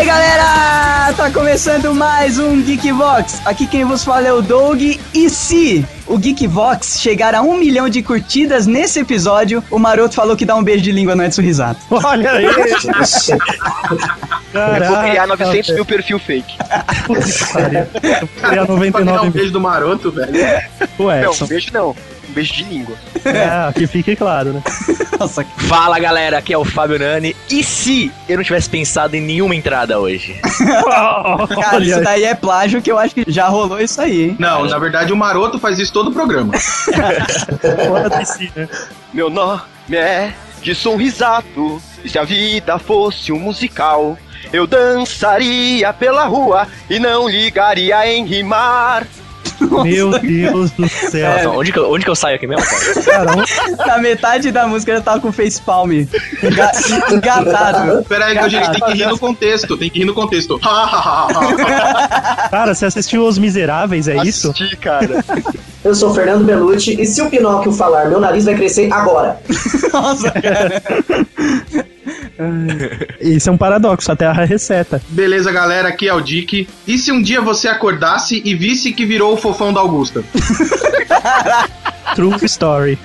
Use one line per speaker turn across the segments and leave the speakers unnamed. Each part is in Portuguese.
Está Tá começando mais um Geekbox. Aqui quem vos fala é o Doug. E se o Geekbox chegar a um milhão de curtidas nesse episódio, o Maroto falou que dá um beijo de língua no Edson Risato.
Olha aí.
Eu vou criar
Caraca,
900
velho.
mil perfil fake.
Puta que pariu. Eu vou criar
Pra me dar
99
um
mil.
beijo do maroto, velho.
O
Não,
Edson.
um beijo não. Um beijo de língua.
É, que fique claro, né?
Nossa,
Fala galera, aqui é o Fábio Nani. E se eu não tivesse pensado em nenhuma entrada hoje?
cara,
Olha
isso
aí.
daí é plágio que eu acho que já rolou isso aí, hein?
Não, na verdade o maroto faz isso todo o programa.
Fora de si, né?
Meu nome é de risato. E se a vida fosse um musical, eu dançaria pela rua e não ligaria em rimar.
Meu Deus do
É.
céu.
Nossa, onde, que eu, onde que eu saio aqui mesmo, cara?
Cara, um-
Na metade da música já tava com face palm Ga- engatado.
Pera aí, que hoje ele tem que rir no contexto, tem que rir no contexto. Ha, ha, ha, ha.
cara, você assistiu Os Miseráveis, é isso?
Assisti, cara.
Eu sou Fernando Belucci e se o Pinóquio falar, meu nariz vai crescer agora.
Nossa, cara.
Isso é um paradoxo, a Terra receta.
Beleza, galera, aqui é o Dick. E se um dia você acordasse e visse que virou o fofão da Augusta?
True story.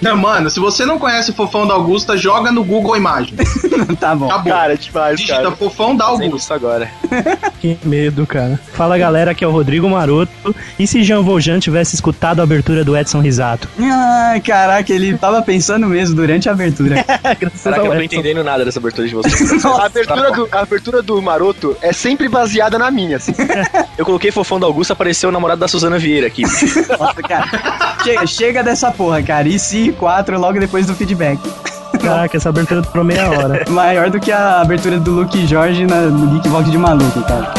Não, mano, se você não conhece o fofão da Augusta, joga no Google Imagem.
Tá bom.
Acabou.
Cara, é demais,
Digita
cara.
fofão da
Fazendo
Augusta.
isso agora.
Que medo, cara. Fala galera, aqui é o Rodrigo Maroto. E se Jean Valjean tivesse escutado a abertura do Edson Risato?
Ah, caraca, ele tava pensando mesmo durante a abertura.
Será que eu não tô entendendo nada dessa abertura de vocês?
A abertura, do, a abertura do Maroto é sempre baseada na minha, assim.
Eu coloquei fofão da Augusta, apareceu o namorado da Suzana Vieira aqui.
Nossa, cara. Chega, chega dessa porra, cara. E se 4 logo depois do feedback.
Caraca, essa abertura durou meia hora.
Maior do que a abertura do Luke e Jorge na, no Geekbox de maluco, cara.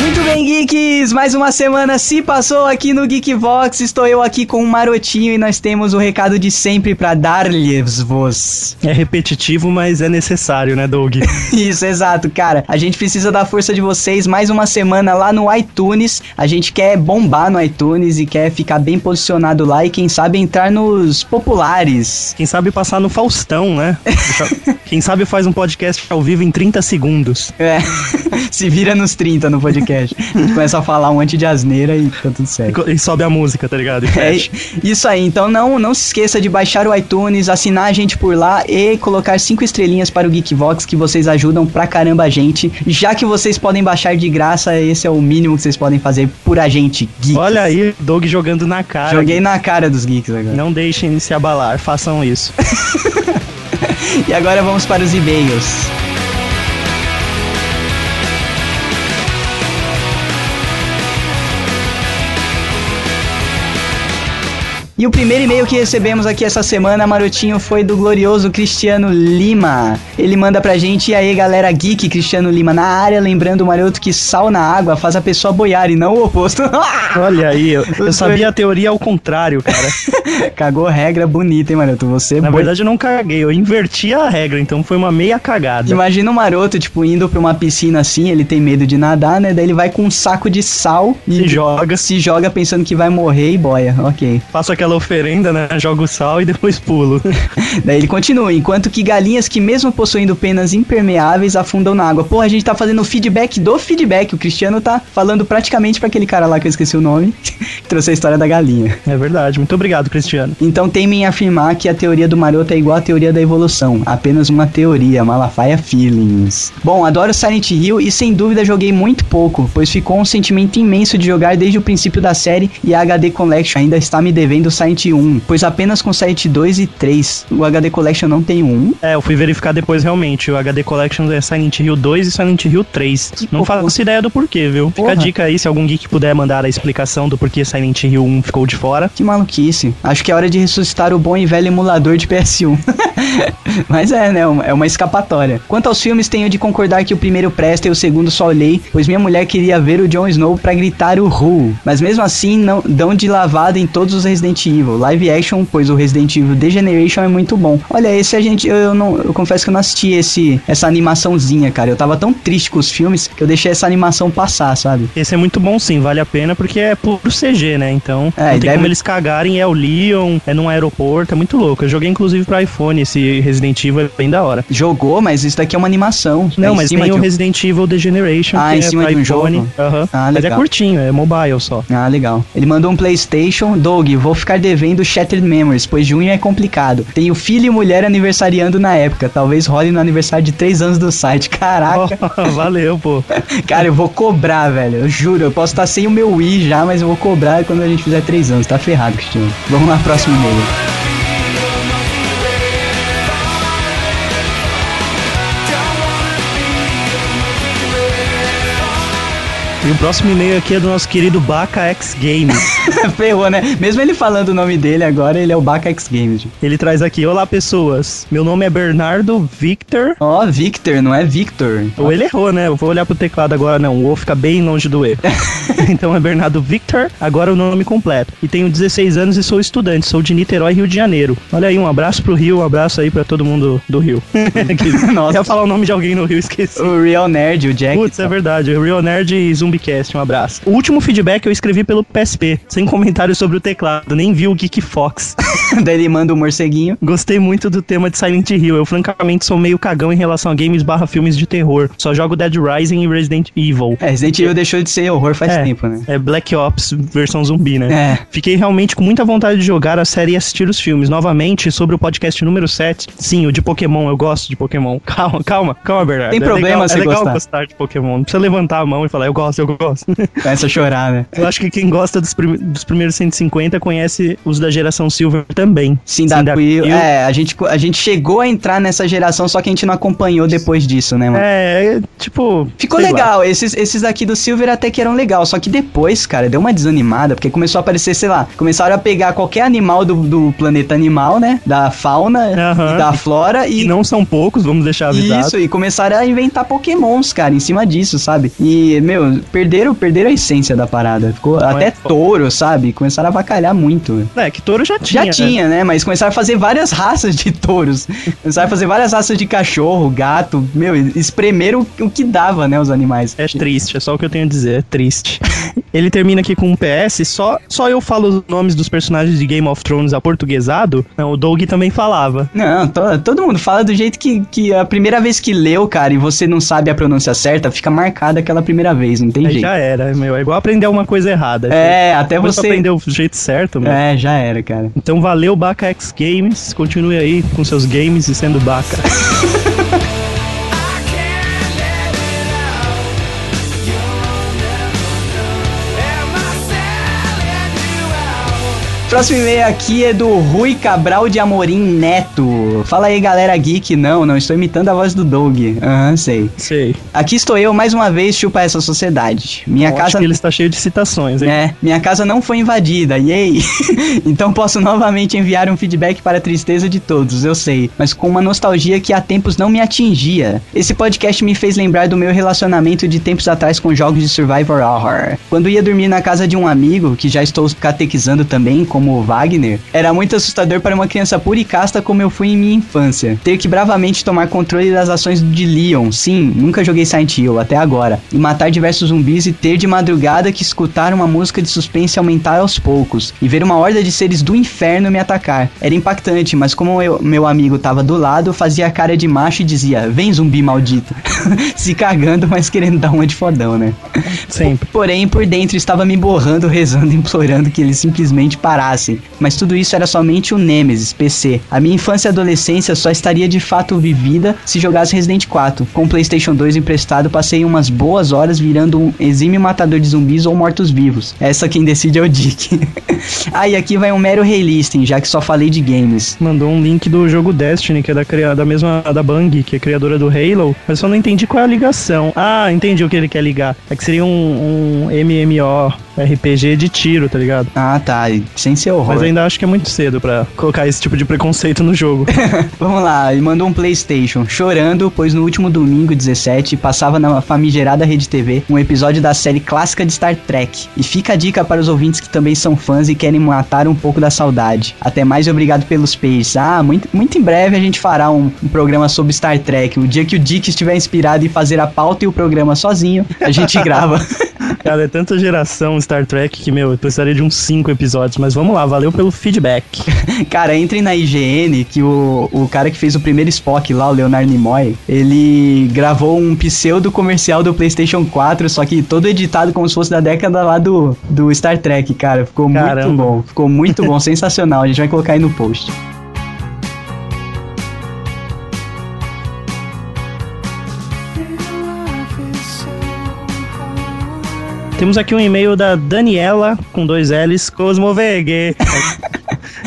Muito bem, geeks! Mais uma semana se passou aqui no Geekvox. Estou eu aqui com o Marotinho e nós temos o recado de sempre para dar-lhes vos.
É repetitivo, mas é necessário, né, Doug?
Isso, exato, cara. A gente precisa da força de vocês mais uma semana lá no iTunes. A gente quer bombar no iTunes e quer ficar bem posicionado lá e quem sabe entrar nos populares.
Quem sabe passar no Faustão, né? Quem sabe faz um podcast ao vivo em 30 segundos.
É, se vira nos 30 no podcast. A gente começa a falar um monte de asneira e tá tudo certo.
E co- E sobe a música, tá ligado? E
É
fecha.
isso aí, então não, não se esqueça de baixar o iTunes, assinar a gente por lá e colocar cinco estrelinhas para o Geekvox que vocês ajudam pra caramba a gente. Já que vocês podem baixar de graça, esse é o mínimo que vocês podem fazer por a gente, geeks.
Olha aí, Doug jogando na cara.
Joguei na cara dos geeks agora.
Não deixem se abalar, façam isso.
E agora vamos para os e-mails. E o primeiro e-mail que recebemos aqui essa semana, Marotinho, foi do glorioso Cristiano Lima. Ele manda pra gente, e aí galera geek, Cristiano Lima na área, lembrando, Maroto, que sal na água faz a pessoa boiar e não o oposto.
Olha aí, eu, eu sabia a teoria ao contrário, cara.
Cagou regra bonita, hein, Maroto? Você
Na
boi-
verdade, eu não caguei, eu inverti a regra, então foi uma meia cagada.
Imagina um maroto, tipo, indo pra uma piscina assim, ele tem medo de nadar, né? Daí ele vai com um saco de sal e
Se joga.
se joga pensando que vai morrer e boia. Ok.
Faço aquela oferenda, né? Jogo sal e depois pulo.
Daí ele continua. Enquanto que galinhas que, mesmo possuindo penas impermeáveis, afundam na água. Porra, a gente tá fazendo o feedback do feedback. O Cristiano tá falando praticamente pra aquele cara lá que eu esqueci o nome, que trouxe a história da galinha.
É verdade, muito obrigado, Cristiano.
Então temem afirmar que a teoria do maroto é igual à teoria da evolução, apenas uma teoria, Malafaia Feelings. Bom, adoro Silent Hill e sem dúvida joguei muito pouco, pois ficou um sentimento imenso de jogar desde o princípio da série e a HD Collection ainda está me devendo o Silent 1, pois apenas com Silent 2 e 3 o HD Collection não tem um.
É, eu fui verificar depois realmente. O HD Collection é Silent Hill 2 e Silent Hill 3.
Que
não
porra.
faço ideia do porquê, viu? Fica
Porra.
a dica aí se algum geek puder mandar a explicação do porquê Silent Hill 1 ficou de fora.
Que maluquice. Acho que é hora de ressuscitar o bom e velho emulador de PS1. Mas é, né? um- É uma escapatória. Quanto aos filmes, tenho de concordar que o primeiro presta e o segundo só olhei, pois minha mulher queria ver o Jon Snow pra gritar o Ru. Mas mesmo assim, não dão de lavada em todos os Resident Resident Evil, live action, pois o Resident Evil The Generation é muito bom. Olha, esse a gente, eu, eu não, eu confesso que eu não assisti esse, essa animaçãozinha, cara. Eu tava tão triste com os filmes que eu deixei essa animação passar, sabe?
Esse é muito bom sim, vale a pena porque é puro CG, né? Então
É,
não
e
tem
deve-
como eles cagarem, é o Leon, é num aeroporto, é muito louco. Eu joguei inclusive pra iPhone esse Resident Evil, é bem da hora.
Jogou, mas isso daqui é uma animação.
Não,
É em
mas
cima
tem
de
o
um-
Resident Evil The Generation,
Ah,
que
em
é
cima
pra
de um
iPhone.
jogo?
Aham.
Ah,
mas é
legal.
curtinho, é mobile só.
Ah, legal. Ele mandou um PlayStation. Doug, vou ficar devendo Shattered Memories, pois junho é complicado. Tenho filho e mulher aniversariando na época. Talvez role no aniversário de 3 anos do site. Caraca,
Ó, valeu, pô.
cara, eu vou cobrar, velho. Eu juro, eu posso estar sem o meu Wii já, mas eu vou cobrar quando a gente fizer 3 anos. Tá ferrado, Cristiano. Vamos lá, próximo e-mail.
E o próximo e-mail aqui é do nosso querido Baca X Games.
Ferrou, né? Mesmo ele falando o nome dele agora, ele é o Baca X Games.
Ele traz aqui: Olá, pessoas. Meu nome é Bernardo Victor.
Ó, Victor, não é Victor.
Ou ele errou, né? Eu vou olhar pro teclado agora, não. O O fica bem longe do E. então é Bernardo Victor, agora o nome completo. E tenho 16 anos e sou estudante, sou de Niterói, Rio de Janeiro. Olha aí, um abraço pro Rio, um abraço aí pra todo mundo do Rio. Que-
Nossa. tá.
Eu ia falar o nome de alguém no Rio, esqueci.
O Real Nerd, o Jack.
Putz, é verdade. Real Nerd e Zumbicast, um abraço. O último feedback eu escrevi pelo PSP, sem comentário sobre o teclado, nem vi o Geek Fox.
Daí ele manda o morceguinho.
Gostei muito do tema de Silent Hill. Eu, francamente, sou meio cagão em relação a games barra filmes de terror. Só jogo Dead Rising e Resident Evil.
É, Resident Evil deixou de ser horror faz
É.
tempo, né?
É Black Ops versão zumbi, né?
É.
Fiquei realmente com muita vontade de jogar a série e assistir os filmes. Novamente, sobre o podcast número 7. Sim, o de Pokémon, eu gosto de Pokémon. Calma, calma, calma, Bernardo.
Tem
É
problema
legal-
se
É legal
gostar.
de Pokémon. Não precisa levantar a mão e falar, eu gosto, eu gosto.
Começa a chorar, né?
eu acho que quem gosta dos, prime- dos primeiros 150 conhece os da geração Silver também.
Sim, da Quill.
Quill.
É, a gente, a gente chegou a entrar nessa geração, só que a gente não acompanhou depois disso, né, mano?
É, é, tipo.
Ficou
sei lá.
legal, esses, esses daqui do Silver até que eram legal, só que depois, cara, deu uma desanimada, porque começou a aparecer, sei lá, começaram a pegar qualquer animal do, do planeta animal, né? Da fauna
Aham.
e da flora e.
E não são poucos, vamos deixar avisado.
Isso, e começaram a inventar pokémons, cara, em cima disso, sabe? E, meu, perderam, perderam a essência da parada. Ficou até
é foda.
touro, sabe? Começaram a avacalhar muito.
É, que touro já tinha.
Já tinha, né? Mas começaram a fazer várias raças de touros. Começaram a fazer várias raças de cachorro, gato. Meu, espremeram o, o que dava, né? Os animais.
É triste, é só o que eu tenho a dizer, é triste. Ele termina aqui com um PS, só, só eu falo os nomes dos personagens de Game of Thrones aportuguesado, não, o Doug também falava.
Não, to- todo mundo fala do jeito que, que a primeira vez que leu, cara, e você não sabe a pronúncia certa, fica marcada aquela primeira vez, não tem
Aí
jeito.
já era, meu, é igual aprender uma coisa errada.
É, até
Depois
você.
aprendeu o jeito certo, meu.
É, já era, cara.
Então valeu, Baca X Games, continue aí com seus games e sendo Baca.
Próximo e-mail aqui é do Rui Cabral de Amorim Neto. Fala aí, galera geek. Não, não, estou imitando a voz do Doug. Aham, sei.
Sei.
Aqui estou eu, mais uma vez, chupa essa sociedade. Minha
Eu acho
casa
que ele está cheio de citações, hein?
É, minha casa não foi invadida, yay! então posso novamente enviar um feedback para a tristeza de todos, eu sei, mas com uma nostalgia que há tempos não me atingia. Esse podcast me fez lembrar do meu relacionamento de tempos atrás com jogos de Survivor Horror. Quando ia dormir na casa de um amigo, que já estou catequizando também, como o Wagner, era muito assustador para uma criança pura e casta como eu fui em minha infância. Ter que bravamente tomar controle das ações de Leon, sim, nunca joguei Silent Hill até agora, e matar diversos zumbis e ter de madrugada que escutar uma música de suspense aumentar aos poucos e ver uma horda de seres do inferno me atacar. Era impactante, mas como eu- meu amigo tava do lado, fazia a cara de macho e dizia: "Vem zumbi maldito". Se cagando, mas querendo dar uma de fodão, né?
Sempre.
Porém, por dentro estava me borrando, rezando, implorando que eles simplesmente parassem. Mas tudo isso era somente o Nemesis PC. A minha infância e adolescência só estaria de fato vivida se jogasse Resident 4. Com o PlayStation 2 emprestado, passei umas boas horas virando um exímio matador de zumbis ou mortos-vivos. Essa quem decide é o Dick. ah, e aqui vai um mero relisting, já que só falei de games.
Mandou um link do jogo Destiny, que é da, cria- da mesma da Bang, que é criadora do Halo. Mas só não entendi qual é a ligação. Ah, entendi o que ele quer ligar. É que seria um, um MMO RPG de tiro, tá ligado?
Ah, tá. e Sem ser horror.
Mas ainda acho que é muito cedo pra colocar esse tipo de preconceito no jogo.
Vamos lá, ele mandou um PlayStation chorando, pois no último domingo 17 passava na famigerada Rede TV um episódio da série clássica de Star Trek. E fica a dica para os ouvintes que também são fãs e querem matar um pouco da saudade. Até mais e obrigado pelos peixes. Ah, muito, muito em breve a gente fará um, um programa sobre Star Trek. O dia que o Dick estiver inspirado em fazer a pauta e o programa sozinho, a gente grava.
Cara, é tanta geração Star Trek que, meu, eu precisaria de uns 5 episódios. Mas vamos lá, valeu pelo feedback.
Cara, entrem na IGN que o, o cara que fez o primeiro Spock lá, o Leonard Nimoy, ele gravou um pseudo comercial do PlayStation 4, só que todo editado como se fosse da década lá do, do Star Trek, cara. Ficou muito
Caramba.
bom. Ficou muito bom, sensacional. A gente vai colocar aí no post.
Temos aqui um e-mail da Daniela, com dois L's, Cosmovegue.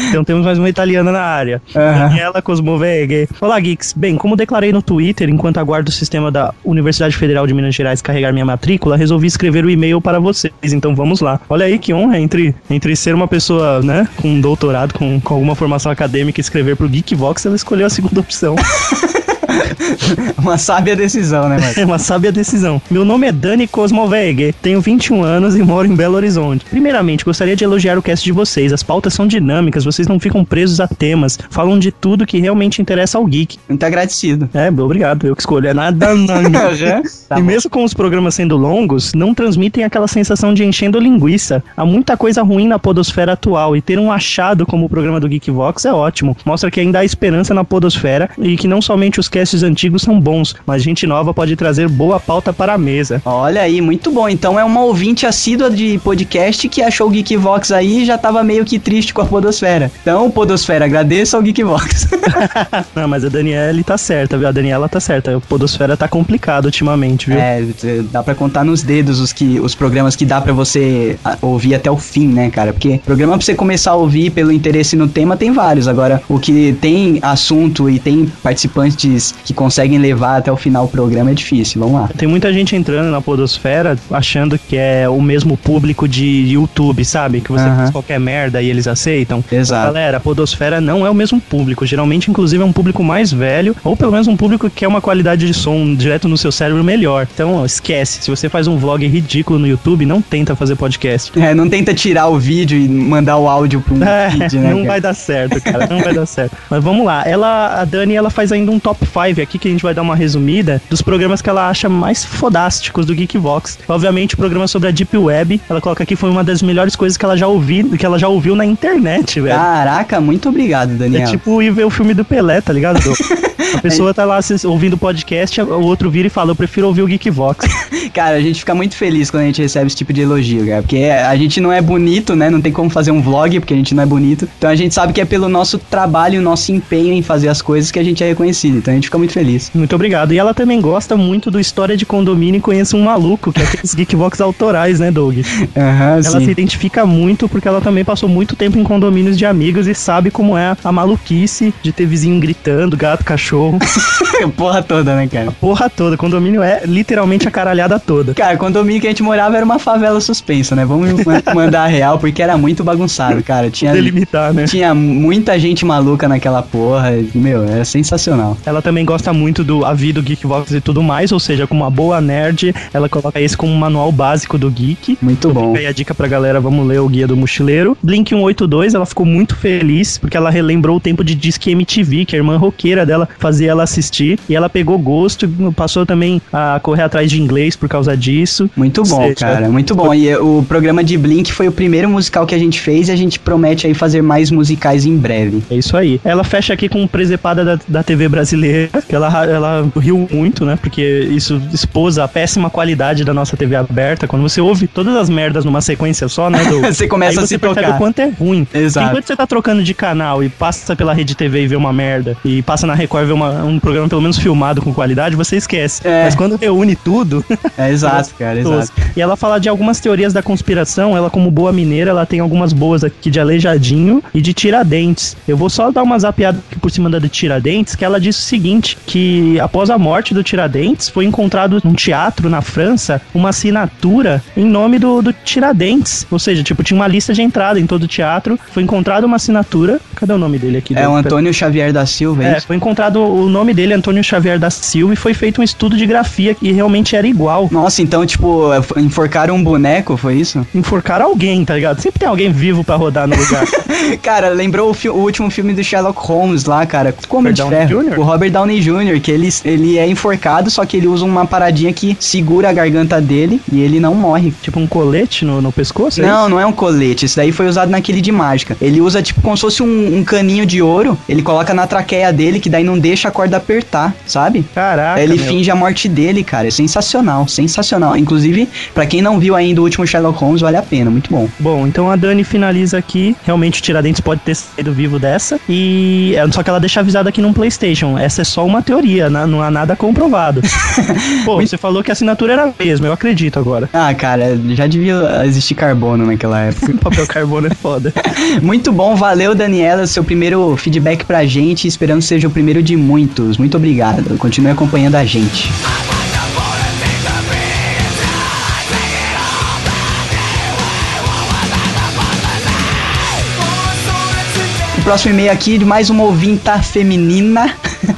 Então temos mais uma italiana na área.
Aham.
Daniela Cosmovegue. Olá, Geeks. Bem, como declarei no Twitter, enquanto aguardo o sistema da Universidade Federal de Minas Gerais carregar minha matrícula, resolvi escrever o e-mail para vocês. Então vamos lá. Olha aí que honra entre, entre ser uma pessoa, né, com um doutorado, com, com alguma formação acadêmica e escrever pro Geekvox, ela escolheu a segunda opção.
Uma sábia decisão, né, mano?
É uma sábia decisão. Meu nome é Dani Cosmoveg, tenho 21 anos e moro em Belo Horizonte. Primeiramente, gostaria de elogiar o cast de vocês. As pautas são dinâmicas, vocês não ficam presos a temas, falam de tudo que realmente interessa ao geek.
Muito agradecido.
É, obrigado, eu que escolho. É nada, não.
Tá
e
bom.
mesmo com os programas sendo longos, não transmitem aquela sensação de enchendo linguiça. Há muita coisa ruim na podosfera atual e ter um achado como o programa do Geekvox é ótimo. Mostra que ainda há esperança na podosfera e que não somente os casts antigos são bons, mas gente nova pode trazer boa pauta para a mesa.
Olha aí, muito bom. Então é uma ouvinte assídua de podcast que achou o Geekvox aí e já tava meio que triste com a Podosfera. Então, Podosfera, agradeça ao Geekvox.
Não, mas a Daniela tá certa, viu? A Daniela tá certa. A podosfera tá complicado ultimamente, viu?
É, cê- dá pra contar nos dedos os, que, os programas que dá pra você ah, ouvir até o fim, né, cara? Porque programa pra você começar a ouvir pelo interesse no tema tem vários. Agora, o que tem assunto e tem participantes que conseguem levar até o final o programa é difícil. Vamos lá.
Tem muita gente entrando na podosfera achando que é o mesmo público de YouTube, sabe? Que você
Aham.
faz qualquer merda e eles aceitam.
Exato.
Galera, a podosfera não é o mesmo público. Geralmente, inclusive, é um público mais velho, ou pelo menos um público que quer uma qualidade de som direto no seu cérebro melhor. Então, ó, esquece. Se você faz um vlog ridículo no YouTube, não tenta fazer podcast.
É, não tenta tirar o vídeo e mandar o áudio pro um
É,
feed, né?
não
cara?
vai dar certo, cara. Não vai dar certo. Mas vamos lá. Ela, a Dani, ela faz ainda um top 5 aqui que a gente vai dar uma resumida dos programas que ela acha mais fodásticos do Geekbox. Obviamente, o programa sobre a Deep Web, ela coloca aqui foi uma das melhores coisas que ela já ouviu, que ela já ouviu na internet, velho.
Ah, Caraca, muito obrigado,
É
Daniel.
tipo ir ver o filme do Pelé, tá ligado? Du? A pessoa tá lá assis- ouvindo o podcast, o outro vira e fala: Eu prefiro ouvir o Geekvox.
Cara, a gente fica muito feliz quando a gente recebe esse tipo de elogio, cara. Porque a gente não é bonito, né? Não tem como fazer um vlog, porque a gente não é bonito. Então a gente sabe que é pelo nosso trabalho, o nosso empenho em fazer as coisas que a gente é reconhecido. Então a gente fica muito feliz.
Muito obrigado. E ela também gosta muito do História de Condomínio e Conheça um Maluco, que é aqueles Geekvox autorais, né, Doug?
Aham,
Ela se identifica muito porque ela também passou muito tempo em condomínios de amigos e sabe como é a maluquice de ter vizinho gritando, gato, cachorro,
Porra toda, né, cara?
porra toda. Condomínio é literalmente a caralhada toda.
Cara, o condomínio que a gente morava era uma favela suspensa, né? Vamos ma- mandar a real, porque era muito bagunçado, cara. Tinha,
Delimitar, né?
tinha muita gente maluca naquela porra. Meu, era sensacional.
Ela também gosta muito do A Vida, o Geekbox e tudo mais, ou seja, com uma boa nerd, ela coloca esse como um manual básico do geek.
Muito bom.
Fica aí a dica pra galera, vamos ler o Guia do Mochileiro. Blink 182, ela ficou muito feliz porque ela relembrou o tempo de Disque MTV, que a irmã roqueira dela fazia ela assistir, e ela pegou gosto e passou também a correr atrás de inglês por causa disso. é,
Muito bom,
Seja-
cara, muito bom. E eh, o programa de Blink foi o primeiro musical que a gente fez e a gente promete aí fazer mais musicais em breve.
É isso aí. Ela fecha aqui com presepada da, da TV brasileira, que ela, ra- ela riu muito, né? Porque isso expôs a péssima qualidade da nossa TV aberta. Quando você ouve todas as merdas numa sequência só, né? Do,
Você começa
aí
a
você
se
percebe
tocar.
o quanto é ruim.
Exato.
Enquanto você tá trocando de canal e passa pela rede TV e vê uma merda, e passa na Record e vê uma- um programa pelo menos filmado com qualidade, você esquece.
É.
Mas quando reúne tudo,
É, exato, cara, exato.
E ela fala de algumas teorias da conspiração. Ela, como boa mineira, ela tem algumas boas aqui de Aleijadinho e de Tiradentes. Eu vou só dar uma zapeada aqui por cima da de Tiradentes, que ela disse o seguinte: que após a morte do Tiradentes, foi encontrado num teatro na França uma assinatura em nome do, do Tiradentes. Ou seja, tipo, tinha uma lista de entrada em todo o teatro. Foi encontrada uma assinatura. Cadê o nome dele aqui?
É
Do-
o Antônio Xavier da Silva, é
é,
isso?
foi encontrado o nome dele, Antônio Xavier da Silva, e foi feito um estudo de grafia e realmente era igual.
Nossa, então, tipo, enforcaram um boneco, foi isso?
Enforcaram alguém, tá ligado? Sempre tem alguém vivo pra rodar no lugar.
Cara, lembrou o, fi- o último filme do Sherlock Holmes lá, cara. Como de
Downey
ferro.
Jr.?
O Robert Downey Jr., que ele, ele é enforcado, só que ele usa uma paradinha que segura a garganta dele e ele não morre.
tipo um colete no, no pescoço? é
Não, não é um colete. Isso daí foi usado naquele de mágica. Ele usa tipo como se fosse um, um caninho de ouro. Ele coloca na traqueia dele, que daí não deixa a corda apertar, sabe?
isso? Caraca.
ele
meu.
finge a morte dele, cara. É sensacional, sensacional. Inclusive, pra quem não viu ainda o último Sherlock Holmes, vale a pena. Muito bom.
Bom, então a Dani finaliza aqui. Realmente o Tiradentes pode ter saído vivo dessa. E é, só que ela deixa avisado aqui no PlayStation. Essa é só uma teoria, na- não há nada comprovado. Pô, você falou que a assinatura era a mesma, eu acredito agora.
Ah, cara, já devia existir carbono naquela época.
Papel carbono é foda.
Muito bom, valeu, Daniela, seu primeiro feedback pra gente. Esperamos que seja o primeiro de muitos. Muito obrigado. Continue acompanhando a gente. O Próximo e-mail aqui de mais uma ouvinta feminina,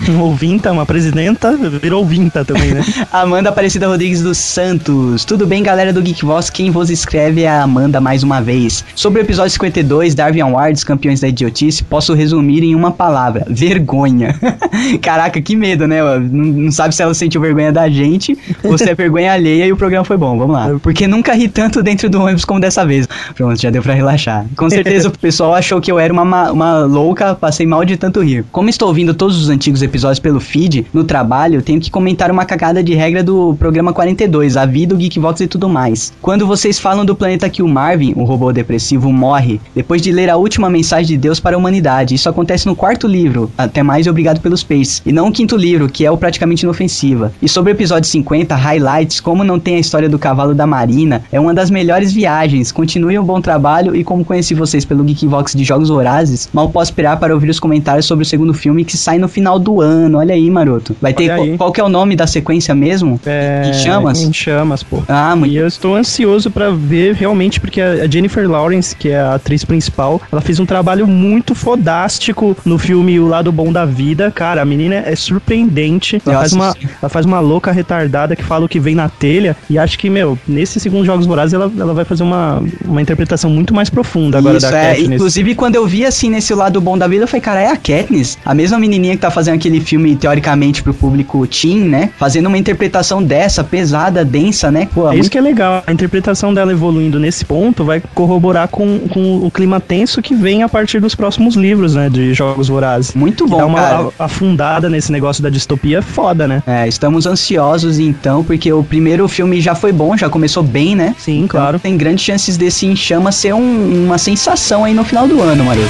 Um ouvinta, uma presidenta, virou ouvinta também, né?
Amanda Aparecida Rodrigues dos Santos. Tudo bem, galera do Geek Voz? Quem vos escreve é a Amanda mais uma vez. Sobre o episódio 52, Darwin Awards, campeões da idiotice, posso resumir em uma palavra: vergonha. Caraca, que medo, né? Não, não sabe se ela sentiu vergonha da gente ou se é vergonha alheia e o programa foi bom. Vamos lá. Porque nunca ri tanto dentro do ônibus como dessa vez. Pronto, já deu pra relaxar. Com certeza o pessoal achou que eu era uma, ma- uma louca, passei mal de tanto rir. Como estou ouvindo todos os antigos episódios pelo feed, no trabalho, tenho que comentar uma cagada de regra do programa 42, a vida, o Geekvox e tudo mais. Quando vocês falam do planeta que o Marvin, o robô depressivo, morre, depois de ler a última mensagem de Deus para a humanidade, isso acontece no quarto livro, até mais e obrigado pelos peixes, e não o quinto livro, que é o praticamente inofensiva. E sobre o episódio 50, highlights, como não tem a história do cavalo da Marina, é uma das melhores viagens. Continuem o bom trabalho e como conheci vocês pelo Geekvox de Jogos Vorazes, mal posso esperar para ouvir os comentários sobre o segundo filme que sai no final do ano. Olha aí, maroto. Vai ter
Olha
qual,
aí.
qual que é o nome da sequência mesmo?
É,
Em chamas?
Em chamas, pô.
Ah, muito
E eu estou ansioso pra ver realmente, porque a a Jennifer Lawrence, que é a atriz principal, ela fez um trabalho muito fodástico no filme O Lado Bom da Vida. Cara, a menina é surpreendente. Ela
Eu
faz, uma,
assisti.
ela faz uma louca retardada que fala o que vem na telha. E acho que, meu, nesse segundo Jogos Vorazes, ela, ela vai fazer uma, uma interpretação muito mais profunda agora
Isso,
da
é.
Katniss.
Inclusive, quando eu vi assim nesse lado bom da vida, eu falei, cara, é a Katniss? A mesma menininha que tá fazendo aquele filme, teoricamente, pro público teen, né? Fazendo uma interpretação dessa, pesada, densa, né? Pô,
É isso
muito...
que é legal. A interpretação dela evoluindo nesse ponto vai corroborar com, com o clima tenso que vem a partir dos próximos livros, né? De Jogos Vorazes.
Muito
Que
bom,
dá uma
cara.
a- afundada nesse negócio da distopia é foda, né?
É, estamos ansiosos então, porque o primeiro filme já foi bom, já começou bem, né?
Sim,
Então,
claro.
Tem grandes chances desse Em Chama ser um- uma sensação aí no final do ano, Mario.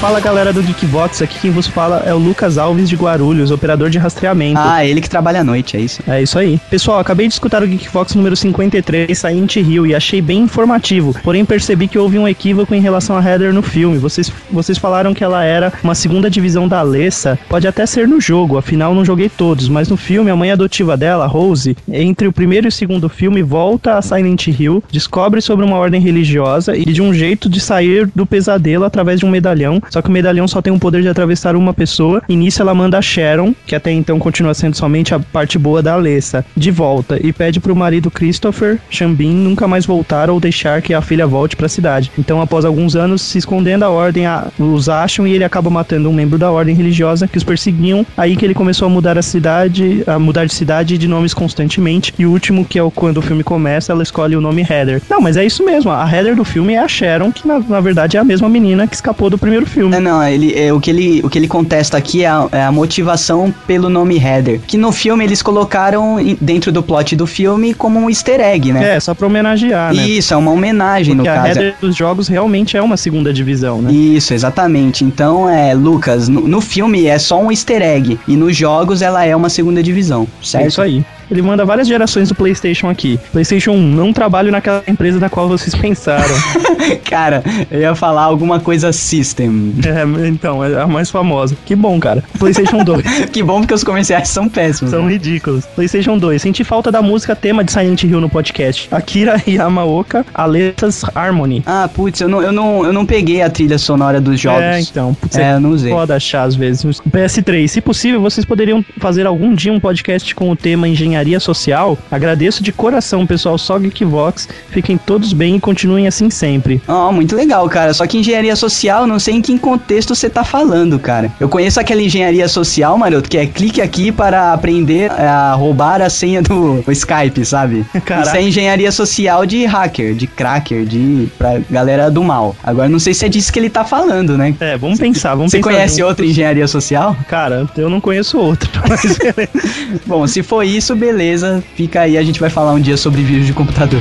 Fala galera do Geekbox, aqui quem vos fala é o Lucas Alves de Guarulhos, operador de rastreamento.
Ah, ele que trabalha à noite, é isso.
É isso aí. Pessoal, acabei de escutar o Geekvox número 53, Silent Hill, e achei bem informativo. Porém, percebi que houve um equívoco em relação a Heather no filme. Vocês, vocês falaram que ela era uma segunda divisão da Alessa. Pode até ser no jogo, afinal não joguei todos. Mas no filme, a mãe adotiva dela, Rose, entre o primeiro e o segundo filme, volta a Silent Hill, descobre sobre uma ordem religiosa e de um jeito de sair do pesadelo através de um medalhão. Só que o medalhão só tem o poder de atravessar uma pessoa. E nisso ela manda a Sharon, que até então continua sendo somente a parte boa da Alessa, de volta e pede pro marido Christopher Chambin nunca mais voltar ou deixar que a filha volte pra cidade. Então, após alguns anos se escondendo, a ordem a- os acham e ele acaba matando um membro da ordem religiosa que os perseguiam. Aí que ele começou a mudar a cidade, a mudar de cidade e de nomes constantemente. E o último, que é o quando o filme começa, ela escolhe o nome Heather. Não, mas é isso mesmo. A Heather do filme é a Sharon, que na, na verdade é a mesma menina que escapou do primeiro filme.
É, não, ele, é, o, que ele, o que ele contesta aqui é a, é a motivação pelo nome header. Que no filme eles colocaram em- dentro do plot do filme como um easter egg, né?
É, só pra homenagear, né?
Isso, é uma homenagem
Porque
no
a
caso. é
header dos jogos realmente é uma segunda divisão, né?
Isso, exatamente. Então, é, Lucas, no, no filme é só um easter egg. E nos jogos ela é uma segunda divisão,
É
certo?
isso aí. Ele manda várias gerações do PlayStation aqui. PlayStation 1, não trabalho naquela empresa da qual vocês pensaram.
Cara, eu ia falar alguma coisa system.
é, então, é a mais famosa. Que bom, cara. PlayStation 2.
que bom porque os comerciais são péssimos.
São
né?
ridículos. PlayStation 2. Senti falta da música tema de Silent Hill no podcast. Akira Yamaoka, Aletas Harmony.
Ah, putz, eu não, eu, não, eu não peguei a trilha sonora dos jogos.
É, então. Putz,
É, eu não usei.
Foda achar às vezes. PS3, se possível, vocês poderiam fazer algum dia um podcast com o tema Engenharia Social? Agradeço de coração, pessoal. Só Geekvox. Fiquem todos bem e continuem assim sempre.
Ó, muito legal, cara. Só que engenharia social, eu não sei em que contexto você tá falando, cara. Eu conheço aquela engenharia social, maroto, que é clique aqui para aprender a roubar a senha do do Skype, sabe?
Caraca.
Isso é engenharia social de hacker, de cracker, de pra galera do mal. Agora não sei se é disso que ele tá falando, né?
É, vamos pensar, vamos
Você
pensar.
conhece
junto.
outra engenharia social?
Cara, eu não conheço outro. Mas
Bom, se for isso, beleza. Fica aí, a gente vai falar um dia sobre vírus de computador.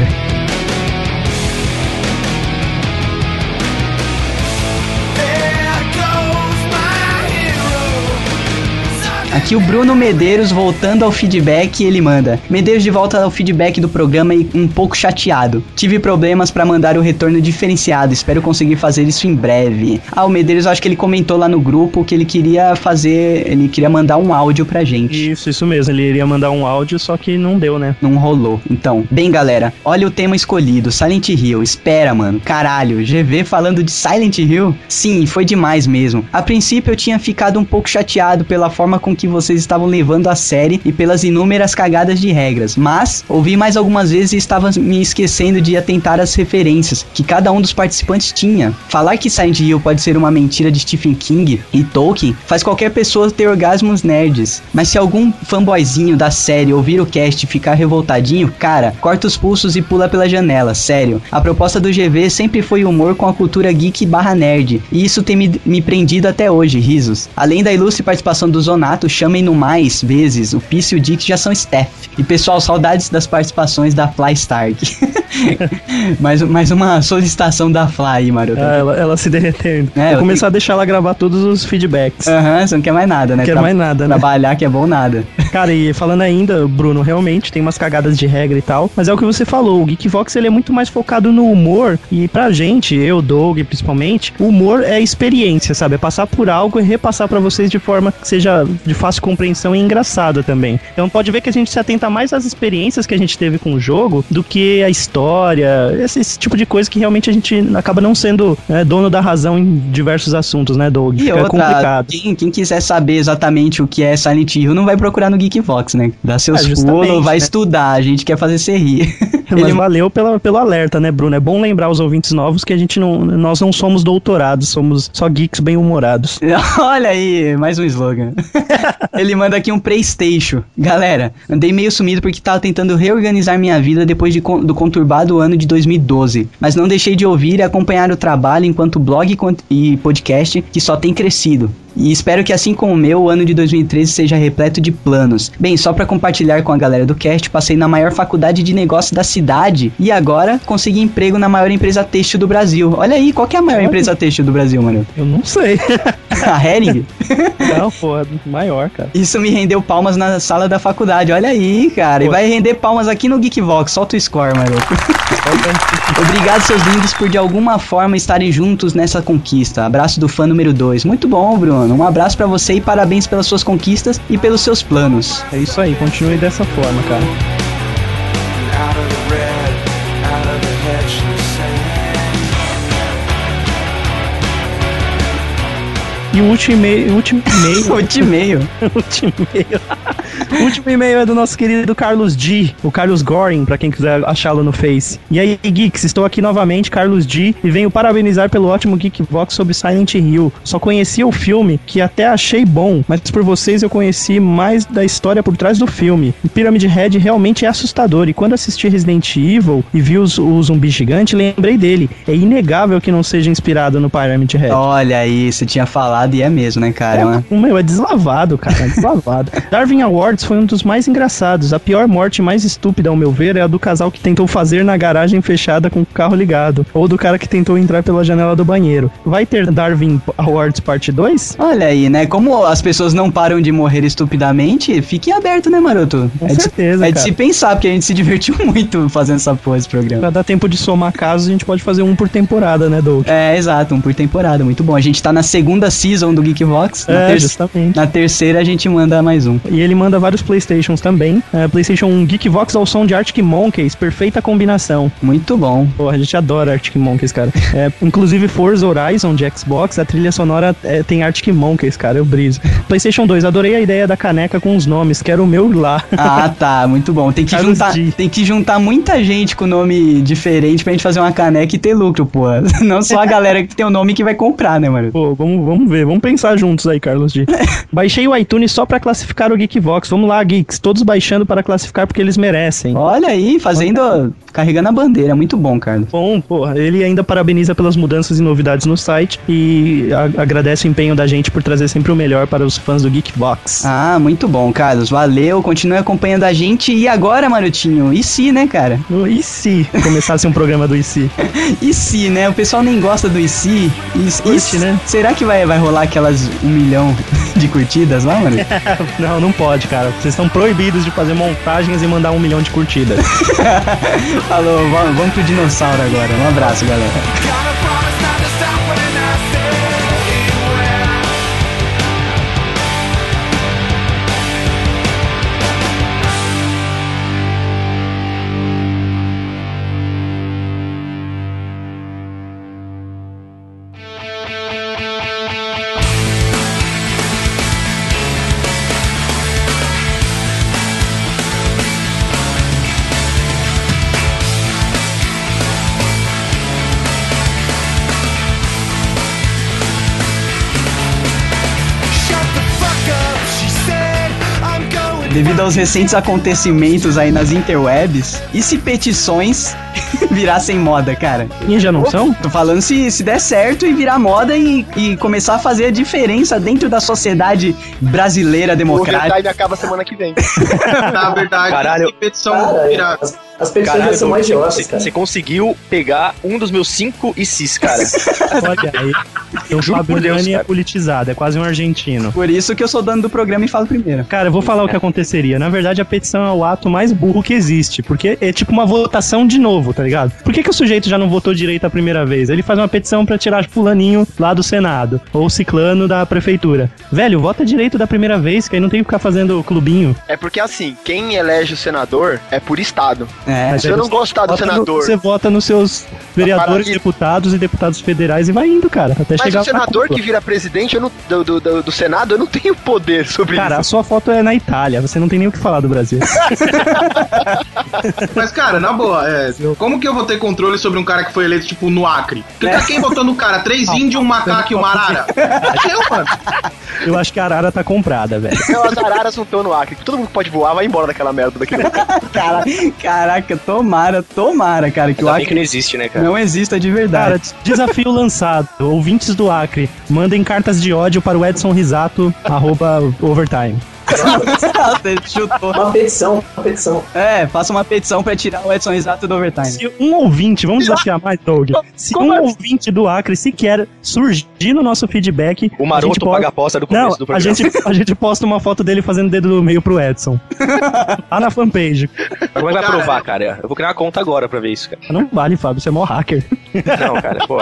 Aqui o Bruno Medeiros voltando ao feedback, ele manda. Medeiros de volta ao feedback do programa e um pouco chateado. Tive problemas pra mandar o retorno diferenciado, espero conseguir fazer isso em breve. Ah, o Medeiros acho que ele comentou lá no grupo que ele queria fazer, ele queria mandar um áudio pra gente.
isso, isso mesmo. Ele iria mandar um áudio, só que não deu, né?
Não rolou. Então, bem galera, olha o tema escolhido, Silent Hill. Espera, mano. Caralho, GV falando de Silent Hill? Sim, foi demais mesmo. A princípio eu tinha ficado um pouco chateado pela forma com que vocês estavam levando a série e pelas inúmeras cagadas de regras, mas ouvi mais algumas vezes e estava me esquecendo de atentar às referências que cada um dos participantes tinha. Falar que Silent Hill pode ser uma mentira de Stephen King e Tolkien faz qualquer pessoa ter orgasmos nerds, mas se algum fanboyzinho da série ouvir o cast e ficar revoltadinho, cara, corta os pulsos e pula pela janela, sério. A proposta do GV sempre foi humor com a cultura geek barra nerd, e isso tem me, me prendido até hoje, risos. Além da ilustre participação do Zonato, chamem no mais vezes, o Piss e o Dick já são staff. E pessoal, saudades das participações da Fly Stark. mais, mais uma solicitação da Fly, aí, maroto.
Ah, ela, ela se derretendo.
É, eu
Vou começar a deixar ela gravar todos os feedbacks.
Aham, você não quer mais nada, né?
Não quero
Tra-
mais nada, né?
Trabalhar que é bom nada.
Cara, e falando ainda, Bruno, realmente tem umas cagadas de regra e tal, mas é o que você falou, o Geekvox ele é muito mais focado no humor e pra gente, eu, Doug, principalmente, o humor é experiência, sabe? É passar por algo e repassar pra vocês de forma que seja de fácil compreensão e engraçada também. Então pode ver que a gente se atenta mais às experiências que a gente teve com o jogo do que a história, esse, esse tipo de coisa que realmente a gente acaba não sendo né, dono da razão em diversos assuntos, né, Doug?
E outra, quem, quem quiser saber exatamente o que é Silent Hill, não vai procurar no Geekvox, né? Dá seus
Ah, justamente,
pulos, vai
né?
estudar, a gente quer fazer você rir.
Mas
Ele-
valeu pela, pelo alerta, né, Bruno? É bom lembrar os ouvintes novos que a gente não. Nós não somos doutorados, somos só geeks bem-humorados.
Olha aí, mais um slogan. Ele manda aqui um Playstation. Galera, andei meio sumido porque tava tentando reorganizar minha vida depois de con- do conturbado ano de 2012. Mas não deixei de ouvir e acompanhar o trabalho enquanto blog e con- e podcast que só tem crescido. E espero que assim como o meu, o ano de 2013 seja repleto de planos. Bem, só pra compartilhar com a galera do cast, passei na maior faculdade de negócio da cidade e agora consegui emprego na maior empresa têxtil do Brasil. Olha aí, qual que é a maior
Olha.
empresa têxtil do Brasil, mano?
Eu não sei.
A Hering?
Não, pô, é maior, cara.
Isso me rendeu palmas na sala da faculdade. Olha aí, cara. E
Pô.
vai render palmas aqui no Geekvox. Solta o score, maroto. Obrigado, seus lindos, por de alguma forma estarem juntos nessa conquista. Abraço do fã número 2. Muito bom, Bruno. Um abraço pra você e parabéns pelas suas conquistas e pelos seus planos.
É isso aí, continue dessa forma, cara. E o último e-mail. Último e-mail.
Ultimeio.
último e-mail. O último e-mail é do nosso querido Carlos D, o Carlos Goring, pra quem quiser achá-lo no Face. E aí, Geeks, estou aqui novamente, Carlos D, e venho parabenizar pelo ótimo Geekbox sobre Silent Hill. Só conhecia o filme, que até achei bom, mas por vocês eu conheci mais da história por trás do filme. E Pyramid Head realmente é assustador, e quando assisti Resident Evil e vi os- o zumbi gigante, lembrei dele. É inegável que não seja inspirado no Pyramid Head.
Olha aí, você tinha falado e é mesmo, né, cara? É uma-
O meu é deslavado, cara, é deslavado. Darwin Awards foi um dos mais engraçados. A pior morte mais estúpida, ao meu ver, é a do casal que tentou fazer na garagem fechada com o carro ligado, ou do cara que tentou entrar pela janela do banheiro. Vai ter Darwin Awards parte 2?
Olha aí, né? Como as pessoas não param de morrer estupidamente, fique aberto, né, maroto?
Com
é de-
certeza,
é de
cara.
se pensar, porque a gente se divertiu muito fazendo essa porra desse programa.
Pra dar tempo de somar casos, a gente pode fazer um por temporada, né, Doug?
É, exato, um por temporada, muito bom. A gente tá na segunda season do Geekbox. na, ter-
justamente.
na terceira a gente manda mais um.
E ele manda vários Playstations também. É, Playstation 1 Geekvox ao som de Arctic Monkeys, perfeita combinação.
Muito bom.
Porra, a gente adora Arctic Monkeys, cara. É, inclusive Forza Horizon de Xbox, a trilha sonora é, tem Arctic Monkeys, cara, eu briso. PlayStation 2, adorei a ideia da caneca com os nomes, quero o meu lá.
Ah, tá, muito bom. Tem que,
Carlos
juntar,
D.
tem que juntar muita gente com nome diferente pra gente fazer uma caneca e ter lucro, pô. Não só a galera que tem o nome que vai comprar, né, mano?
Pô, vamos, vamos ver, vamos pensar juntos aí, Carlos D. Baixei o iTunes só pra classificar o Geekvox. Vamos lá, Geeks, todos baixando para classificar porque eles merecem.
Olha aí, fazendo. carregando a bandeira. Muito bom, Carlos.
Bom, porra, ele ainda parabeniza pelas mudanças e novidades no site e a- agradece o empenho da gente por trazer sempre o melhor para os fãs do Geekbox.
Ah, muito bom, Carlos. Valeu, continue acompanhando a gente. E agora, Marotinho? E se, né, cara?
E se começasse um programa do E se?
E se, né? O pessoal nem gosta do e se. E, se-
Curte,
e-
né?
Será que vai, vai rolar aquelas um milhão de curtidas lá, mano?
Não, não pode, cara. Vocês estão proibidos de fazer montagens e mandar um milhão de curtidas.
Falou, vamos, vamos pro dinossauro agora. Um abraço, galera. Devido aos recentes acontecimentos aí nas interwebs, e se petições virassem moda, cara?
E já não são?
Tô falando se, se der certo e virar moda e, e começar a fazer a diferença dentro da sociedade brasileira
O
democrática.
Overtime acaba semana que vem.
Na tá? verdade, é
Caralho.
que petição
Cara,
virada.
as, as pessoas
Caralho,
são mais
você-
idiotas,
você,
cara.
você conseguiu pegar um dos meus cinco ICs, cara.
Olha aí. O
Juro por
Fábio
Deus,
Nani é
cara.
politizado, é quase um argentino.
Por isso que eu sou dono do programa e falo primeiro.
Cara, eu vou falar o que aconteceria. Na verdade, a petição é o ato mais burro que existe, porque é tipo uma votação de novo, tá ligado? Por que, que o sujeito já não votou direito a primeira vez? Ele faz uma petição pra tirar fulaninho lá do Senado, ou ciclano da prefeitura. Velho, vota direito da primeira vez, que aí não tem que ficar fazendo clubinho.
É porque assim, quem elege o senador é por estado.
É.
Mas
Se
aí
eu não
você
gostar do
vota no-
senador,
Você vota nos seus vereadores,
parasita.
deputados e deputados federais e vai indo, cara, até
mas
chegar
o senador
na
que
cúpula.
vira presidente eu não- do, do, do- do Senado, eu não tenho poder sobre
Cara, a
isso.
sua foto é na Itália, você não tem nem o que falar do Brasil.
Mas, cara, na boa, é, como que eu vou ter controle sobre um cara que foi eleito, tipo, no Acre? Porque
Né?
tá quem botou no cara? Três índios, um macaco e uma arara? Eu, mano.
Eu acho que a Arara tá comprada, velho.
Aquelas araras não estão no Acre. Todo mundo que pode voar vai embora daquela merda daqui dentro.
Cara, caraca, tomara, tomara, cara, que o
Ainda bem
Acre
que não existe, né, cara?
não exista de
Cara,
verdade.
des- desafio lançado. Ouvintes do Acre, mandem cartas de ódio para o Edson Risato, arroba overtime.
Você chutou.
Uma petição, uma petição.
É, faça uma petição pra tirar o Edson Risato do overtime.
Se um ouvinte, vamos desafiar mais, Doug. Se
Como
um
assim?
ouvinte do Acre sequer surgir no nosso feedback,
O
a gente
maroto
pode-
paga a aposta do começo
Não,
do
a
programa.
gente, a gente posta uma foto dele fazendo dedo do meio pro Edson. Lá na fanpage.
Mas Como é que vai
Cara,
provar, cara? Eu vou criar uma conta agora pra ver isso, cara.
Não vale, Fábio, você é mó hacker.
Não, cara, pô.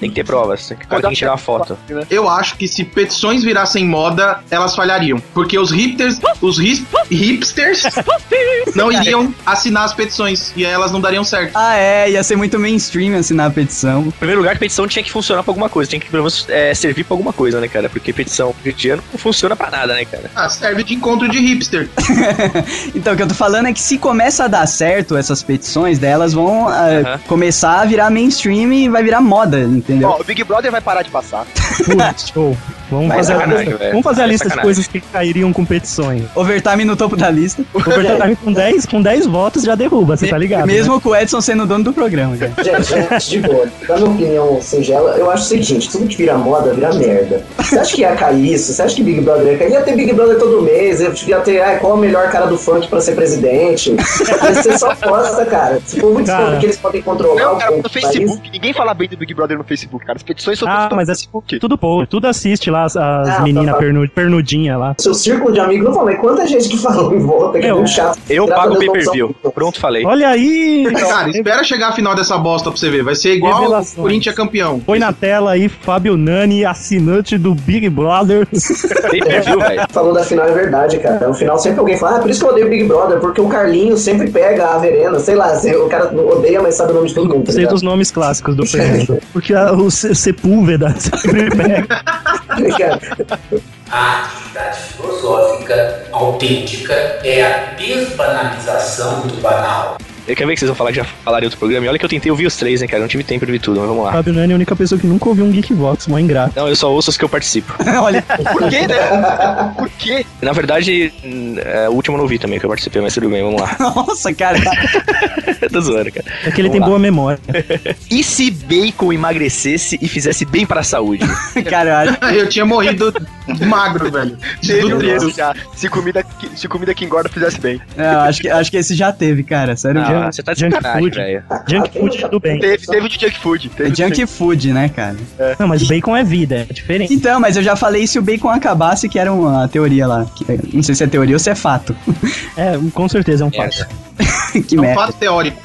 Tem que ter provas. Tem que, o cara tem que tirar uma foto.
Eu acho que se petições virassem moda, elas falhariam. Porque os hipsters, os hip- hipsters não iriam assinar as petições. E aí elas não dariam certo.
Ah, é, ia ser muito mainstream assinar a petição.
Em primeiro lugar, petição tinha que funcionar pra alguma coisa. Tinha que, pelo menos, é, servir pra alguma coisa, né, cara? Porque petição cotidiana não funciona pra nada, né, cara?
Ah, serve de encontro de hipster.
Então, o que eu tô falando é que se começa a dar certo essas petições, daí elas vão ah,
Aham.
começar a virar mainstream e vai virar moda, entendeu?
Ó, o Big Brother vai parar de passar.
Putz, show. Vamos
Vai
fazer, a
é sacanagem,
lista,
velho.
vamos fazer a
Vai
lista de
sacanagem.
coisas que cairiam com petições.
Overtime no topo da lista.
O Bertolini com 10, com 10 votos já derruba, você tá ligado? né?
Mesmo com o Edson sendo o dono do programa, cara.
Gente, gente, de boa. Na minha opinião singela, eu acho o seguinte: tudo que vira moda vira merda. Você acha que ia cair isso? Você acha que Big Brother ia cair? Ia ter Big Brother todo mês, eu ia ter ai, qual é o melhor cara do funk pra ser presidente. Ia ser só bosta, cara. Se for muito
Cara.
funk que eles podem controlar
Não,
o
cara,
povo
no
do país.
Facebook. Ninguém fala bem do Big Brother no Facebook, cara. As petições são
Ah,
todas no
mas é-
Facebook.
Tudo povo, tudo assiste lá as, as
Ah,
meninas
tá, tá.
pernu, pernudinha lá.
Seu círculo de amigos não fala, mas quanta gente que falou em volta, que é
Eu-
muito chato.
Eu
Graças
pago
a
o
Deus, não
pay-per-view.
são-
Pronto, falei.
Olha aí!
Cara, espera chegar a final dessa bosta pra você ver. Vai ser igual
Revelações.
o Corinthians é campeão.
Põe na tela aí Fábio Nani, assinante do Big Brother.
Pay per view, velho.
Falou da final é verdade, cara. No final sempre alguém fala, ah, por isso que eu odeio Big Brother, porque o Carlinhos sempre pega a Verena, sei lá, se- o cara odeia, mas sabe o nome de todo mundo. tá
Sei
ligado?
dos nomes clássicos do Fernando. Porque a- o Se- Sepúlveda sempre pega.
Tá ligado?
A atividade filosófica autêntica é a desbanalização do banal.
Eu quero ver o que vocês vão falar que já falaram em outro programa. E olha que eu tentei ouvir os três, né, cara? Não tive tempo de ouvir tudo, mas vamos lá.
Fábio Nani é a única pessoa que nunca ouviu um Geekbox, mó ingrato.
Não, eu só ouço os que eu participo.
Olha,
Por quê, né? Por quê?
Na verdade, hum, é, o último eu não ouvi também, que eu participei, mas tudo bem, vamos lá.
nossa, cara.
Tô zoando, cara.
É que ele
Vamos
tem
lá.
boa memória.
E se bacon emagrecesse e fizesse bem pra saúde?
Cara, eu acho.
Eu tinha morrido magro, velho.
Teve um
Desnutrido.
texto já. Se comida, que- se comida que engorda fizesse bem.
É, eu acho que, acho que esse já teve, cara. Sério.
Ah, você tá de
junk
sacanagem,
food.
velho.
Junk food, tudo bem.
Teve, teve de junk food. Teve
É junk food, né, cara?
Não, mas bacon é vida, é diferente.
Então, mas eu já falei se o bacon acabasse, que era uma teoria lá. que- não sei se é teoria ou se é fato.
É, com certeza é um fato.
que
É um
merda.
fato teórico.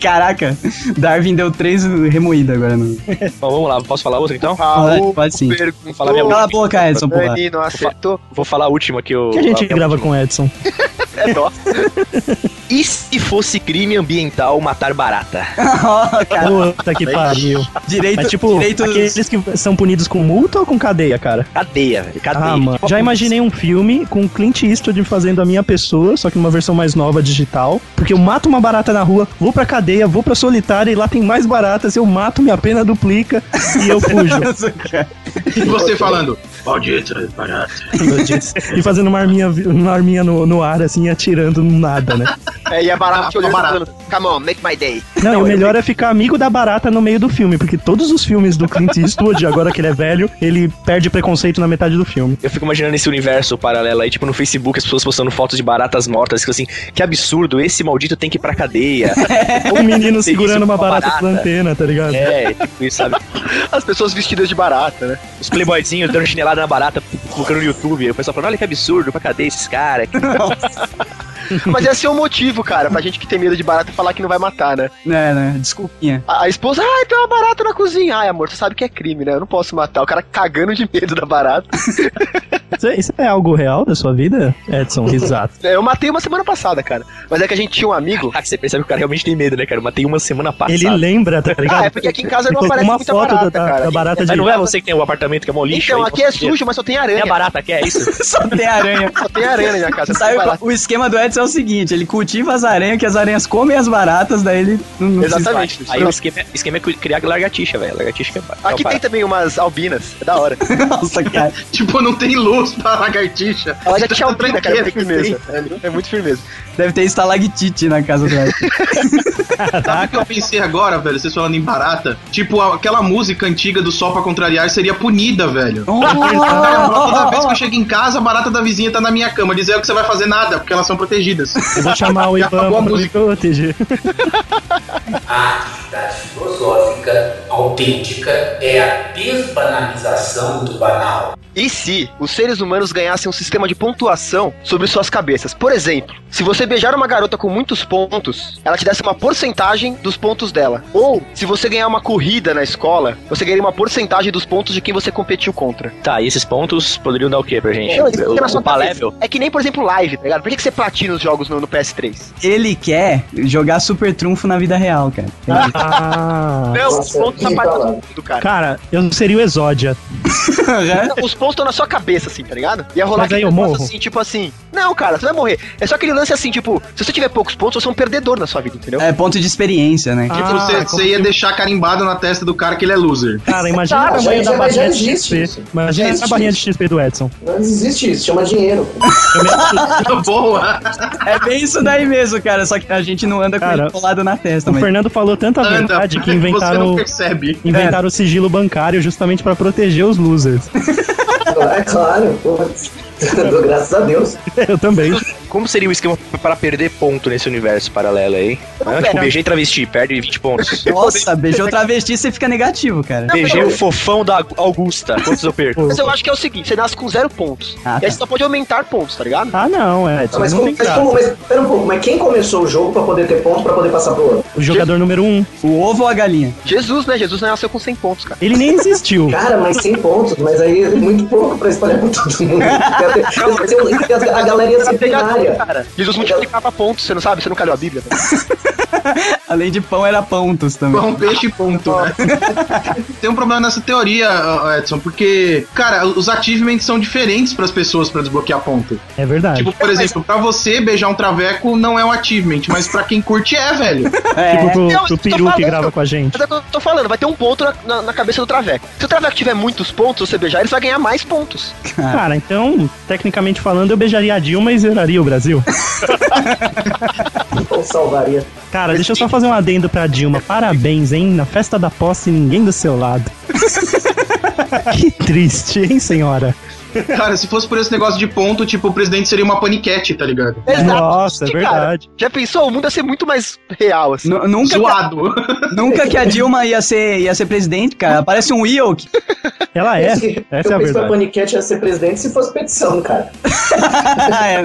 Caraca, Darwin deu três remoída agora. No...
Bom, vamos lá, posso falar outra então?
Pode- pode sim.
perguntou,
Fala minha
Cala a boca, Edson, porra.
Danilo acertou.
Vou falar a última que eu.
O que a gente
a-
grava com o Edson?
É dó.
E se fosse crime ambiental matar barata?
Ó, cara,
Puta que pariu.
direito,
Mas tipo,
direito
aqueles que são punidos com multa ou com cadeia, cara?
Cadeia, velho. Cadeia.
Ah, mano. Já imaginei um filme com o Clint Eastwood fazendo a minha pessoa, só que numa versão mais nova digital. Porque eu mato uma barata na rua, vou pra cadeia, vou pra solitária e lá tem mais baratas, eu mato, minha pena duplica e eu fujo.
E você falando. Maldita,
e fazendo uma arminha, uma arminha no, no ar, assim, atirando no nada, né?
É, e a barata te olhando
A barata.
e falando, Come on, make my day.
Não, e o melhor é ficar amigo da barata no meio do filme, porque todos os filmes do Clint Eastwood, agora que ele é velho, ele perde preconceito na metade do filme.
Eu fico imaginando esse universo paralelo aí, tipo no Facebook, as pessoas postando fotos de baratas mortas, que assim, que absurdo, esse maldito tem que ir pra cadeia.
Um menino
Isso,
segurando uma barata
barata.
pela antena, tá ligado?
É, tipo isso, sabe?
As pessoas vestidas de barata, né?
Os playboyzinhos dando chinelada na barata, colocando no YouTube. Aí o pessoal falando, olha que absurdo, pra cadeia esses caras. Que
Mas esse é o motivo, cara, pra gente que tem medo de barata falar que não vai matar, né?
Né, né, desculpinha.
A, a esposa, ai, tem uma barata na cozinha. Ai, amor, você sabe que é crime, né? Eu não posso matar. O cara cagando de medo da barata.
Isso, isso é algo real da sua vida, Edson? Exato.
Eu matei uma semana passada, cara. Mas é que a gente tinha um amigo.
Ah, que você percebe que o cara realmente tem medo, né, cara? Eu matei uma semana passada.
Ele lembra, tá ligado?
Ah, é porque aqui em casa
Ele
não
colocou
aparece
uma
muita
foto
barata,
da,
cara.
da barata de...
Mas não é você que tem o apartamento que é mó lixo?
Então,
aí,
aqui é
você-
sujo, mas só tem
Tem
aranha.
a barata aqui, é isso?
Só tem aranha.
Só tem aranha na minha casa. só tem
Sabe,
barata.
o esquema do Edson é o seguinte: ele cultiva as aranhas, que as aranhas comem as baratas, daí ele não, não precisa-
Exatamente.
Aí o esquema, o esquema é criar largatixa, velho. Largatixa que é é
Aqui
o
tem
barato.
também umas albinas. É da hora.
Nossa, cara.
Tipo, não tem luz pra lagartixa. Tá
A lagartixa é
Pra
albina, cara.
quê?
Tem firmeza. É, é muito firmeza.
Deve ter estalactite na casa do Edson.
Sabe o que eu pensei agora, velho? Vocês falando em barata? Tipo, a- aquela música antiga do Só Pra Contrariar seria punida, velho. Cara, toda vez que eu chego em casa, a barata da vizinha tá na minha cama. Dizer o que você vai fazer nada, porque elas são protegidas.
Eu vou chamar o
Já
Ivan
acabou a
pra me
música.
proteger.
A atividade filosófica autêntica é a desbanalização do banal.
E se os seres humanos ganhassem um sistema de pontuação sobre suas cabeças? Por exemplo, se você beijar uma garota com muitos pontos, ela te desse uma porcentagem dos pontos dela. Ou, se você ganhar uma corrida na escola, você ganharia uma porcentagem dos pontos de quem você competiu contra.
Tá, e esses pontos poderiam dar o quê pra gente?
Não, isso fica na
É, o
sua
o
cabeça.
level?
É que nem, por exemplo, live, tá ligado? Por que, que você platina os jogos no, no PS3?
Ele quer jogar super trunfo na vida real, cara.
Ah,
Não, os
Nossa,
pontos
que
na parte
falando.
do cara.
cara, eu seria o Exódia.
Não, Os pontos estão na sua cabeça, assim, tá ligado? Ia
É?
rolar
Mas aí eu
negócio
morro?
assim, tipo assim. Não, cara, você vai morrer. É só aquele lance assim, tipo, se você tiver poucos pontos, você é um perdedor na sua vida, entendeu?
É ponto de experiência, né?
Tipo,
Ah,
você,
como
você ia deixar carimbado na testa do cara que ele é loser.
Cara, imagina
Tá,
a
já-
tamanho
já-
da
já
barrinha de
existe
XP.
isso.
Imagina
Já
essa
existe
barrinha de
isso.
XP do Edson.
Não existe isso, chama dinheiro.
Ah,
Boa!
É bem isso daí mesmo, cara. Só que a gente não anda com
Cara,
ele colado na testa,
O
mas.
Fernando falou tanta
Anda,
verdade que
você não
inventaram,
percebe. É.
inventaram o sigilo bancário justamente pra proteger os losers.
É claro. Dou graças a Deus.
Eu também.
Como seria o esquema para perder ponto nesse universo paralelo aí? Ah, tipo,
pera.
beijei travesti, perde 20 pontos.
Nossa, beijou travesti, você fica negativo, cara.
Beijei o fofão da Augusta. Quantos eu perco?
Mas eu acho que é o seguinte, você nasce com zero pontos.
Ah,
e aí você só pode aumentar pontos, tá ligado?
Ah, não, Edson.
Mas,
não
como,
tem
mas,
graça.
como, mas pera um pouco, mas quem começou o jogo pra poder ter ponto pra poder passar pro outro?
O jogador número um.
O ovo ou a galinha?
Jesus, né? Jesus nasceu com 100 pontos, cara.
Ele nem existiu.
Cara, mas 100 pontos, mas aí é muito pouco pra espalhar pra todo mundo. Ia ter- ia ter- ia ter- A galera
é
ia ser binária.
cara. Jesus multiplicava pontos, você não sabe? Você nunca leu a Bíblia? Né?
Além de pão, era pontos também.
Pão, peixe e ponto, né? Tem um problema nessa teoria, ó, Edson, porque, cara, os achievements são diferentes pras pessoas pra desbloquear ponto.
É verdade.
Tipo, por exemplo, pra você beijar um traveco não é um achievement, mas pra quem curte é, velho.
É,
Tipo pro,
Não,
pro
isso eu tô
peru que
falando.
grava com a gente.
Mas é o que eu tô falando, vai ter um ponto na, na- na cabeça do Traveco. Se o Traveco tiver muitos pontos, você beijar, ele vai ganhar mais pontos.
É.
Cara, então, tecnicamente falando, eu beijaria a Dilma e zeraria o Brasil.
Ou salvaria.
Cara, deixa eu só fazer um adendo pra Dilma. Parabéns, hein? Na festa da posse, ninguém do seu lado. que triste, hein, senhora?
Cara, se fosse por esse negócio de ponto, tipo, o presidente seria uma paniquete, tá ligado?
Nossa, é
cara.
verdade.
Já pensou? O mundo ia ser muito mais real, assim.
nu- Nunca,
Zoado.
nunca que a Dilma ia ser, ia ser presidente, cara. Aparece um Wilk.
Ela é.
Esse-
Essa é a
eu penso que a
verdade.
Paniquete ia ser presidente se fosse petição, cara.
É,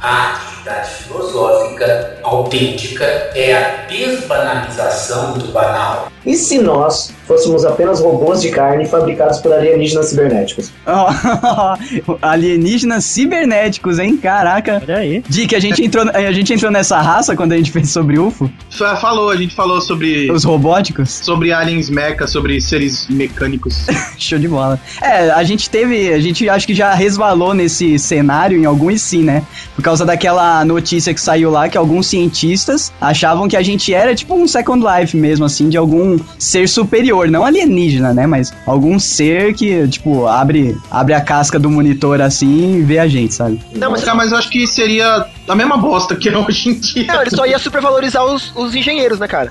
A atividade filosófica autêntica é a desbanalização do banal.
E se nós fôssemos apenas robôs de carne fabricados por alienígenas cibernéticos?
ó, alienígenas cibernéticos, hein? Caraca.
Olha aí.
Dick, a gente, entrou, a gente entrou nessa raça quando a gente fez sobre UFO,
Fa- Falou, a gente falou sobre.
os robóticos.
Sobre aliens mecha, sobre seres mecânicos.
Show de bola. É, a gente teve, a gente acho que já resvalou nesse cenário em alguns sim, né? Por causa daquela notícia que saiu lá que alguns cientistas achavam que a gente era tipo um Second Life mesmo, assim, de algum ser superior, não alienígena, né? Mas algum ser que, tipo, abre, abre a casca do monitor assim e vê a gente, sabe?
Não, mas,
Cara, mas eu acho que seria a mesma bosta que é hoje em dia.
não, ele só ia supervalorizar os, os engenheiros, né, cara?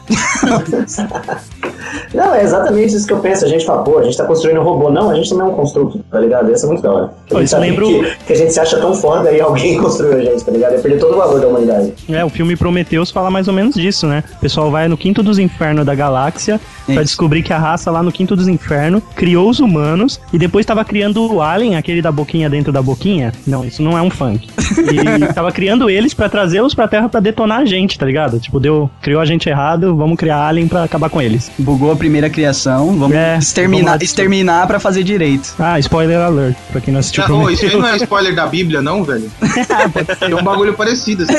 Não, é exatamente isso que eu penso. A gente fala, pô, a gente tá construindo um robô. Não, a gente também é um construto, tá ligado? Isso é muito da hora. A
Pô,
gente
isso
sabe
lembra o-
que, que a gente se acha tão foda e alguém construiu a gente, tá ligado? Ia perder todo o valor da humanidade.
É, o filme Prometheus fala mais ou menos disso, né? O pessoal vai no quinto dos infernos da galáxia pra
Isso.
descobrir que a raça lá no quinto dos infernos criou os humanos e depois tava criando o alien, aquele da boquinha dentro da boquinha. Não, isso não é um funk. E tava criando eles pra trazê-los pra Terra pra detonar a gente, tá ligado? Tipo, deu, criou a gente errado, vamos criar alien pra acabar com eles.
Bugou a primeira criação, vamos
É, vamos
exterminar,
lá.
exterminar para fazer direito.
Ah, spoiler alert, pra quem não assistiu
Ah, ô, isso aí não é spoiler da Bíblia, não, velho?
Ah,
é um bagulho parecido.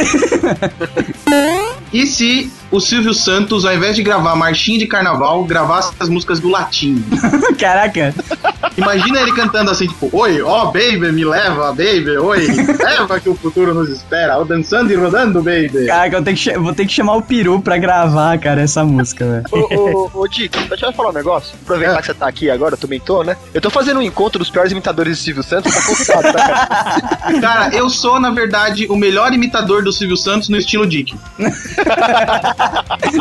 Assim. e se o Silvio Santos, ao invés de gravar marchinha de carnaval, gravasse as músicas do latim?
Caraca.
Imagina ele cantando assim, tipo, oi, ó, baby, me leva, baby, oi, leva que o futuro nos espera, ó, dançando e rodando, baby.
Caraca, eu tenho que, cha- vou ter que chamar o Peru pra gravar, cara, essa música, velho.
Ô, ô, ô, ô, Dick, deixa eu falar um negócio. Aproveitar que você tá aqui agora, eu também tô, né? Eu tô fazendo um encontro dos piores imitadores do Silvio Santos, tá convidado, tá, cara?
Cara, eu sou, na verdade, o melhor imitador do Silvio Santos no estilo Dick.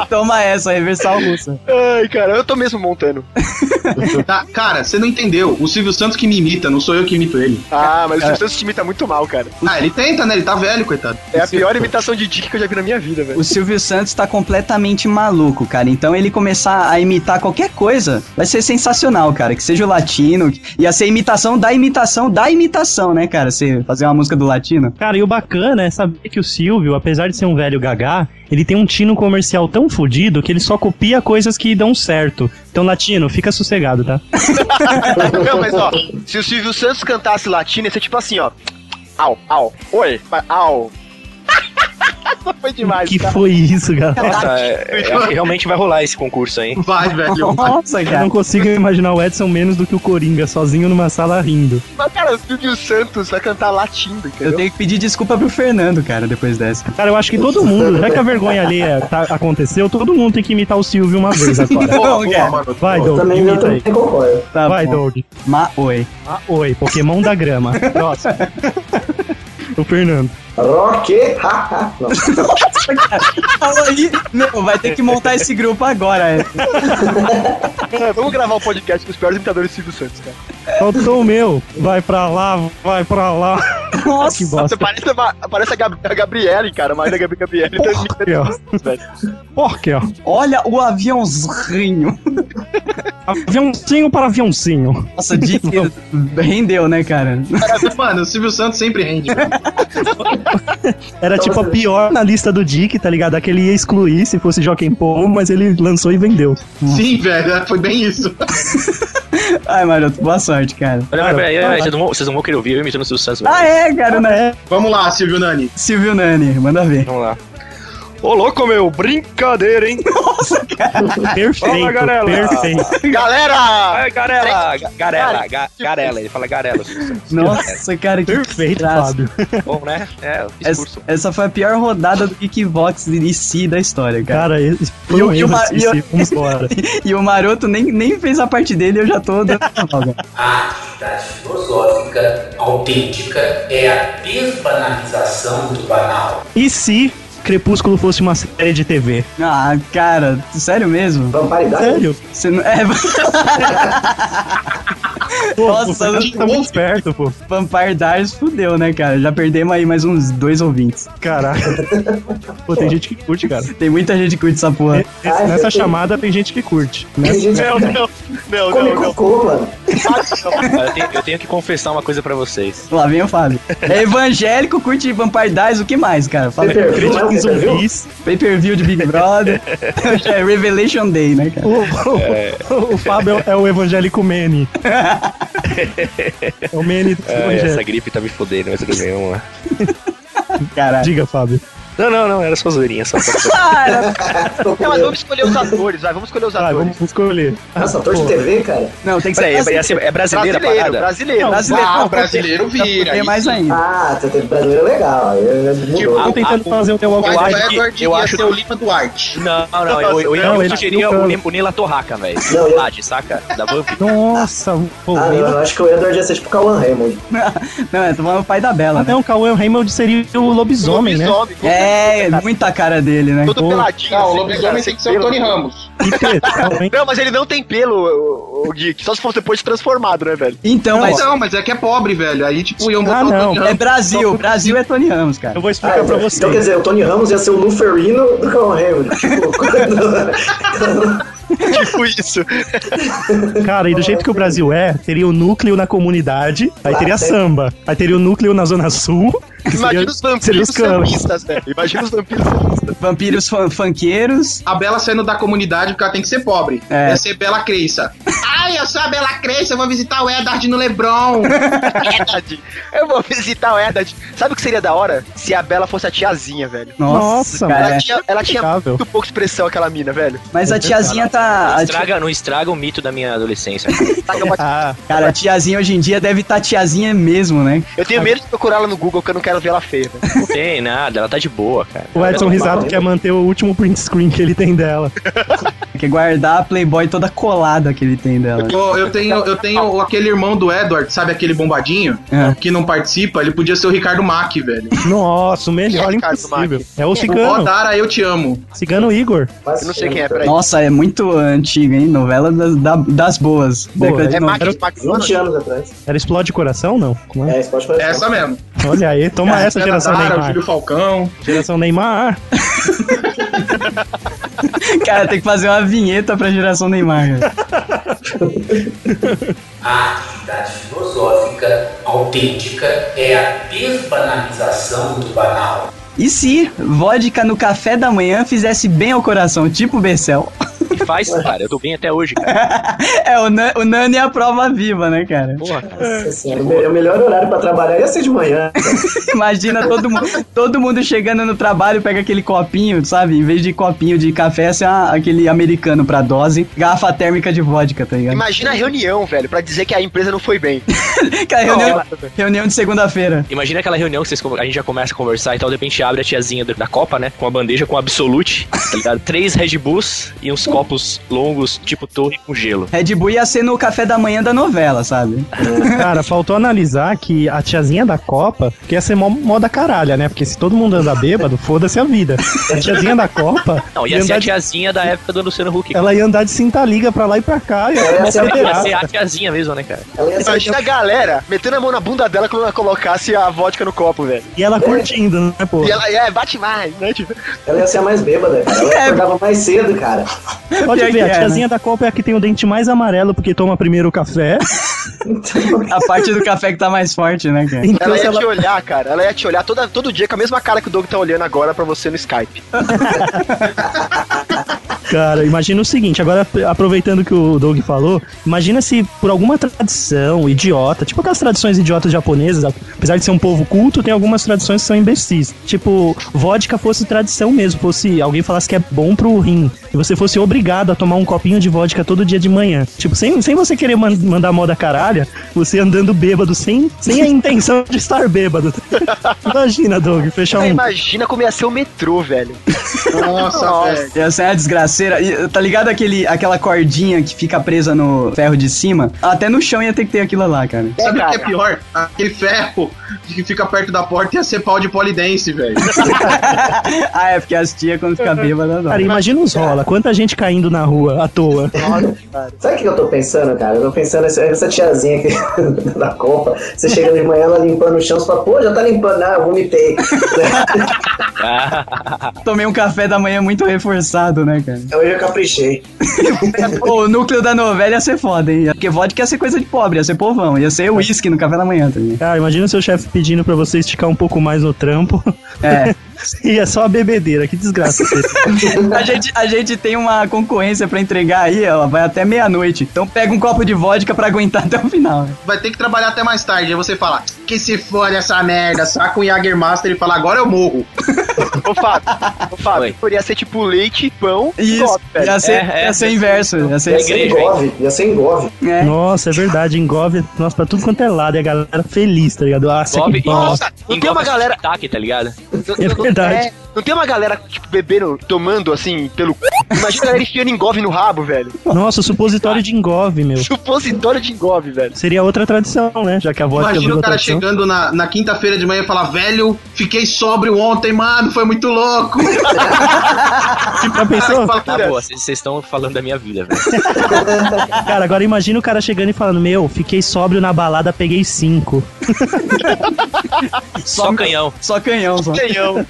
Toma essa, reversal russa.
Ai, cara, eu tô mesmo montando.
Tá, cara, você não entendeu. O Silvio Santos que me imita, não sou eu que imito ele.
Ah, mas o Silvio Santos te imita muito mal, cara.
Ah, ele tenta, né? Ele tá velho, coitado.
É a pior imitação de Dick que eu já vi na minha vida, velho.
O Silvio Santos tá completamente maluco, cara. Então ele começar a imitar qualquer coisa vai ser sensacional, cara. Que seja o latino. Ia ser imitação da imitação da imitação, né, cara? Você fazer uma música do latino.
Cara, e o bacana é saber que o Silvio, apesar de ser um velho gagá, ele tem um tino comercial tão fodido que ele só copia coisas que dão certo. Então, latino, fica sossegado, tá?
Não, mas ó, se o Silvio Santos cantasse latino, ia ser tipo assim, ó. Au, au, oi, ma- au. Essa foi demais, tá?
que
cara.
foi isso, galera?
Nossa, é- é- acho que realmente vai rolar esse concurso aí. hein?
Vai, velho. vai.
Nossa,
Eu
cara.
não consigo imaginar o Edson menos do que o Coringa, sozinho numa sala rindo.
Mas, cara, o Silvio Santos vai cantar latindo,
Eu
entendeu?
tenho que pedir desculpa pro Fernando, cara, depois dessa.
Cara, eu acho que todo mundo, já que a vergonha ali é, tá- aconteceu, todo mundo tem que imitar o Silvio uma vez agora.
Não, cara.
mano.
Vai,
Eu
Doug,
também, eu
imita aí.
também concordo.
Tá
Vai,
bom.
Doug.
Ma oi.
Ah, oi, Pokémon da grama. Próximo. O Fernando.
Rock, haha. Não.
Fala aí. Meu, vai ter que montar esse grupo agora. é.
é, Vamos gravar o podcast com os piores imitadores do Silvio Santos, cara.
Faltou o meu. Vai pra lá, vai pra lá. Que
Nossa.
Você
bosta.
parece, a Ma- parece a, Gab a Gabriele, cara, mas a Gabi Gabriele.
Porra, ó.
velho.
Porquê, ó.
Olha o aviãozinho.
Aviãozinho para aviãozinho.
Nossa, Dick rendeu, né, cara?
Mano, o Silvio Santos sempre rende. velho.
Era tipo a pior na lista do Dick, tá ligado? A que ele ia excluir se fosse Joaquim Paul, mas ele lançou e vendeu.
Sim, velho. Foi bem isso.
Ai, Maroto, boa sorte, cara.
Olha, olha, olha,
vai.
olha, vocês, não vão, vocês não vão querer ouvir eu imitando o Silvio Santos, velho.
Ah, é, cara, né?
É,
Vamos lá, Silvio Nani.
Silvio Nani, manda ver.
Vamos lá. Ô, louco, meu, brincadeira, hein? Fala,
Ah,
perfeito,
Garela.
perfeito.
Galera!
Ah, garela, ga- garela, ga- garela, ele fala garela. Silvio Santos.
Nossa, cara, que
Perfeito,
desgraça.
Fábio.
Bom, né? É, o
Essa,
discurso.
essa foi a pior rodada do Kickbox de si da história, cara.
Cara, esse foi
E
um
o- e
erro,
uma-
esse-
e o-
esse- vamos embora.
E o Maroto nem, nem fez a parte dele, eu já tô dando folga.
atividade filosófica autêntica é a desbanalização do banal.
E se Crepúsculo fosse uma série de TV?
Ah, cara, sério mesmo?
Vampiridade?
Sério?
Você não... É,
Pô,
Nossa,
o Fernando tá
eu-
muito esperto, pô.
Vampire Diaries fudeu, né, cara? Já perdemos aí mais uns dois ouvintes.
Caraca. Pô, tem gente que curte, cara.
Tem muita gente que curte essa porra.
Ah,
Nessa
tem-
chamada tem gente que curte.
Tem gente que
Não,
come
não, não.
cocô, mano.
Cara, eu, tenho, eu tenho que confessar uma coisa pra vocês.
Lá vem o Fábio. É evangélico, curte Vampire Diaries, o que mais, cara? Fala aí.
Pay-per-view,
Acredita
né?
em
Pay-per-view?
zumbis.
Pay-per-view de Big Brother. é Revelation Day, né, cara?
O, o- o Fábio é o evangélico Manny. É o Manny do
Ai,
evangelho.
essa gripe tá me fodendo, mas tudo bem, vamos lá.
Caralho.
Diga, Fábio.
Não, não, não, era só zoeirinha, só pra...
Não, mas vamos escolher os atores, vai, vamos escolher os
Vai,
atores.
vamos escolher.
Nossa, ator de
Pô,
TV, cara.
Não, tem que ser assim.
Peraí, é, é, é brasileira a
brasileiro,
parada?
brasileiro.
brasileiro.
Ah,
não,
o brasileiro
pra
vira.
fuder
isso.
mais ainda.
Ah, tá tendo brasileiro legal. eu- eu- Mudou.
Tô tentando fazer o The Walking
Mas
acho
o
que-
Edward
eu
ia
acho
ser o Lima Duarte.
Não, não, eu, eu, eu,
Não,
eu
ele-
sugeria o, Ne- o Nela Torraca, velho.
Não, eu-
Lade, saca? Da Vamp.
Nossa, pô.
Ah, não, eu acho que o Edward ia ser tipo o Cauan Raymond.
Não, eu tô falando o pai da Bela,
Ah,
né?
não, o Cauê Raymond seria o lobisomem, né?
Lobisomem, todo-
É, muita cara dele, né?
Todo
Pô.
peladinho.
Ah, o
assim, cara,
lobisomem
sem
tem que ser o
pelo.
Tony Ramos.
Que tesão, hein?
Não, mas ele não tem pelo, o, o- o Geek. Só se for depois transformado, né, velho?
Então,
Não,
mas
não, mas é que é pobre, velho. Aí, tipo, iam botar
Ah,
o
não.
Tony
é
Ramos.
Brasil. Brasil é Tony Ramos, cara.
Eu vou
Ah,
explicar pra
então- Então quer
vocês.
dizer, o Tony Ramos ia ser o Luferino do Cauan Raymond. Tipo, quando-
Tipo isso.
Cara, e do jeito que o Brasil é, teria o núcleo na comunidade, aí teria
Ah, tem.
samba, aí teria o núcleo na Zona Sul, que seria,
Imagina os
seria
vampiros
os campos.
sambistas, velho. Imagina os vampiros sambistas.
Vampiros fan funkeiros.
A Bela saindo da comunidade porque ela tem que ser pobre.
É.
É. Ia ser Bela Crença. Ai, eu sou a Bela Crença, eu vou visitar o Edward no Lebron.
Edad. Eu vou visitar o Edad. Sabe o que seria da hora? Se a Bela fosse a tiazinha, velho.
Nossa,
Nossa,
cara.
Ela
é.
tinha, ela tinha
Impecável.
muito pouca expressão, aquela mina, velho.
Mas a tiazinha tá. a tia-
Estraga, não estraga o mito da minha adolescência.
Ah,
Cara, a tiazinha hoje em dia deve estar tiazinha mesmo, né?
Eu
É.
tenho medo de procurar ela no Google, que eu não quero ver ela feia, velho.
Não tem nada, ela tá de boa, cara.
o Edson
Ela é
Risato
normal,
quer manter o último print screen que ele tem dela.
que é guardar a Playboy toda colada que ele tem dela.
Pô, eu tenho, eu tenho aquele irmão do Edward, sabe aquele bombadinho?
É.
Que não participa, ele podia ser o Ricardo Mack, velho.
Nossa, o melhor
Quem é Ricardo
impossível.
Mack?
É o
Ó,
Cigano.
Dara, eu te amo.
Cigano Igor.
Faz
Eu não sei quem é,
tempo,
peraí.
Nossa, é muito antiga, hein? Novela das, da- das boas.
Boa,
Década de
É
noventa.
Max, Max,
20 anos atrás.
Ela explode coração, não? Como é?
É, isso pode parecer.
Essa mesmo.
Olha aí, toma essa
Era
geração
Dara, o
Neymar.
Júlio Falcão.
Geração Neymar.
Cara, tem que fazer uma vinheta pra geração Neymar. cara.
A atividade filosófica autêntica é a desbanalização do banal.
E se vodka no café da manhã fizesse bem ao coração, tipo Bercel?
E faz, cara. Eu tô bem até hoje, cara.
É, o, Nan- o Nani é a prova viva, né, cara?
Porra, cara.
Nossa senhora, assim, é o me- o melhor horário pra trabalhar ia ser de manhã.
Imagina todo, mu- todo mundo chegando no trabalho, pega aquele copinho, sabe? Em vez de copinho de café, assim, ah, aquele americano pra dose, garrafa térmica de vodka, tá ligado?
Imagina a reunião, velho, pra dizer que a empresa não foi bem.
Cara, é reunião, reunião de segunda-feira.
Imagina aquela reunião que vocês, come- a gente já começa a conversar e tal, de repente abre a tiazinha do- da Copa, né? Com a bandeja com Absolute, tá ligado? Três Red Bulls e uns copos longos, tipo torre com gelo.
Red Bull ia ser no café da manhã da novela, sabe?
Cara, faltou analisar que a tiazinha da Copa que ia ser mó, mó da caralha, né? Porque se todo mundo anda bêbado, foda-se a vida. A tiazinha da Copa.
Não, ia
ia
ser
andar
a
de- É
tiazinha da época do Luciano Huck.
Ela ia andar de cinta-liga pra lá e pra cá, e ela ia
Essa é a
ser
Ia
federada.
ser a tiazinha mesmo, né, cara?
Ela ia ser
Imagina a galera metendo a mão na bunda dela quando ela colocasse a vodka no copo, velho.
E ela curtindo, né, pô?
E ela é, bate mais, né? Tipo,
Ela ia ser a mais bêbada, cara. Ela acordava mais cedo, cara.
Pode
Pior que
ver,
é,
a tiazinha da Copa é a que tem o dente mais amarelo porque toma primeiro o café.
A parte do café que tá mais forte, né, cara?
Então
ela
se
ia
ela
te olhar, cara. Ela ia te olhar toda, todo dia com a mesma cara que o Doug tá olhando agora pra você no Skype.
Cara, imagina o seguinte, agora ap- aproveitando que o Doug falou, imagina se por alguma tradição idiota, tipo aquelas tradições idiotas japonesas, apesar de ser um povo culto, tem algumas tradições que são imbecis. Tipo, vodka fosse tradição mesmo, fosse alguém falasse que é bom pro rim, e você fosse obrigado a tomar um copinho de vodka todo dia de manhã. Tipo, sem, sem você querer man- mandar moda caralha, você andando bêbado sem, sem a intenção de estar bêbado. imagina, Doug, fechar um
Imagina como ia ser o metrô, velho.
Nossa,
Nossa.
velho.
Ia ser a desgraceira. E, tá ligado aquele, aquela cordinha que fica presa no ferro de cima? Até no chão ia ter que ter aquilo lá, cara.
Sabe o que é
cara.
pior? Aquele ferro que fica perto da porta ia ser pau de polidense, velho.
ah, é porque as tias quando fica bêbada, não.
Cara, imagina os rola, quanta gente caindo na rua à toa.
Sabe o que eu tô pensando, cara? Eu tô pensando nessa, essa tiazinha aqui da Copa. Você chega de manhã, ela limpando o chão, você fala, pô, já tá limpando, ah, eu vomitei.
Tomei um café da manhã muito reforçado, né, cara?
Hoje eu caprichei.
Pô, o núcleo da novela ia ser foda, hein? Porque vodka ia ser coisa de pobre, ia ser povão. Ia ser uísque no café da manhã tá também.
Cara, imagina o seu chefe pedindo pra você esticar um pouco mais no trampo
É.
e é só a bebedeira, que desgraça.
A gente, a gente tem uma concorrência pra entregar aí, ó, vai até meia-noite. Então pega um copo de vodka pra aguentar até o final.
Vai ter que trabalhar até mais tarde. Aí você fala, que se foda essa merda, saca o Jagermaster e fala, agora eu morro.
Ô, Fábio, ô, Fábio, ia ser tipo leite, pão e
Isso,
copo, velho.
ia ser,
É, é,
ia ser inverso. Ia ser,
Ia ser
igreja,
engove, ia ser engove.
é.
Nossa, é verdade, engove, nossa, pra tudo quanto é lado, e a galera feliz, tá ligado? Nossa,
Engove,
que bom.
nossa,
Não tem
engove
uma galera-
Ataque, tá ligado?
É verdade.
não tem uma galera, tipo, bebendo, tomando, assim, pelo c... Imagina a galera enfiando engove no rabo, velho.
Nossa, o supositório de engove, meu.
Supositório de engove, velho.
Seria outra tradição, né? Já que a vodka
Imagina
virou
o cara
tradição.
chegando na, na quinta-feira de manhã e falar, velho, fiquei sóbrio ontem, mano, foi muito louco.
Já pensou?
Tá boa, vocês vocês estão falando da minha vida, velho.
Cara, agora imagina o cara chegando e falando, meu, fiquei sóbrio na balada, peguei cinco.
Só canhão.
Só canhão, só.
Canhão.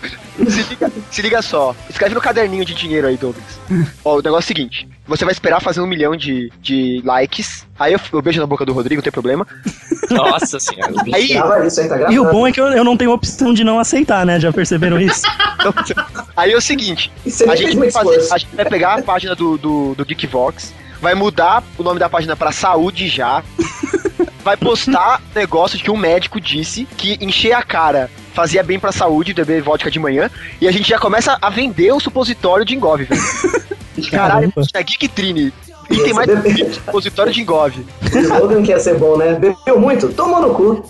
Se liga, se liga só. Escreve no caderninho de dinheiro aí, Douglas. Ó, o negócio é o seguinte: você vai esperar fazer um milhão de, de likes. Aí eu, eu beijo na boca do Rodrigo, não tem problema.
Nossa senhora.
Aí,
Grava isso aí, tá gravado.
E o bom é que eu, eu não tenho opção de não aceitar, né? Já perceberam isso?
aí é o seguinte:
E você
a
nem fez
gente, vai
muito
fazer-
esforço.
a gente vai pegar a página do, do, do Geekvox, vai mudar o nome da página pra Saúde Já, vai postar negócio de que um médico disse que encher a cara fazia bem pra saúde, beber vodka de manhã, e a gente já começa a vender o supositório de engove, velho. Caralho,
Caramba.
na Geektrine. E tem mais
Bebeu-
supositório de engove.
O slogan que ia ser bom, né? Bebeu muito? Toma no cu.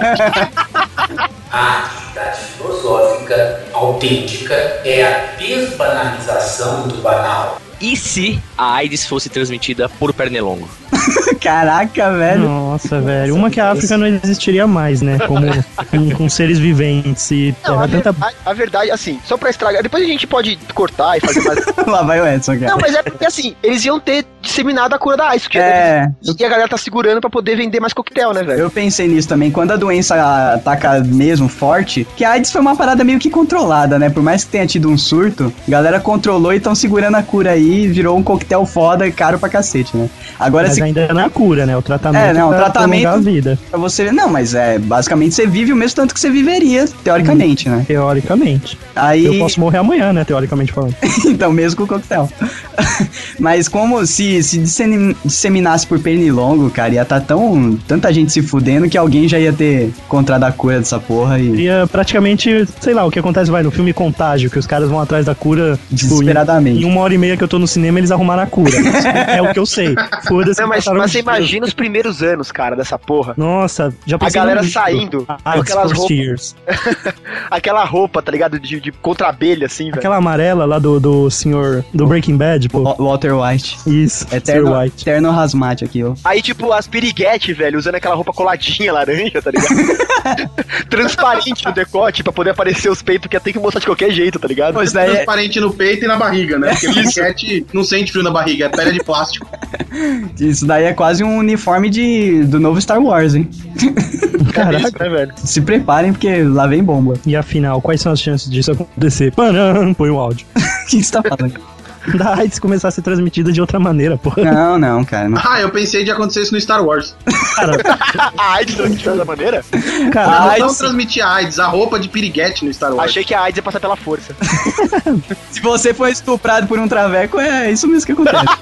A atividade filosófica autêntica é a desbanalização do banal.
E se a AIDS fosse transmitida por pernilongo?
Caraca, velho.
Nossa, velho. Uma que a África não existiria mais, né? Como com, com seres viventes e
É
Não, a,
terra tanta.
verdade, a verdade, assim, só pra estragar, depois a gente pode cortar e fazer mais.
Lá vai o Edson, cara.
Não, mas é porque assim, eles iam ter disseminado a cura da AIDS, que
É,
eles- e a galera tá segurando pra poder vender mais coquetel, né, velho?
eu pensei nisso também. Quando a doença ataca mesmo forte, que a AIDS foi uma parada meio que controlada, né? Por mais que tenha tido um surto, a galera controlou e estão segurando a cura aí, virou um coquetel foda e caro pra cacete, né? Agora,
Mas
se
ainda é na cura, né? O tratamento
É, não, o
pra
tratamento-
prolongar a vida,
pra você. Não, mas é, basicamente você vive o mesmo tanto que você viveria, teoricamente, né?
teoricamente.
Aí.
Hum. Eu posso morrer amanhã, né? Teoricamente falando.
Então, mesmo com o coquetel. Mas como se, se dissemi- disseminasse por pernilongo, cara, ia tá tão. tanta gente se fudendo que alguém já ia ter encontrado a cura dessa porra e.
Seria praticamente, sei lá, o que acontece vai no filme Contágio, que os caras vão atrás da cura tipo,
Desesperadamente.
Em, em uma hora e meia que eu tô no cinema, eles arrumaram a cura. é o que eu sei. Foda-se.
Não, mas,
passaram
mas você
um dia.
imagina os primeiros anos, cara, dessa porra.
Nossa, já
A
pensei
galera
no livro.
saindo
Ah,
com aquelas
Discourse
roupas,
Tears.
aquela roupa, tá ligado? De, de contra abelha, assim, velho.
Aquela amarela lá do, do senhor do Breaking Bad, pô.
Wa- Walter White.
É
Isso,
Eterno,
Sir White.
eterno Hazmat aqui, ó.
Aí, tipo, as piriguete, velho, usando aquela roupa coladinha laranja, tá ligado? Transparente no decote pra poder aparecer os peitos, que ia ter que mostrar de qualquer jeito, tá ligado?
Pô, isso daí é,
Transparente no peito e na barriga, né?
É
Porque basquete não sente frio na barriga, é pele de plástico.
isso daí é quase um uniforme de, do novo Star Wars, hein?
Caraca.
Isso, né, velho?
Se preparem, porque lá vem bomba.
E afinal, quais são as chances disso acontecer? Panam, põe o áudio.
O que você tá falando?
Da AIDS começar a ser transmitida de outra maneira, pô.
Não, não, cara. Não.
Ah, eu pensei de acontecer isso no Star Wars.
Cara,
A AIDS não de outra maneira?
cara,
Ah,
Eles não
isso-
transmitir AIDS, a roupa de piriguete no Star Wars.
Achei que a AIDS ia passar pela força.
Se você for estuprado por um traveco, é isso mesmo que acontece.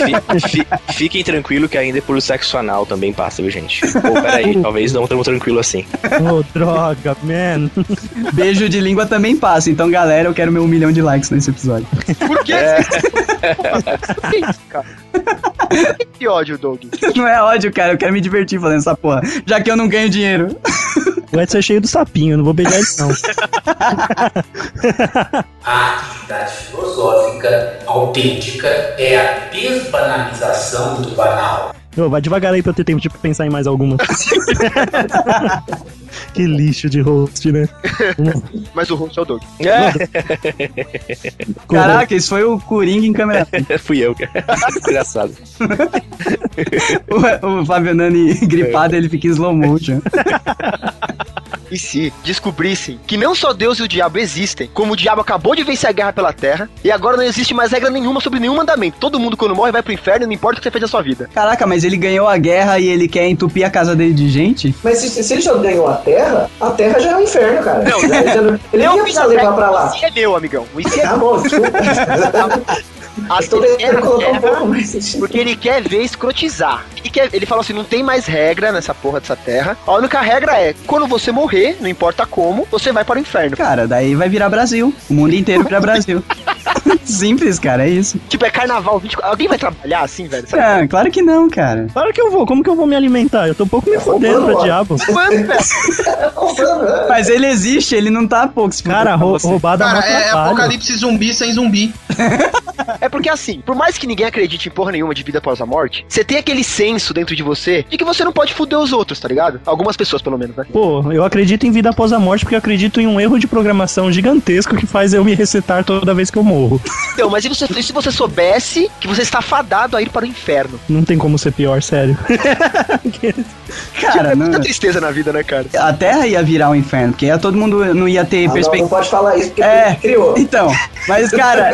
Fi- fi- fiquem tranquilo que ainda por sexo anal também passa, viu, gente? Pô, peraí, talvez não tão tranquilo assim.
ô, droga, man.
Beijo de língua também passa. Então, galera, eu quero meu um milhão de likes nesse episódio.
Por quê? Por que isso, cara? Que ódio, Doug.
Não é ódio, cara. Eu quero me divertir fazendo essa porra. Já que eu não ganho dinheiro.
O Edson é cheio do sapinho, eu não vou beijar ele, não.
A atividade filosófica autêntica é a desbanalização do banal.
Ô, vai devagar aí pra eu ter tempo de pensar em mais alguma. que lixo de host, né?
Mas o rosto é o Doug.
É,
Caraca, isso foi o Coringa em câmera.
fui eu, cara. Engraçado.
o, o Fábio Nani
É.
gripado, ele fica em slow motion.
E se descobrissem que não só Deus e o diabo existem, como o diabo acabou de vencer a guerra pela terra, e agora não existe mais regra nenhuma sobre nenhum mandamento. Todo mundo, quando morre, vai pro inferno, não importa o que você fez na sua vida.
Caraca, mas ele ganhou a guerra e ele quer entupir a casa dele de gente?
Mas se, se ele já ganhou a Terra, a Terra já é um inferno, cara.
Não,
ele já não, ele não ia precisar levar pra lá.
O IC é meu, amigão. O é IC é
Tá bom, desculpa.
a
Estou
terra
tentando colocar um
terra,
pouco mais.
porque ele quer ver escrotizar. Ele, quer, ele falou assim: não tem mais regra nessa porra dessa terra. A única regra é: quando você morrer, não importa como, você vai para o inferno.
Cara, daí vai virar Brasil. O mundo inteiro vira Brasil. Simples, cara, é isso.
Tipo, é carnaval 24. Alguém vai trabalhar assim, velho? Sabe?
Ah, claro que não, cara.
Claro que eu vou, como que eu vou me alimentar? Eu tô um pouco
É
me fodendo pra diabo.
Mano, tá velho.
Mas ele existe, ele não tá pouco se
Cara,
fudendo
rou
pra você.
roubada
Cara,
mó
é, é
trabalho.
apocalipse zumbi sem zumbi.
É porque assim, por mais que ninguém acredite em porra nenhuma de vida após a morte, você tem aquele senso dentro de você de que você não pode fuder os outros, tá ligado? Algumas pessoas, pelo menos, né?
Pô, eu acredito em vida após a morte porque eu acredito em um erro de programação gigantesco que faz eu me resetar toda vez que eu morro.
Então, mas e, você, e se você soubesse que você está fadado a ir para o inferno?
Não tem como ser pior, sério.
Cara,
é
não.
muita tristeza na vida, né, cara?
A Terra ia virar um inferno, porque ia todo mundo não ia ter
Ah, não,
perspectiva.
não pode falar isso porque
É.
criou.
Então, mas cara,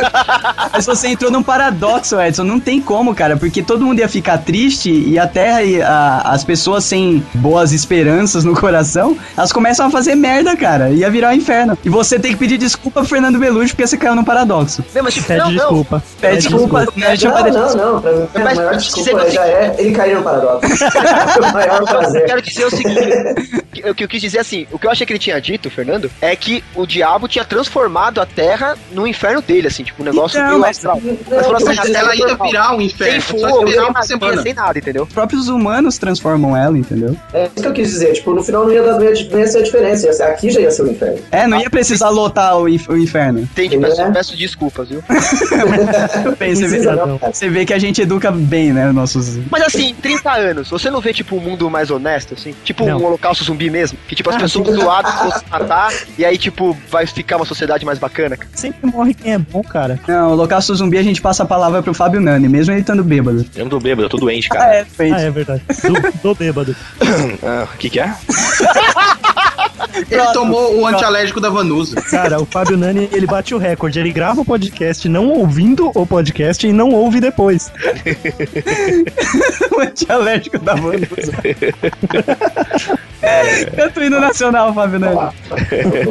mas você entrou num paradoxo, Edson. Não tem como, cara, porque todo mundo ia ficar triste e a Terra e a- as pessoas sem boas esperanças no coração, elas começam a fazer merda, cara. Ia virar um inferno. E você tem que pedir desculpa pro Fernando Belucci porque você caiu num paradoxo.
Não, mas tipo,
Pede
não, não.
É, desculpa.
Pede desculpa, né? Chama
É, Não,
de-
não, não. Pra mim, a
Mas-
maior
mas-
desculpa já é ele cair no paradoxo. o maior
Eu
prazer.
quero dizer o seguinte: que- o que eu quis dizer assim, o que eu achei que ele tinha dito, Fernando, é que o diabo tinha transformado a Terra no inferno dele, assim, tipo, um negócio
Então,
meio
mas-
astral.
Não,
falou assim,
mas
a
Ela ainda
normal.
virar um
Sem
inferno, só
fogo, sem
esperar uma
magia,
semana.
sem nada, entendeu?
Os próprios humanos transformam ela, entendeu?
É isso que eu quis dizer. Tipo, no final não ia, dar, não ia, não ia ser a diferença. ia ser- aqui já ia ser o inferno.
É, não ia precisar lotar o, inf- o inferno.
Entendi,
É.
peço, peço desculpas, viu?
Tudo bem, você vê,
Precisa,
verdadão.
não, cara.
você vê que a gente educa bem, né, os nossos...
Mas assim, 30 anos, você não vê, tipo, um mundo mais honesto, assim? Tipo
Não.
um holocausto zumbi mesmo? Que, tipo, as
Ah,
pessoas doadas vão se matar e aí, tipo, vai ficar uma sociedade mais bacana? cara.
Sempre morre quem é bom, cara.
Não, o Holocausto Zumbi a gente passa a palavra pro Fábio Nani, mesmo ele estando bêbado.
Eu não tô bêbado, eu tô doente, cara.
é, frente.
Ah, é verdade. Do, do bêbado.
Ah, O que que é?
Ele tomou o antialérgico da Vanusa.
Cara, o Fábio Nani, ele bate o recorde. Ele grava o podcast não ouvindo o podcast e não ouve depois.
o antialérgico da banda. É, Canto hino nacional, Fábio Nani.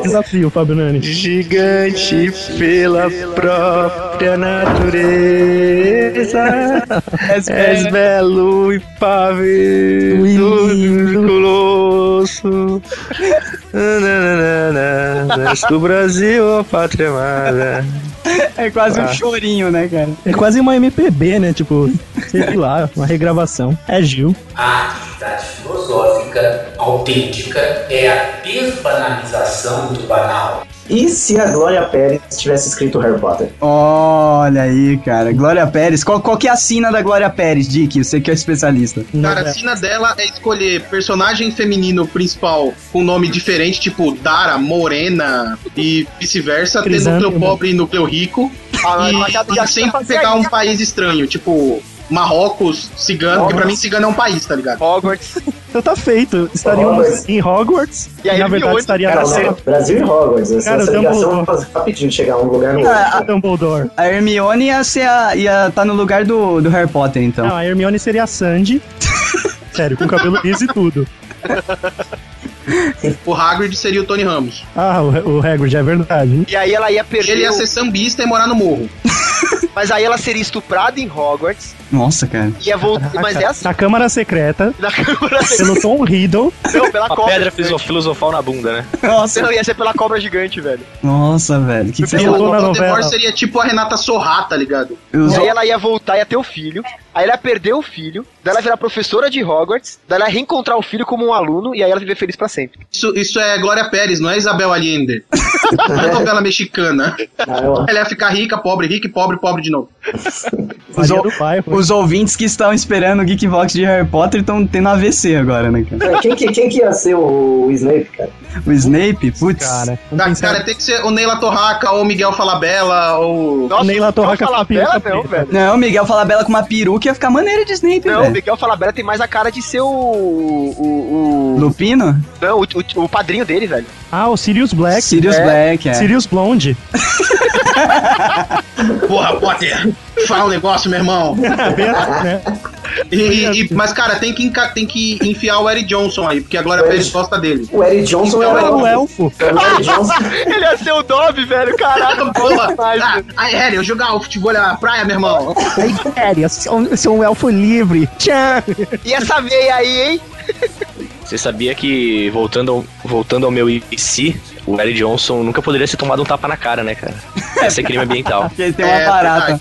Desafio, Fábio Nani.
Gigante pela própria natureza.
Mas,
É.
mas,
belo e paviloso. Do Brasil, a pátria amada.
É quase um
Ah.
chorinho, né, cara?
É quase uma MPB, né? Tipo, sei lá, uma regravação. É Gil.
A atividade filosófica autêntica é a desbanalização do banal.
E se a Glória Pérez tivesse escrito Harry Potter?
Olha aí, cara. Glória Pérez. Qual, qual que é a sina da Glória Pérez, Dick? Você que é especialista.
Cara, a sina dela é escolher personagem feminino principal com nome diferente, tipo Dara, Morena e vice-versa, ter núcleo
Crisântemo.
pobre e núcleo rico.
Ah, mas já-
E,
já-
e sempre
já-
pegar um país estranho, tipo Marrocos, cigano, porque pra mim cigano é um país, tá ligado?
Hogwarts.
Então tá feito. Estaríamos
Hogwarts.
em Hogwarts.
E
E
aí,
na
M8,
verdade, estaria
Cara,
na
não,
cena
Brasil e Hogwarts. Essa,
Cara,
essa
eu
ligação
tô-
vai rapidinho chegar um lugar no outro.
Ah,
Dumbledore.
Então.
A Hermione ia, ser a, ia tá no lugar do, do Harry Potter, então.
Não, a Hermione seria a Sandy. Sério, com cabelo liso e tudo.
O Hagrid seria o Tony Ramos.
Ah, o, o Hagrid, é verdade.
E aí ela ia perder.
Ele ia
o-
ser sambista e morar no morro.
Mas aí ela seria estuprada em Hogwarts.
Nossa, cara.
Ia voltar. Mas é assim.
Na Câmara Secreta,
Na câmera
pelo Tom Riddle.
Não, pela
Uma
cobra.
pedra
gigante.
fiso- filosofal na bunda, né?
Nossa,
Não, ia ser pela cobra gigante, velho.
nossa velho. Que que você
Eu
O
tô na
Voldemort
novela.
seria tipo a Renata Sorrá, tá ligado?
Os-
E aí ela ia voltar, ia ter o filho. Aí ela ia perder o filho. Daí ela ia virar professora de Hogwarts. Daí ela ia reencontrar o filho como um aluno. E aí ela viver feliz pra sempre.
Isso, isso é Glória Pérez, não é Isabel Allende. Não é novela mexicana.
Ah, eu-
Ela ia ficar rica, pobre, rica e pobre, pobre de novo.
Maria
o-
do bairro.
Os ouvintes que estão esperando o Geek Vox de Harry Potter estão tendo AVC agora, né, cara?
Quem, que, quem que ia ser o, o Snape, cara?
O Snape, putz.
Cara, vamos
Tá,
pensar-
cara, tem que ser o Neila Torraca, ou o Miguel Falabella, ou.
Nossa,
Neila Torraca
Miguel
com peruca
Falabella
preta.
não, velho.
Não, Miguel Falabella com uma peruca ia ficar maneiro de Snape,
Não, o
velho.
Miguel Falabella tem mais a cara de ser o. o, o-
Lupino?
não, o, o- o padrinho dele, velho.
Ah, o Sirius Black.
Sirius
é.
Black, é.
Sirius Blonde.
Porra, Potter! Fala um negócio, meu irmão.
É, bem assim, né?
E- e- e- mas, cara, tem que, enca- tem que enfiar o Eric Johnson aí, porque a Glória
Eric-
Pérez gosta dele.
O Eric Johnson é
Ah,
o
o elfo.
O Eric Johnson.
Ele ia ser o Dobby, velho. Caraca,
Porra!
demais,
Ah,
velho.
aí, Harry, eu jogar o futebol na praia, meu irmão.
Ai, sério, eu sou, um- eu sou um elfo livre. Tchau.
E essa meia aí, hein?
Você sabia que, voltando ao, voltando ao meu IC, o Larry Johnson nunca poderia ser tomado um tapa na cara, né, cara? Esse é crime ambiental.
Porque ele tem uma
É,
barata.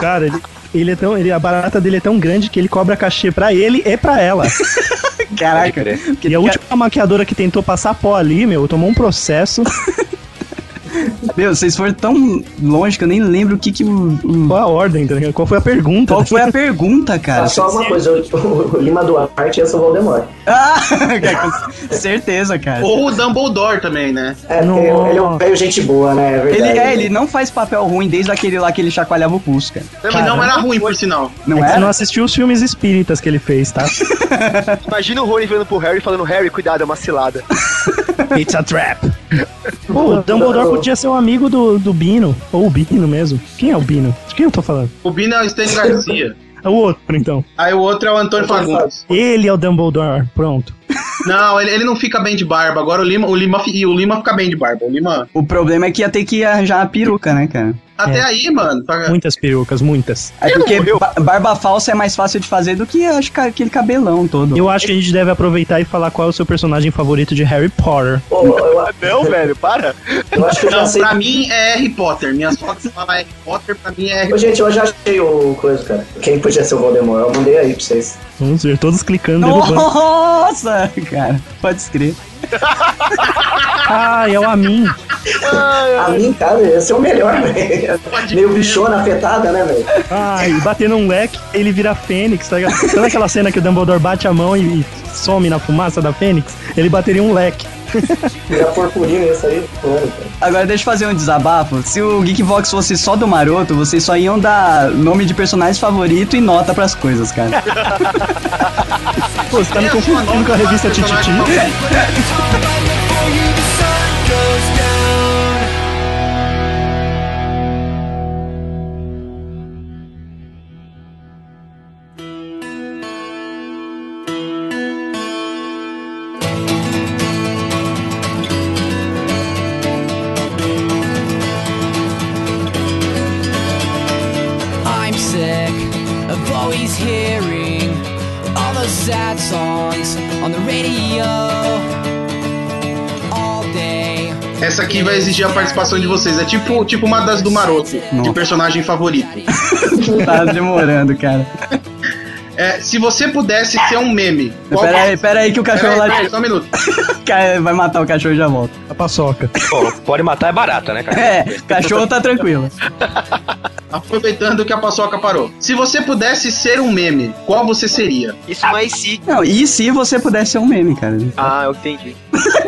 Cara, ele, ele é tão. Ele, a barata dele é tão grande que ele cobra cachê pra ele e pra ela.
Pode
Caraca.
crer.
E a última maquiadora que tentou passar pó ali, meu, tomou um processo.
Meu, vocês foram tão longe que eu nem lembro o que que... o- o-
Qual a ordem, tá ligado? Qual foi a pergunta?
Qual foi a pergunta, cara?
Tá
Ah, só uma coisa, o, o Lima Duarte ia ser o Voldemort.
Ah, com certeza, cara.
Ou o Dumbledore também, né?
É, porque
Nossa.
ele é um velho gente boa, né? É
Ele,
verdade.
é, ele não faz papel ruim desde aquele lá que ele chacoalhava o pulso, cara.
Que não era ruim, por sinal.
Não
É que
é?
Você não assistiu os filmes espíritas que ele fez, tá?
Imagina o Rony virando pro Harry e falando: Harry, cuidado, é uma cilada.
It's a trap. Pô, o Dumbledore podia ser um amigo do, do Bino. Ou o Bino mesmo. Quem é o Bino? De quem eu tô falando?
O Bino é o Stanley Garcia.
É o outro, então.
Aí o outro é o Antônio Fagundes.
Ele é o Dumbledore. Pronto.
Não, ele, ele não fica bem de barba. Agora o Lima, o Lima, fi- e o Lima fica bem de barba. O Lima.
O problema é que ia ter que arranjar uma peruca, né, cara?
Até
É.
aí, mano. Tá...
Muitas perucas, muitas.
É
Ele
porque
morreu.
ba- barba falsa é mais fácil de fazer do que acho que aquele cabelão todo.
Eu acho que a gente deve aproveitar e falar qual é o seu personagem favorito de Harry Potter.
Pô, eu,
Não, velho, para.
eu acho que eu já
Não,
sei.
pra mim é Harry Potter. Minhas fotos falam Harry Potter, pra mim é Harry
Ô, gente, eu já achei o coisa, cara. Quem podia ser o Voldemort? Eu mandei aí pra vocês.
Vamos ver, todos clicando, derrubando.
Nossa, cara, pode escrever.
Ah, é o Amin.
A mim, cara, esse é o melhor, velho. Meio bichona afetada, né, velho?
Ai, batendo um leque, ele vira Fênix, tá ligado? Sabe aquela cena que o Dumbledore bate a mão e some na fumaça da Fênix? Ele bateria um leque.
Era purpurina esse aí. Claro, cara.
Agora deixa eu fazer um desabafo. Se o Geekvox fosse só do maroto, vocês só iam dar nome de personagem favorito e nota pras coisas, cara.
Pô, você tá me
Eu sou
confundindo
nova,
com a revista
personagem
Tititi?
favorito.
I'm sick of always hearing all those sad songs on the radio all day.
Essa aqui vai exigir a participação de vocês. É tipo, tipo uma das do Maroto, de personagem favorito.
Tá demorando, cara.
É, se você pudesse ser um meme, qual
Pera aí, pera aí que o cachorro
Peraí,
lá.
peraí, só um minuto.
Cara, Vai matar o cachorro e já volta.
A paçoca.
Bom, pode matar é barata, né, cara?
É, cachorro tá tranquilo.
Aproveitando que a paçoca parou. Se você pudesse ser um meme, qual você seria?
Isso não é IC.
Não, e se você pudesse ser um meme, cara?
Ah, eu entendi.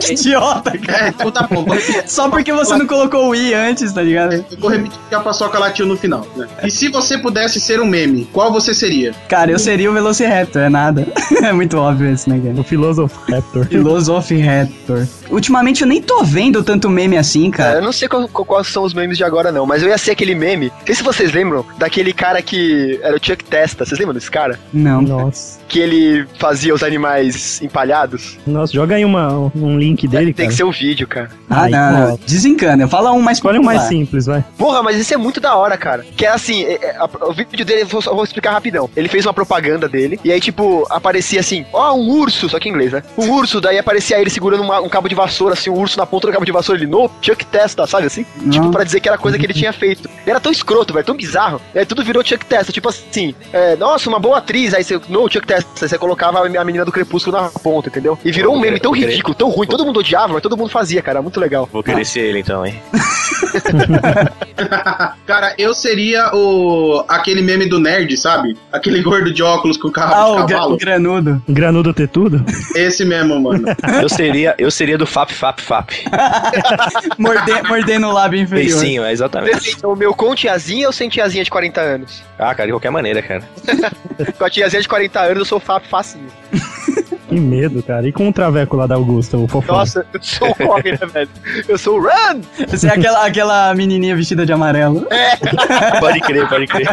Que idiota, cara.
É, então tá bom. vou repetir.
Só porque você não colocou o i antes, tá ligado?
Eu vou repetir que a paçoca latiu no final. né? E se você pudesse ser um meme, qual você seria?
Cara, eu seria o Velociraptor, é nada. É muito óbvio esse, né, cara?
O filósofo Raptor.
Velociraptor. Ultimamente eu nem tô vendo tanto meme assim,
É,
cara.
eu não sei qual- qual- quais são os memes de agora, não, mas eu ia ser aquele meme. Não sei se vocês lembram daquele cara que era o Chuck Testa. Vocês lembram desse cara?
Não.
Nossa.
Que ele fazia os animais empalhados.
Nossa, joga aí uma, um link dele,
Tem
cara.
que ser o vídeo, cara.
Ah,
Ai,
não, não.
qual?
Desencana. Fala um mais
Escolhe um mais
popular.
simples, vai.
Porra, mas isso é muito da hora, cara. Que é assim, é- é, a- o vídeo dele, eu vou, eu vou explicar rapidão. Ele fez uma propaganda dele, e aí, tipo, aparecia assim, ó, um urso, só que em inglês, né? Um urso, daí aparecia ele segurando uma- um cabo de vassoura, assim, um urso na ponta do cabo de vassoura, ele, no, Chuck Testa, sabe assim? Tipo,
Não.
pra dizer que era coisa que ele tinha feito. E era tão escroto, velho, tão bizarro. E aí tudo virou Chuck Testa, tipo assim, é, nossa, uma boa atriz, aí você, no, Chuck Testa, aí você colocava a menina do crepúsculo na ponta, entendeu? E virou um meme tão ridículo, tão ruim, todo mundo odiava, mas todo mundo fazia, cara, muito legal.
Vou querer ser ele então, hein?
Cara, eu seria o aquele meme do nerd, sabe? Aquele gordo de óculos com carro
Ah, o,
de
gra-
cavalo.
o granudo.
Granudo Tetudo?
Esse mesmo, mano.
Eu seria, eu seria do Fap Fap Fap.
Morde- mordendo o lábio inferior.
Beicinho, é exatamente.
Então, o meu com tiazinha ou sem tiazinha de 40 anos?
Ah, cara, de qualquer maneira, cara.
Com a tiazinha de 40 anos, eu sou Fábio facinho.
Que medo, cara. E com o Traveco lá da Augusta, o fofão?
Nossa, eu sou o corre, né, velho? Eu sou o Run!
Você é aquela, aquela menininha vestida de amarelo.
Pode crer, pode crer.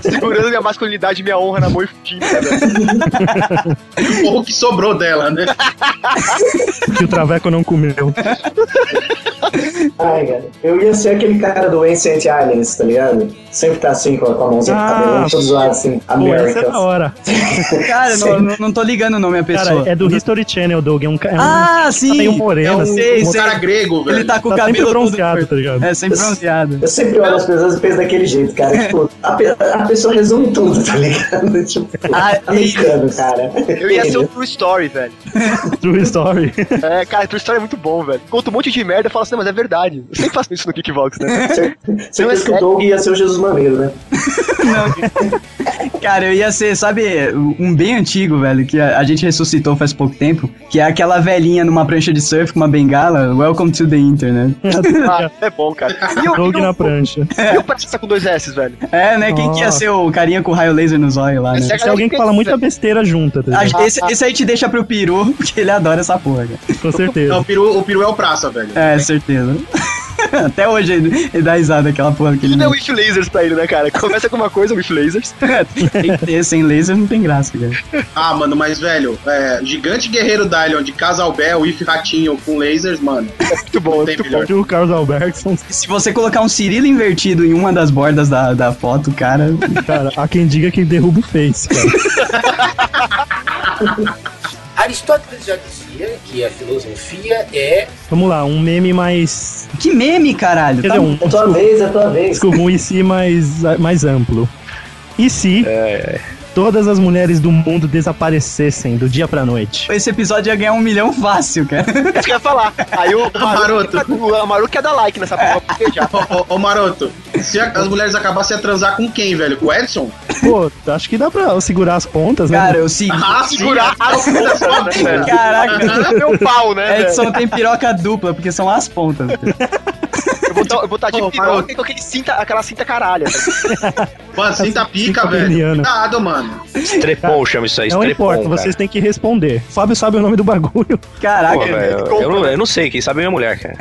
Segurando minha masculinidade e minha honra na mão e fugindo, né, velho?
Ou o que sobrou dela, né?
Que o Traveco não comeu.
Ai, cara. Eu ia ser aquele cara do Ancient Aliens, tá ligado? Sempre tá assim com a, com a mãozinha
Ah,
pro cabelo, todo zoado assim.
Pô, essa é
America.
da hora.
Cara, não, não, não tô ligando o nome à pessoa.
Cara, é do History Channel, Doug. É um, ca- é um
Ah,
tá
sim!
meio
É
moreno.
um,
assim,
sei,
um
sei.
cara grego, velho.
Ele tá com o
tá
cabelo
sempre
todo
bronzeado, tá
torto.
ligado?
É, sempre bronzeado.
Eu sempre olho as pessoas e penso daquele jeito, cara. Tipo, a, pe- a pessoa resume tudo, tá ligado? Tipo,
Ah,
É
americano, cara.
Eu ia ser o True Story, velho.
True Story.
É, cara, True Story é muito bom, velho. Conta um monte de merda e fala assim, "Não, mas é verdade. Eu sempre faço isso no Kickbox, né?
Certeza que o Doug ia ser o Jesus Maneiro, né?
Cara, eu ia ser, sabe, um bem antigo, velho, que a, a gente ressuscitou faz pouco tempo, que é aquela velhinha numa prancha de surf com uma bengala, Welcome to the né? Internet.
Ah, é bom, cara. E o,
Doug
e
na
o,
prancha.
e o Praça tá com dois S, velho?
É, né? Quem que ia
Nossa.
ser o carinha com raio laser nos olhos lá, né?
Esse é a
Se
galera
alguém que fala muita besteira junta, tá ligado?
Ah, Esse, esse aí te deixa pro peru, porque ele adora essa porra, cara.
Com certeza.
Não, o peru, o peru é o praça, velho.
É, certeza. Até hoje ele, ele dá risada aquela porra que ele.
Tudo é Wish Lasers pra ele, né, cara? Começa com uma coisa, Wish Lasers.
tem que ter, sem laser não tem graça, cara.
Ah, mano, mas velho, é, Gigante Guerreiro Dylion de Casalbel, If Ratinho com lasers, mano.
Muito bom,
Não tem
muito bom.
melhor.
E o Carlos Albertson,
Se você colocar um Cirilo invertido em uma das bordas da, da foto, cara.
cara, há quem diga que derruba o Face, cara.
Aristóteles já dizia que a filosofia é
Vamos lá, um meme mais.
Que meme, caralho.
Quer
Tá
dizer, um
É tua vez, é tua vez.
disco um e se mais, mais amplo. E se
É,
todas as mulheres do mundo desaparecessem do dia pra noite?
Esse episódio ia ganhar um milhão fácil, cara.
Isso que eu ia falar. Aí o
Maroto.
Maru, o Amaru quer dar like nessa porra pra beijar.
Ô, ô, ô, Maroto, se a- as mulheres acabassem a transar com quem, velho? Com o Edson?
Pô, acho que dá pra segurar as pontas, né?
Cara, eu sigo.
Ah,
Segurar as pontas, né,
É.
velho?
Caraca.
Ah, Meu pau,
É,
né? velho?
Edson tem piroca dupla, porque são as pontas. cara.
Eu vou, tá- eu vou tá de
Ô,
piroca
Maroto.
com aquele cinta, aquela cinta caralha. sabe?
Mano, sinta pica,
Cinta
velho.
peniana.
Cuidado, mano.
Estrepon chama isso aí,
é
não importa, vocês têm que responder. O Fábio sabe o nome do bagulho.
Caraca.
Pô, velho, eu, eu não, eu não sei, quem sabe é minha mulher, cara.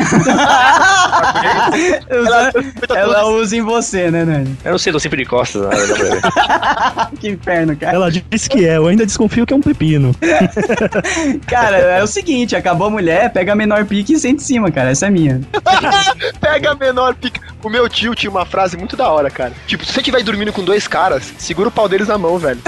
ela, ela usa em você, né, Nani?
Eu não sei, tô sempre de costas. né, na hora da mulher.
Ah, Que inferno, cara.
Ela disse que é, eu ainda desconfio que é um pepino.
Cara, é o seguinte, acabou a mulher, pega a menor pique e senta em cima, cara. Essa é minha.
Pega a menor pica. O meu tio tinha uma frase muito da hora, cara. Tipo, se você estiver dormindo com dois caras, segura o pau deles na mão, velho.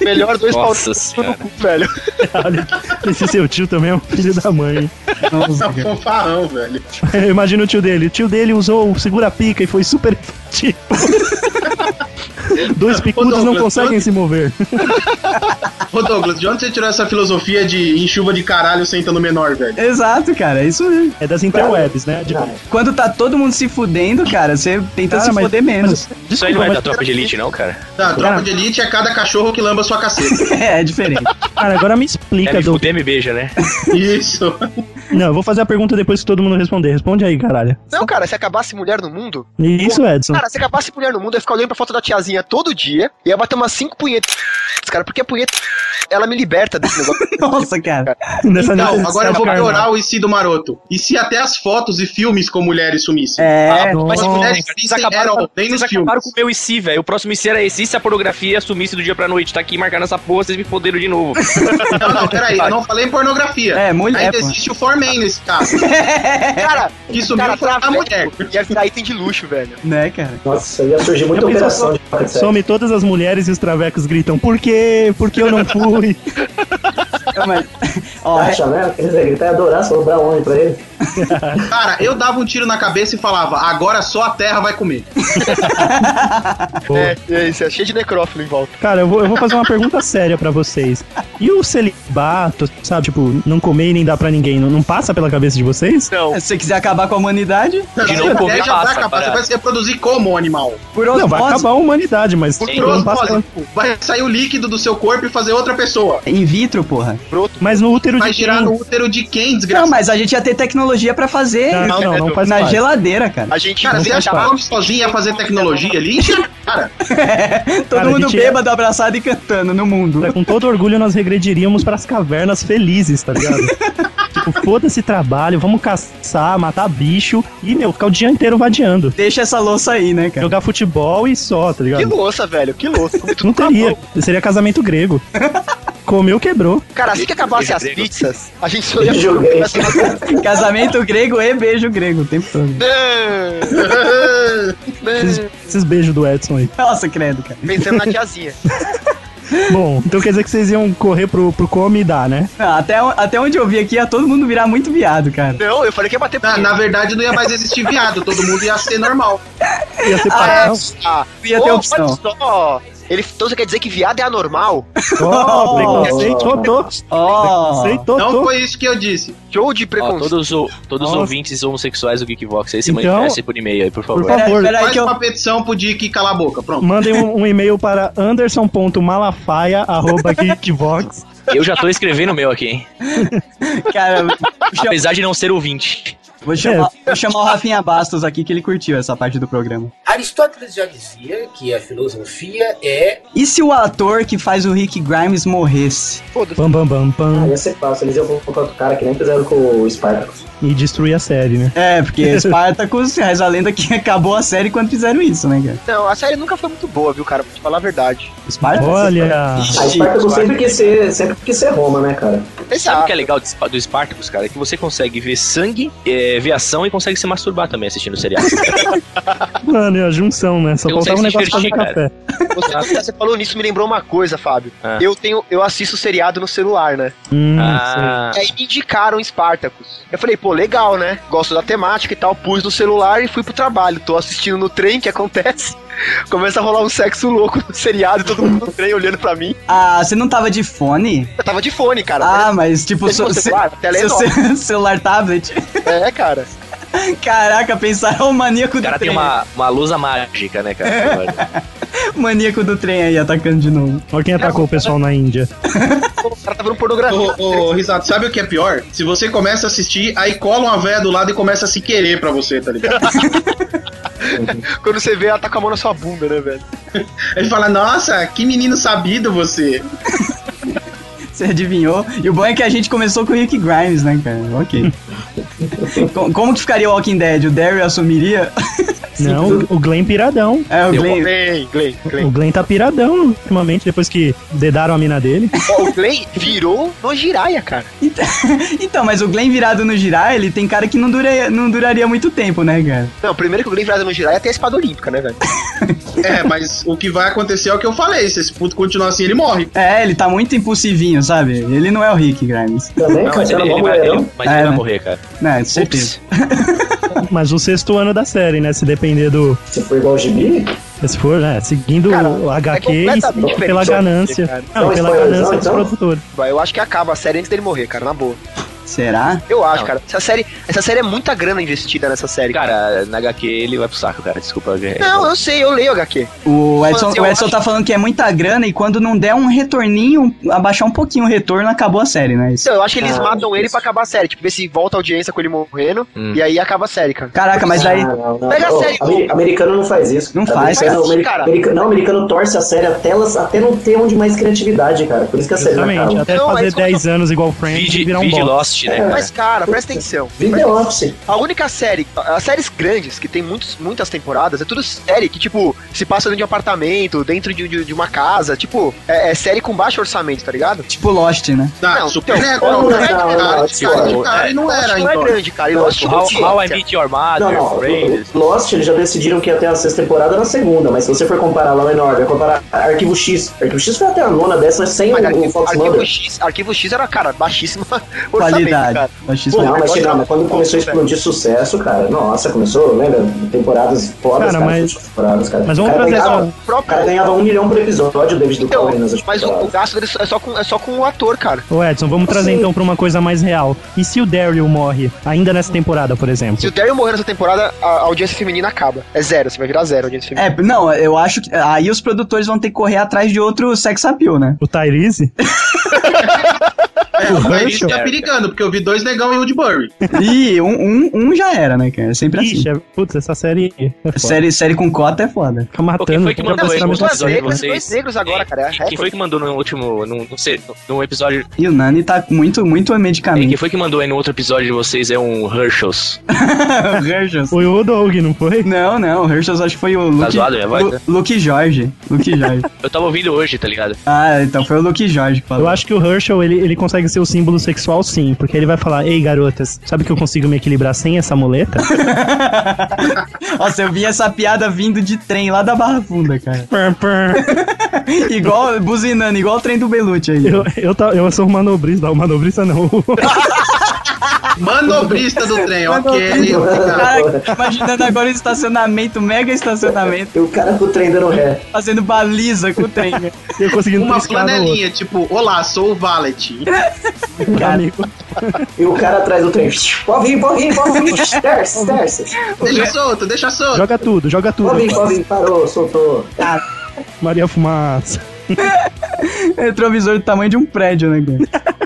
Melhor dois pau
Nossa
deles no
senhora.
cu, velho.
Olha, esse seu tio também é um filho da mãe.
Nossa,
Tá
cara.
fanfarrão, velho.
Eu imagino o tio dele. O tio dele usou o segura-pica e foi super efetivo. Dois picudos não
Douglas,
conseguem se mover.
Ô, Douglas, de onde você tirou essa filosofia de em chuva de caralho sentando menor, velho?
Exato, cara, é isso mesmo.
É das interwebs, né? De-
Não,
Quando tá todo mundo se fudendo, cara, você tenta
Cara,
se
mas-
foder menos.
Isso aí não é
mas-
da tropa de elite, não, cara.
Tá, tropa
Cara.
de elite é cada cachorro que lamba sua caceta.
é, é diferente.
Cara, agora me
É,
explica,
me
Douglas.
fuder, me beija, né?
Isso.
Não, eu vou fazer a pergunta depois que todo mundo responder. Responde aí, caralho.
Não, cara, se acabasse mulher no mundo.
Isso, Edson.
Cara, se acabasse mulher no mundo, eu ia ficar olhando pra foto da tiazinha todo dia e ia bater umas cinco punhetas. Cara, porque a punheta. Ela me liberta desse negócio.
Nossa, cara.
Nessa
Então,
necessidade
agora eu vou
carnal.
piorar o e se do Maroto. E se até as fotos e filmes com mulheres
Tá
sumissem?
É.
Mas
Ah, Nossa.
mulheres
Vocês
vocês acabaram,
eram bem
Vocês
nos
acabaram
filmes.
com o meu IC, velho. O próximo IC era esse. E se a pornografia sumisse do dia pra noite? Tá aqui marcando essa porra, vocês me foderam de novo.
Não, não, peraí, eu não falei em pornografia.
É, mulher,
Ainda
pô.
existe o Foreman nesse caso.
Cara,
Que sumiu
cara,
tá
foi a
tráfico
mulher.
ia virar item de luxo, velho.
Né, cara?
Nossa, ia surgir muita
Eu pensei
operação
só-
de pocket sex.
Some todas as mulheres e os travecos gritam: Por quê? Por que eu não fui?
Não, Mas, ó, é-
Acha, né? Ele vai gritar e adorar sobrar homem pra ele.
Cara, eu dava um tiro na cabeça e falava, agora só a terra vai comer.
É, é isso, é cheio de necrófilo em volta.
Cara, eu vou, eu vou fazer uma pergunta séria pra vocês. E o celibato, sabe? Tipo, não comer e nem dar pra ninguém, não, não passa pela cabeça de vocês?
Não.
se você quiser acabar com a humanidade,
De não
Essa
comer
ideia já
passa,
vai acabar,
parada.
você vai se reproduzir como animal?
por
Não, vai
osmose,
acabar a humanidade, mas
Por
Sim.
não passa pela-
trombose, vai sair o líquido do seu corpo e fazer outra pessoa.
in vitro, porra.
mas no útero
Vai
de
girar
quem?
no útero de quem,
Não,
desgraçado?
mas a gente ia ter tecnologia pra fazer
Não, não, não, não faz
na
parte.
geladeira, cara.
A gente.
Cara,
Não
você
tá
faz
acha que
parte.
o homem sozinho ia fazer tecnologia ali? Cara,
Todo
cara, a
mundo
gente
bêbado, abraçado e cantando no mundo.
Né, Com todo orgulho, nós regrediríamos pras cavernas felizes, tá ligado? tipo, foda-se trabalho, vamos caçar, matar bicho e, meu, ficar o dia inteiro vadiando.
Deixa essa louça aí, né, cara?
Jogar futebol e só, tá
Que
ligado?
louça, velho, que louça. Comi tudo
Não
com a
teria.
mão.
Seria casamento grego. Comeu, quebrou.
Cara, assim que acabasse as pizzas, a gente só ia
Joguei.
Casamento grego e beijo grego o tempo todo.
Esses, esses beijos do Edson aí.
Nossa, credo, cara.
Pensando na tiazinha.
Bom, então quer dizer que vocês iam correr pro, pro come e dar, né?
Não, até, o- até onde eu vi aqui, ia todo mundo virar muito viado, cara.
Não, eu falei que ia bater
na,
punheta.
na verdade não ia mais existir viado, todo mundo ia ser normal.
Ia ser
Ah,
padrão.
ah,
Ia ter
oh,
opção.
olha só. Ele, então você quer dizer que viado é anormal?
Ó,
Oh.
preconceito, totô.
Ó,
Preconceito,
Não
totô.
Então foi isso que eu disse.
Show de
Ó,
preconceito.
todos o- todos os
Nossa.
ouvintes homossexuais do Geekvox aí se
Então-
manifestem por e-mail aí, por favor.
Por favor.
pera- peraí
Faz
que eu...
uma petição pro Dick calar a boca, pronto.
Mandem um, um e-mail para anderson.malafaia.geekvox.
Eu já tô escrevendo o meu aqui, hein?
Cara, vou chamar-
Apesar de não ser ouvinte.
é.
vou chamar, vou chamar o Rafinha Bastos aqui, que ele curtiu essa parte do programa.
Aristóteles já dizia que é a filosofia é.
E se o ator que faz o Rick Grimes morresse?
Foda-se.
Pam, pam, pam,
Ah,
pam.
ia ser fácil, eles iam colocar outro cara que nem fizeram com o Spartacus.
E destruir a série, né?
É, porque Spartacus, reza a lenda que acabou a série quando fizeram isso, né, cara?
Não, a série nunca foi muito boa, viu, cara? Pra te falar a verdade.
Spartacus?
Olha!
A Spartacus sempre quis ser, sempre quis ser Roma, né, cara?
Exato.
Sabe o que é legal do Spa- do Spartacus, cara? É que você consegue ver sangue, é, ver ação e consegue se masturbar também assistindo o seriado.
Mano, é a junção, né? Só
Eu não sei
faltava um
se
negócio pra fazer
divertir,
café.
Você, você falou nisso, me lembrou uma coisa, Fábio.
Ah.
Eu tenho, eu assisto seriado no celular, né?
Hum,
ah,
E aí me indicaram Spartacus. Eu falei, pô, legal, né? Gosto da temática e tal. Pus no celular e fui pro trabalho. Tô assistindo no trem, o que acontece? Começa a rolar um sexo louco no seriado, todo mundo no trem olhando pra mim.
Ah, você não tava de fone?
Eu tava de fone, cara.
Ah, mas tipo,
Mas
seu,
no
se-
celular, a tela é
seu ce- celular tablet.
É, cara.
Caraca, pensaram o maníaco
o
É
do
cara tem
trem.
uma, uma lousa mágica, né, cara?
O maníaco do trem aí atacando de novo.
Olha quem atacou o pessoal na Índia.
O cara tá vendo pornografia.
Ô, ô, Risato, sabe o que é pior? Se você começa a assistir, aí cola uma véia do lado e começa a se querer pra você, tá ligado?
Quando você vê, ela tá com a mão na sua bunda, né, velho?
Ele fala, nossa, que menino sabido você.
Você adivinhou? E o bom é que a gente começou com o Rick Grimes, né, cara? Ok. Co- Como que ficaria o Walking Dead? O Daryl assumiria?
Não, o Glenn piradão.
É, o
Eu
Glenn.
Glenn, Glenn, Glenn.
O Glenn tá piradão ultimamente, depois que dedaram a mina dele.
Ó, O Glenn virou no giraia, cara.
Então, mas o Glenn virado no girar, ele tem cara que não, dura, não duraria muito tempo, né, cara?
Não, primeiro que o Glenn virado no giraia tem a espada olímpica, né, velho?
É, mas o que vai acontecer é o que eu falei. Se esse puto continuar assim, ele morre.
É, ele tá muito impulsivinho, sabe? Ele não é o Rick Grimes.
Também,
Não,
cara,
mas
você
ele,
era
ele
mó
vai,
mulherão.
ele- mas ele
É,
vai
né?
morrer, cara.
Né, de certeza.
Ups.
Mas o sexto ano da série, né? Se depender do.
Se for igual o Gibi,
Se for, né? Seguindo
Cara,
o
É
HQ e
completamente diferente.
pela ganância.
Cara.
Não,
Então,
pela
spoilerzão,
ganância dos
então?
produtores.
Eu acho que acaba a série antes dele morrer, cara, na boa.
Será?
Eu acho,
Não.
cara. Essa série, essa série é muita grana investida nessa série. Cara,
Cara, na HQ ele vai pro saco, cara. Desculpa. é-
não, eu sei, eu leio HQ.
O
Mas
Edson,
eu
o Edson
acho-
tá falando que é muita grana e quando não der um retorninho, abaixar um pouquinho o retorno, acabou a série, né? Isso.
Então, eu acho que eles
Ah,
matam ele
isso.
pra acabar a série. Tipo, ver se volta a audiência com ele morrendo.
Hum.
E aí acaba a série, cara.
Caraca, mas aí.
Ah, não, não.
Pega a
Ô,
série,
ameri- americano não faz isso.
Não
Tá
faz,
americano-
cara.
ameri-
Cara.
americano- não, americano torce a série até, elas, até não ter onde mais criatividade, cara. Por isso que a série não
Exatamente.
acaba.
Até
Não,
fazer
mas-
tipo assim,
10 anos igual o Friends e
Vide,
virar um
vide
bosta.
Lost, né, cara?
É, Mas, cara, presta atenção.
Video Office.
A única série, as séries grandes que tem muitos, muitas temporadas, é tudo série que, tipo, se passa dentro de um apartamento, dentro de, de- de uma casa. Tipo, é, é série com baixo orçamento, tá ligado?
Tipo Lost, né?
Tá,
Não,
super
então,
legal.
não,
Não, era,
não,
cara, tipo, é,
não,
cara,
não,
cara, não
Lost
era,
não é
então.
grande, cara. E
Não,
Lost não
How,
tinha,
How I
cara.
Meet Your Mother,
Não, não.
Friends.
Lost, eles já decidiram que ia até a sexta temporada na segunda, mas se você for comparar lá em ordem, comparar Arquivo X. Arquivo X foi até a nona, décima, sem
Mas
o, o
arquivo,
Fox
arquivo,
Mulder.
X, arquivo X era, cara, baixíssima orçamento,
Qualidade.
cara.
Lost
Pô,
foi-
Não, mas,
agora
não,
tá-
mas quando começou a explodir sucesso, cara, nossa, começou, lembra? Temporadas fodas,
Cara,
cara,
mas-
últimas temporadas, cara.
mas vamos
o cara
trazer
ganhava,
essa-
O
O cara
próprio.
ganhava um milhão por episódio, o David do
Então,
Cohen nas últimas
mas o, o
temporadas.
gasto dele é só, com, é só com o ator, cara.
Ô Edson, vamos trazer então pra uma coisa mais real. E se o Daryl morre ainda nessa temporada, por
Se
exemplo?
o Daryl morrer nessa temporada, a a audiência feminina acaba. É zero, você vai virar zero a audiência feminina.
É, não, eu acho que aí os produtores vão ter que correr atrás de outro sex appeal, né?
O Tyrese?
É,
O
mas isso
Herschel.
tá perigando, porque eu vi dois negão um em Woodbury.
E um, um, um já era, né, cara? É Sempre assim.
Ixi, é- putz, essa série é foda.
Série, série com cota é foda.
Fica
Pô, quem
matando.
foi que
fica
mandou
postando
aí?
a mesma
Duas
Vocês-
série.
negras, dois negros agora, cara. É,
Quem foi que mandou no último, no, não sei, no- no episódio
E o Nani tá com muito, muito
É, Quem
medicamento.
foi que mandou aí no outro episódio de vocês é um Herschels?
Herschels.
Foi o Doug, não foi?
Não, não, o Herschels acho que foi o Luke,
zoado minha voz,
Lu-
né?
Luke Jorge. Luke Jorge.
Eu tava ouvindo hoje, tá ligado?
ah, então foi o Luke Jorge que falou.
Eu acho que o Herschel, ele, ele consegue ser o símbolo sexual sim, porque ele vai falar, ei garotas, sabe que eu consigo me equilibrar sem essa muleta?
Nossa, eu vi essa piada vindo de trem lá da Barra Funda, cara.
Pã, pã.
Igual, buzinando, igual o trem do Belucci aí.
eu, eu, ta- eu sou o manobrista, o manobrista não.
Manobrista do trem, ok.
Caraca, imaginando agora o estacionamento, mega estacionamento,
E o cara com o trem dando ré.
fazendo baliza com o trem. né?
eu conseguindo
Uma
triscar no outro.
flanelinha, tipo, olá, sou o Valet.
amigo.
E o cara atrás do trem. Pode vir, pode vir, pode vir. Terce, terce.
Deixa solto, deixa solto.
Joga tudo, joga tudo.
Pode vir, pode vir. Parou, soltou.
Maria Fumaça.
Retrovisor do tamanho de um prédio, né, cara?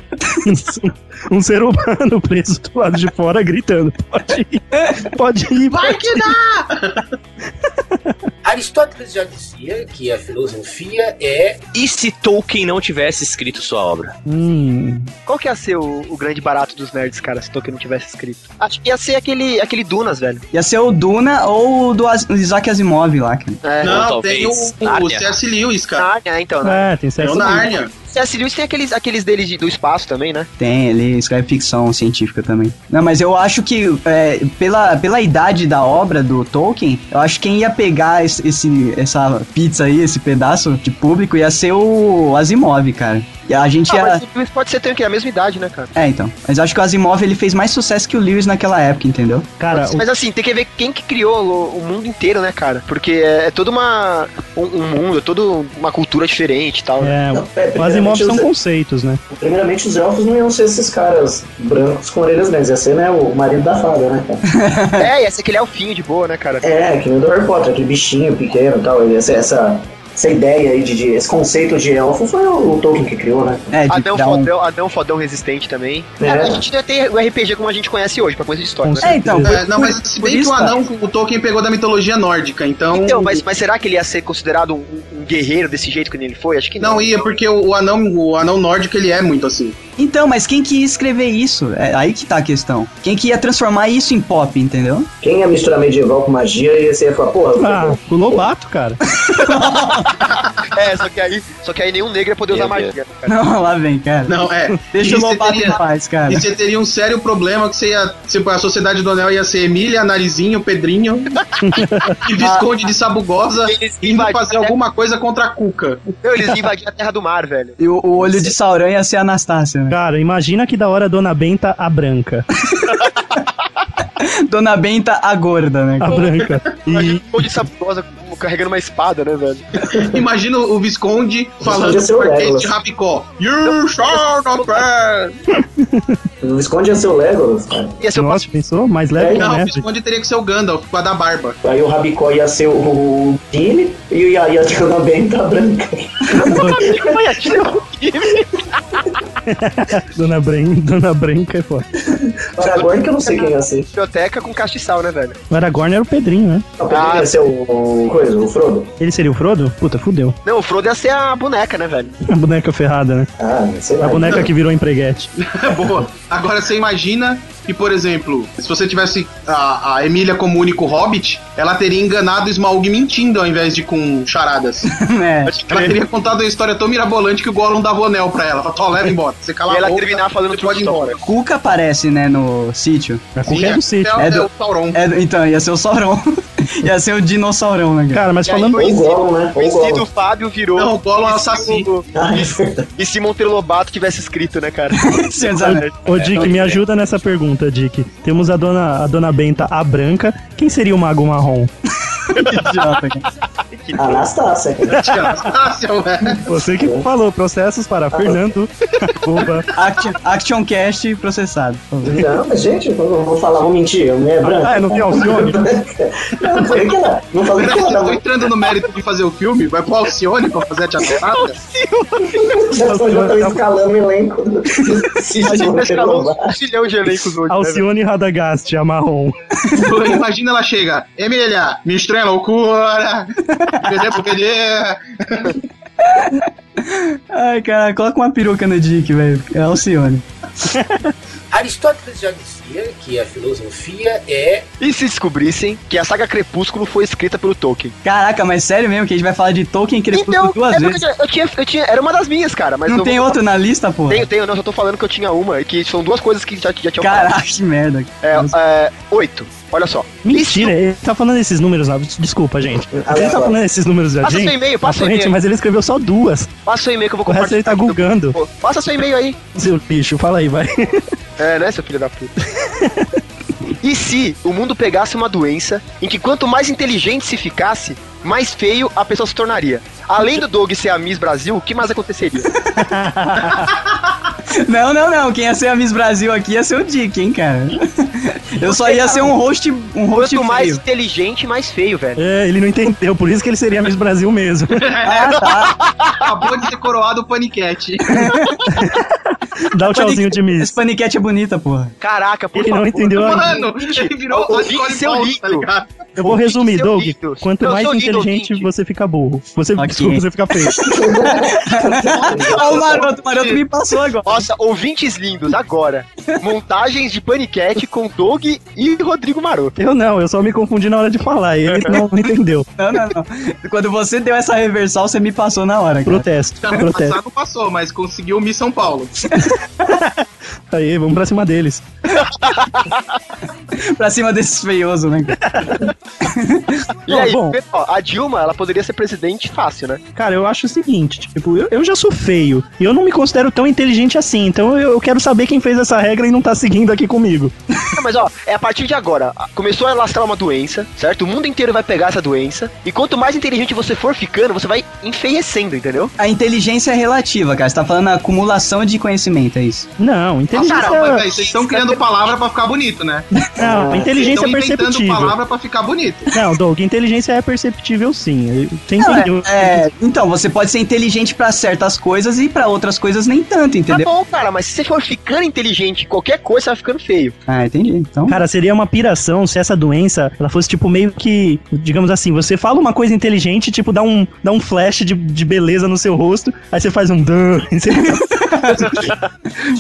Um, um ser humano preso do lado de fora gritando, pode ir, pode ir.
Vai que dá!
Aristóteles já dizia que a filosofia é
E se Tolkien não tivesse escrito sua obra?
Hum.
Qual que ia ser o, o grande barato dos nerds, cara, se Tolkien não tivesse escrito? Acho que ia ser aquele, aquele Dunas, velho.
Ia ser o Duna ou o do As- Isaac Asimov lá, cara.
É.
Ou
Não, tem o,
talvez
o
Nárnia.
C.S. Lewis, cara.
Nárnia, então, né?
Ah, tem
É
certo.
o Nárnia.
C.S. Lewis tem aqueles, aqueles dele de- do espaço também, né?
Tem, ele escreve ficção científica também. Não, mas eu acho que, é, pela, pela idade da obra do Tolkien, eu acho que quem ia pegar esse, esse- essa pizza aí, esse pedaço de público, ia ser o Asimov, cara. E a gente
Ah,
ia.
mas o Lewis pode ser tem o quê? A mesma idade, né, cara?
É, então. Mas eu acho que o Asimov ele fez mais sucesso que o Lewis naquela época, entendeu?
Cara, É, o
Mas assim, tem que ver quem que criou o, o mundo inteiro, né, cara? Porque é, é toda uma. Um, um mundo, é toda uma cultura diferente e tal. né?
é,
Não, é,
o Asimov
primeiramente,
são
os-
conceitos, né?
Primeiramente, os elfos não iam ser esses caras brancos com orelhas grandes, ia ser, né, o marido da fada, né, cara?
É, ia ser aquele elfinho de boa, né, cara?
É, que nem o do Harry Potter, aquele bichinho pequeno e tal, essa, essa, essa ideia aí, de, de- esse conceito de elfo foi o, o Tolkien que criou, né?
É,
Ah,
de
Adão
dar um-
fodão, Adão fodão resistente também.
É.
É, a gente não tem o RPG como a gente conhece hoje, pra coisa de história,
Com
né?
É, então.
É, não,
por-
mas se
por
bem que
isso,
o
cara,
anão, o Tolkien pegou da mitologia nórdica, então.
Então, mas, mas será que ele ia ser considerado um, um guerreiro desse jeito que ele foi? Acho que não.
Não, ia porque o, o anão, o anão nórdico ele é muito assim.
Então, mas quem que ia escrever isso? É aí que tá a questão. Quem que ia transformar isso em pop, entendeu?
Quem ia misturar medieval com magia ia ser, ia falar, porra,
Ah, o Lobato, cara.
É, só que aí, só que aí nenhum negro ia poder usar
Meu Deus.
magia. né, cara?
Não, lá vem, cara.
Não, é.
Deixa
E
o
você
Lobato
teria-
em paz, cara.
E você teria um sério problema que você ia. você- A sociedade do anel ia ser Emília, Narizinho, Pedrinho e Visconde de Sabugosa
Eles
indo
invadiram
fazer
a terra-
alguma coisa contra a Cuca.
Não, Eles invadiram a terra do mar, velho.
E o, o olho de Sauron ia ser a Anastácia, né?
Cara, imagina que da hora a Dona Benta a branca.
Dona Benta a gorda, né?
A branca.
Imagina
E
um monte de sabugosa carregando uma espada, né, velho?
Imagina o Visconde
é
falando
ia ser o
com
Legolas.
de Rapicó. You shall not pass!
o Visconde ia ser o Legolas, cara.
Ia ser o
nossa, pensou? Mais leve que a
É, Não, o
neve.
Visconde teria que ser o Gandalf, com a da barba.
Aí o Rabicó ia ser o Dini e a Yatiana Benta branca.
assim,
Dona, Bren... Dona Branca é foda.
O Aragorn que eu não sei quem é ia ser.
biblioteca com castiçal, né, velho?
O Aragorn era o Pedrinho, né?
Não, ah, ia ser o, o coisa, o Frodo.
Ele seria o Frodo? Puta, fudeu. É
Não, o Frodo ia ser a boneca, né, velho?
A boneca ferrada, né?
Ah, sei lá.
A boneca que virou empreguete.
É boa. Agora você imagina que, por exemplo, se você tivesse a, a Emília como único hobbit, ela teria enganado o Smaug mentindo ao invés de com charadas.
É.
Ela teria contado a história tão mirabolante que o Gollum dava o anel pra ela. Ela falou, leva embora. Você cala
e
a
ela
boca,
terminar falando
você pode ir embora.
Cuca aparece, né, no sítio.
A
Sim,
Cuca é do sítio.
É,
É do-
o Sauron.
É, então, ia ser o Sauron. ia ser o dinossaurão, né, cara?
Cara, mas
E aí
falando.
foi-
Ou o Gollum, né? Ou o
O do
Gollum.
Fábio virou.
Não, o Gollum é um
E se
assassino.
o-
Ah, é verdade.
E se Monteiro Lobato tivesse escrito, né, cara?
Senhor dos Anéis.
Ô, Dick, me ajuda nessa pergunta, Dick. Temos a dona, a dona Benta, a branca. Quem seria o mago marrom?
Idiota, cara.
Anastácia, cara.
Anastácia, velho.
Você que falou, processos para Fernando. arroba.
Action, Action Cast processado.
Não, mas gente, eu não vou falar, vou mentir, eu não é branca.
Ah, é, não tem Alcione?
Não, não falei que ela. Não falei que
Peraí,
ela
vocês
dava.
estão entrando no mérito de fazer o filme? Vai pro Alcione pra fazer a teatrada?
Já tô- já tô escalando o elenco. do- Se
A gente
não
vai escalar
renovar.
um zilhão de elencos hoje. né, velho?
Alcione Radagast, é a marrom.
Imagina ela chega. Emília, me estranha loucura. Perder por perder.
Ai, cara, coloca uma peruca no Dick, velho. É Alcione.
Aristóteles já dizia que a filosofia é
E se descobrissem que a saga Crepúsculo foi escrita pelo Tolkien?
Caraca, mas sério mesmo que a gente vai falar de Tolkien e Crepúsculo duas
é porque
vezes.
eu, eu tinha, eu tinha. Era uma das minhas, cara, mas
Não
eu
tem
vou-
outro na lista, pô?
Tenho, tenho, não, só tô falando que eu tinha uma, e que são duas coisas que já, já tinham
Caraca, que merda.
falado. É, é, oito. Olha só.
Mentira, ele tá falando esses números lá. Desculpa, gente. Ele tá falando esses números da
Passa seu
gente.
e-mail,
Na
passa seu
frente,
e-mail.
mas ele escreveu só duas.
Passa seu e-mail que eu vou
O resto ele tá googando.
Pô, Passa seu e-mail aí.
Seu lixo, fala aí, vai.
É, né, seu filho da puta? e se o mundo pegasse uma doença em que quanto mais inteligente se ficasse, mais feio a pessoa se tornaria? Além do Doug ser a Miss Brasil, o que mais aconteceria?
Não, não, não. Quem ia ser a Miss Brasil aqui ia ser o Dick, hein, cara. Eu só ia ser um host, um host
Quanto mais
frio.
inteligente, mais feio, velho.
É, ele não entendeu, por isso que ele seria Miss Brasil mesmo.
Ah, tá.
Acabou de ser coroado o paniquete.
Dá o tchauzinho de
Esse
Miss.
paniquete é bonita, porra.
Caraca, por
Ele não
favor.
entendeu a
Mano, ele virou
Ô, ô,
Ascoli
seu
Balls,
lindo.
tá ligado?
Eu vou resumir,
ser
Doug.
horrível.
Quanto
Eu
mais
sou horrível,
inteligente
gente.
você fica burro. Você,
Ok.
desculpa, você fica feio.
Ah, o maroto, o maroto me passou agora.
Nossa, ouvintes lindos, agora. Montagens de paniquete com Doug e Rodrigo Maroto.
Eu não, eu só me confundi na hora de falar. E ele não entendeu.
Não, não, não. Quando você deu essa reversal, você me passou na hora, cara.
Protesto,
Tá,
protesto.
passado passou, mas conseguiu o Miss São Paulo.
tá.
Aí, vamos pra cima deles.
pra cima desses feiosos, né? cara?
E
Não,
aí,
bom.
ó, a Dilma, ela poderia ser presidente fácil, né?
Cara, eu acho o seguinte, tipo, eu, eu já sou feio. E eu não me considero tão inteligente assim. Então eu, eu quero saber quem fez essa regra e não tá seguindo aqui comigo.
Ah, Mas ó, é a partir de agora. Começou a lastrar uma doença, certo? O mundo inteiro vai pegar essa doença. E quanto mais inteligente você for ficando, você vai enfeiecendo, entendeu?
A inteligência é relativa, cara. Você tá falando a acumulação de conhecimento, é isso.
Não, inteligência.
Não, mas peraí, vocês estão criando palavra pra ficar bonito, né?
não, inteligência é
Vocês estão inventando
perceptível.
palavra pra ficar bonito.
Não, Doug, inteligência é perceptível sim. Você
Não, é-
entendeu?
é, então, você pode ser inteligente pra certas coisas e pra outras coisas nem tanto, entendeu?
Tá bom, cara, mas se você for ficando inteligente, em qualquer coisa você vai ficando feio.
Ah, entendi. Então.
Cara, seria uma piração se essa doença ela fosse, tipo, meio que, digamos assim, você fala uma coisa inteligente, tipo, dá um, dá um flash de, de beleza no seu rosto, aí você faz um dan, e você-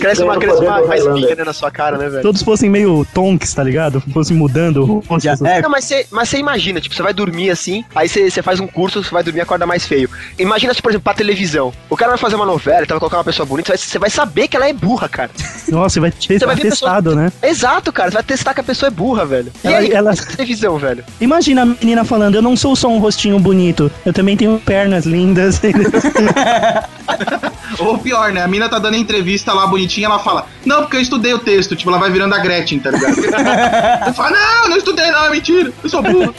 Cresce uma
Ganhou
cresce
poder
uma
da
mais
Tailândia.
pinga né, na sua cara, né, velho?
todos fossem meio tonks, tá ligado? Fossem mudando o rosto.
Já- é,
Não, mas você, mas você imagina, tipo, você vai dormir assim, aí você, você faz um curso, você vai dormir e acorda mais feio. Imagina, tipo, por exemplo, pra televisão. O cara vai fazer uma novela, então vai colocar uma pessoa bonita, você vai- você vai saber que ela é burra, cara.
Nossa, vai ter
Você vai ver
testado, né?
Exato, cara, você vai testar que a pessoa é burra, velho. E
Ela-
aí,
ela-
televisão, velho?
Imagina a menina falando, eu não sou só um rostinho bonito, eu também tenho pernas lindas.
Ou pior, né? A mina tá dando entrevista lá bonitinha, ela fala, não, porque eu estudei o texto. Tipo, ela vai virando a Gretchen, tá ligado? Ela fala, não, não estudei não, é mentira, eu sou burro.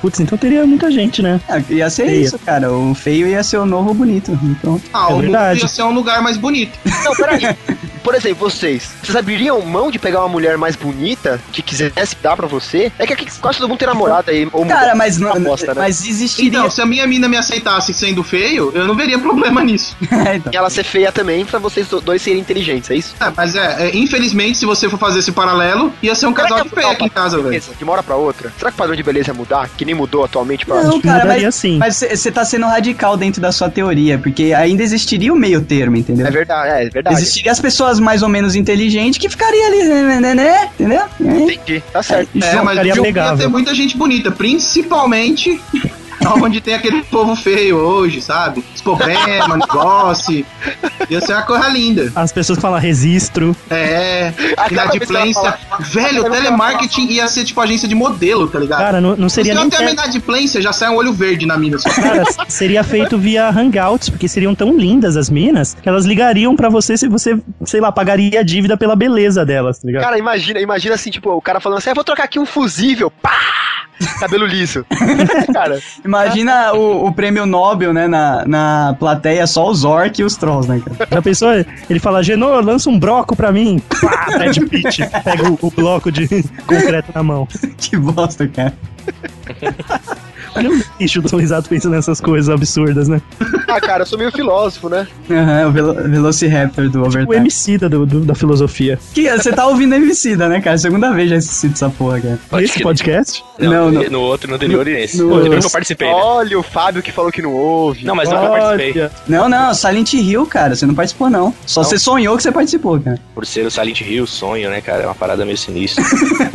Putz, então teria muita gente, né?
Ah, ia ser
Feio.
isso, cara. O feio ia ser o novo bonito. Então,
Ah,
É
o mundo
verdade.
ia ser um lugar mais bonito.
Não, peraí. Por exemplo, vocês, vocês abririam mão de pegar uma mulher mais bonita que quisesse dar pra você? É que aqui quase todo mundo tem namorada aí. Ou
cara, mas não,
uma bosta, né?
mas existiria.
Então, se a minha mina me aceitasse sendo feio, eu não veria problema nisso.
É, então.
E ela ser feia também pra vocês do- dois serem inteligentes, é isso?
Ah, mas é, é, infelizmente, se você for fazer esse paralelo, ia ser um
Será
casal
que
de
é
feio aqui em casa, velho.
Beleza, de uma hora pra outra. Será que o padrão de beleza ia mudar? Que nem mudou atualmente pra.
Não, cara,
Mudaria
mas
sim.
você tá sendo radical dentro da sua teoria, porque ainda existiria o meio termo, entendeu?
É verdade, é, é verdade.
Existiria as pessoas mais ou menos inteligentes que ficariam ali, né, né, né, entendeu?
Entendi, tá certo.
É,
João
mas
ficaria
o jogo ia
pegável.
ter muita gente bonita, principalmente onde tem aquele povo feio hoje, sabe? Os problemas, negócio. Ia ser uma coisa linda.
As pessoas que falam registro.
É,
Aquela vez
inadimplência.
que
Velho, o telemarketing ia ser tipo agência de modelo, tá
Ah.
ligado?
Cara, não, não
Se
seria
eu
nem.
tenho uma inadimplência, já sai um olho verde na mina. só.
Cara, seria feito via Hangouts, porque seriam tão lindas as minas que elas ligariam pra você se você, sei lá, pagaria a dívida pela beleza delas, tá ligado?
Cara, imagina, imagina assim, tipo, o cara falando assim, ah, vou trocar aqui um fusível, pá! Cabelo liso. cara,
Imagina o, o prêmio Nobel, né, na, na plateia, só os orc e os trolls, né, cara?
Já pensou? Ele fala, Genô, lança um broco pra mim. Pá, Brad Pitt. Pega o, o bloco de concreto na mão.
Que bosta, cara.
Olha o lixo do Risato pensando nessas coisas absurdas, né?
ah, cara, eu sou meio filósofo, né?
Aham, é o Velo- Velociraptor
Tipo
do
O
Overtime.
MC da, do- do- da filosofia.
Você tá ouvindo Emicida, né, cara? Segunda vez já cito essa porra, cara.
Pode
Nesse
crer.
podcast?
Não,
Não,
não.
no outro, no anterior e nesse.
no-
No anterior que eu participei, né?
Olha o Fábio que falou que não ouve.
Não, mas não que eu participei.
Olha,
Não, não, Silent Hill, cara, você não participou, não. Só você sonhou que você participou, cara.
Por ser o Silent Hill, sonho, né, cara? É uma parada meio sinistra.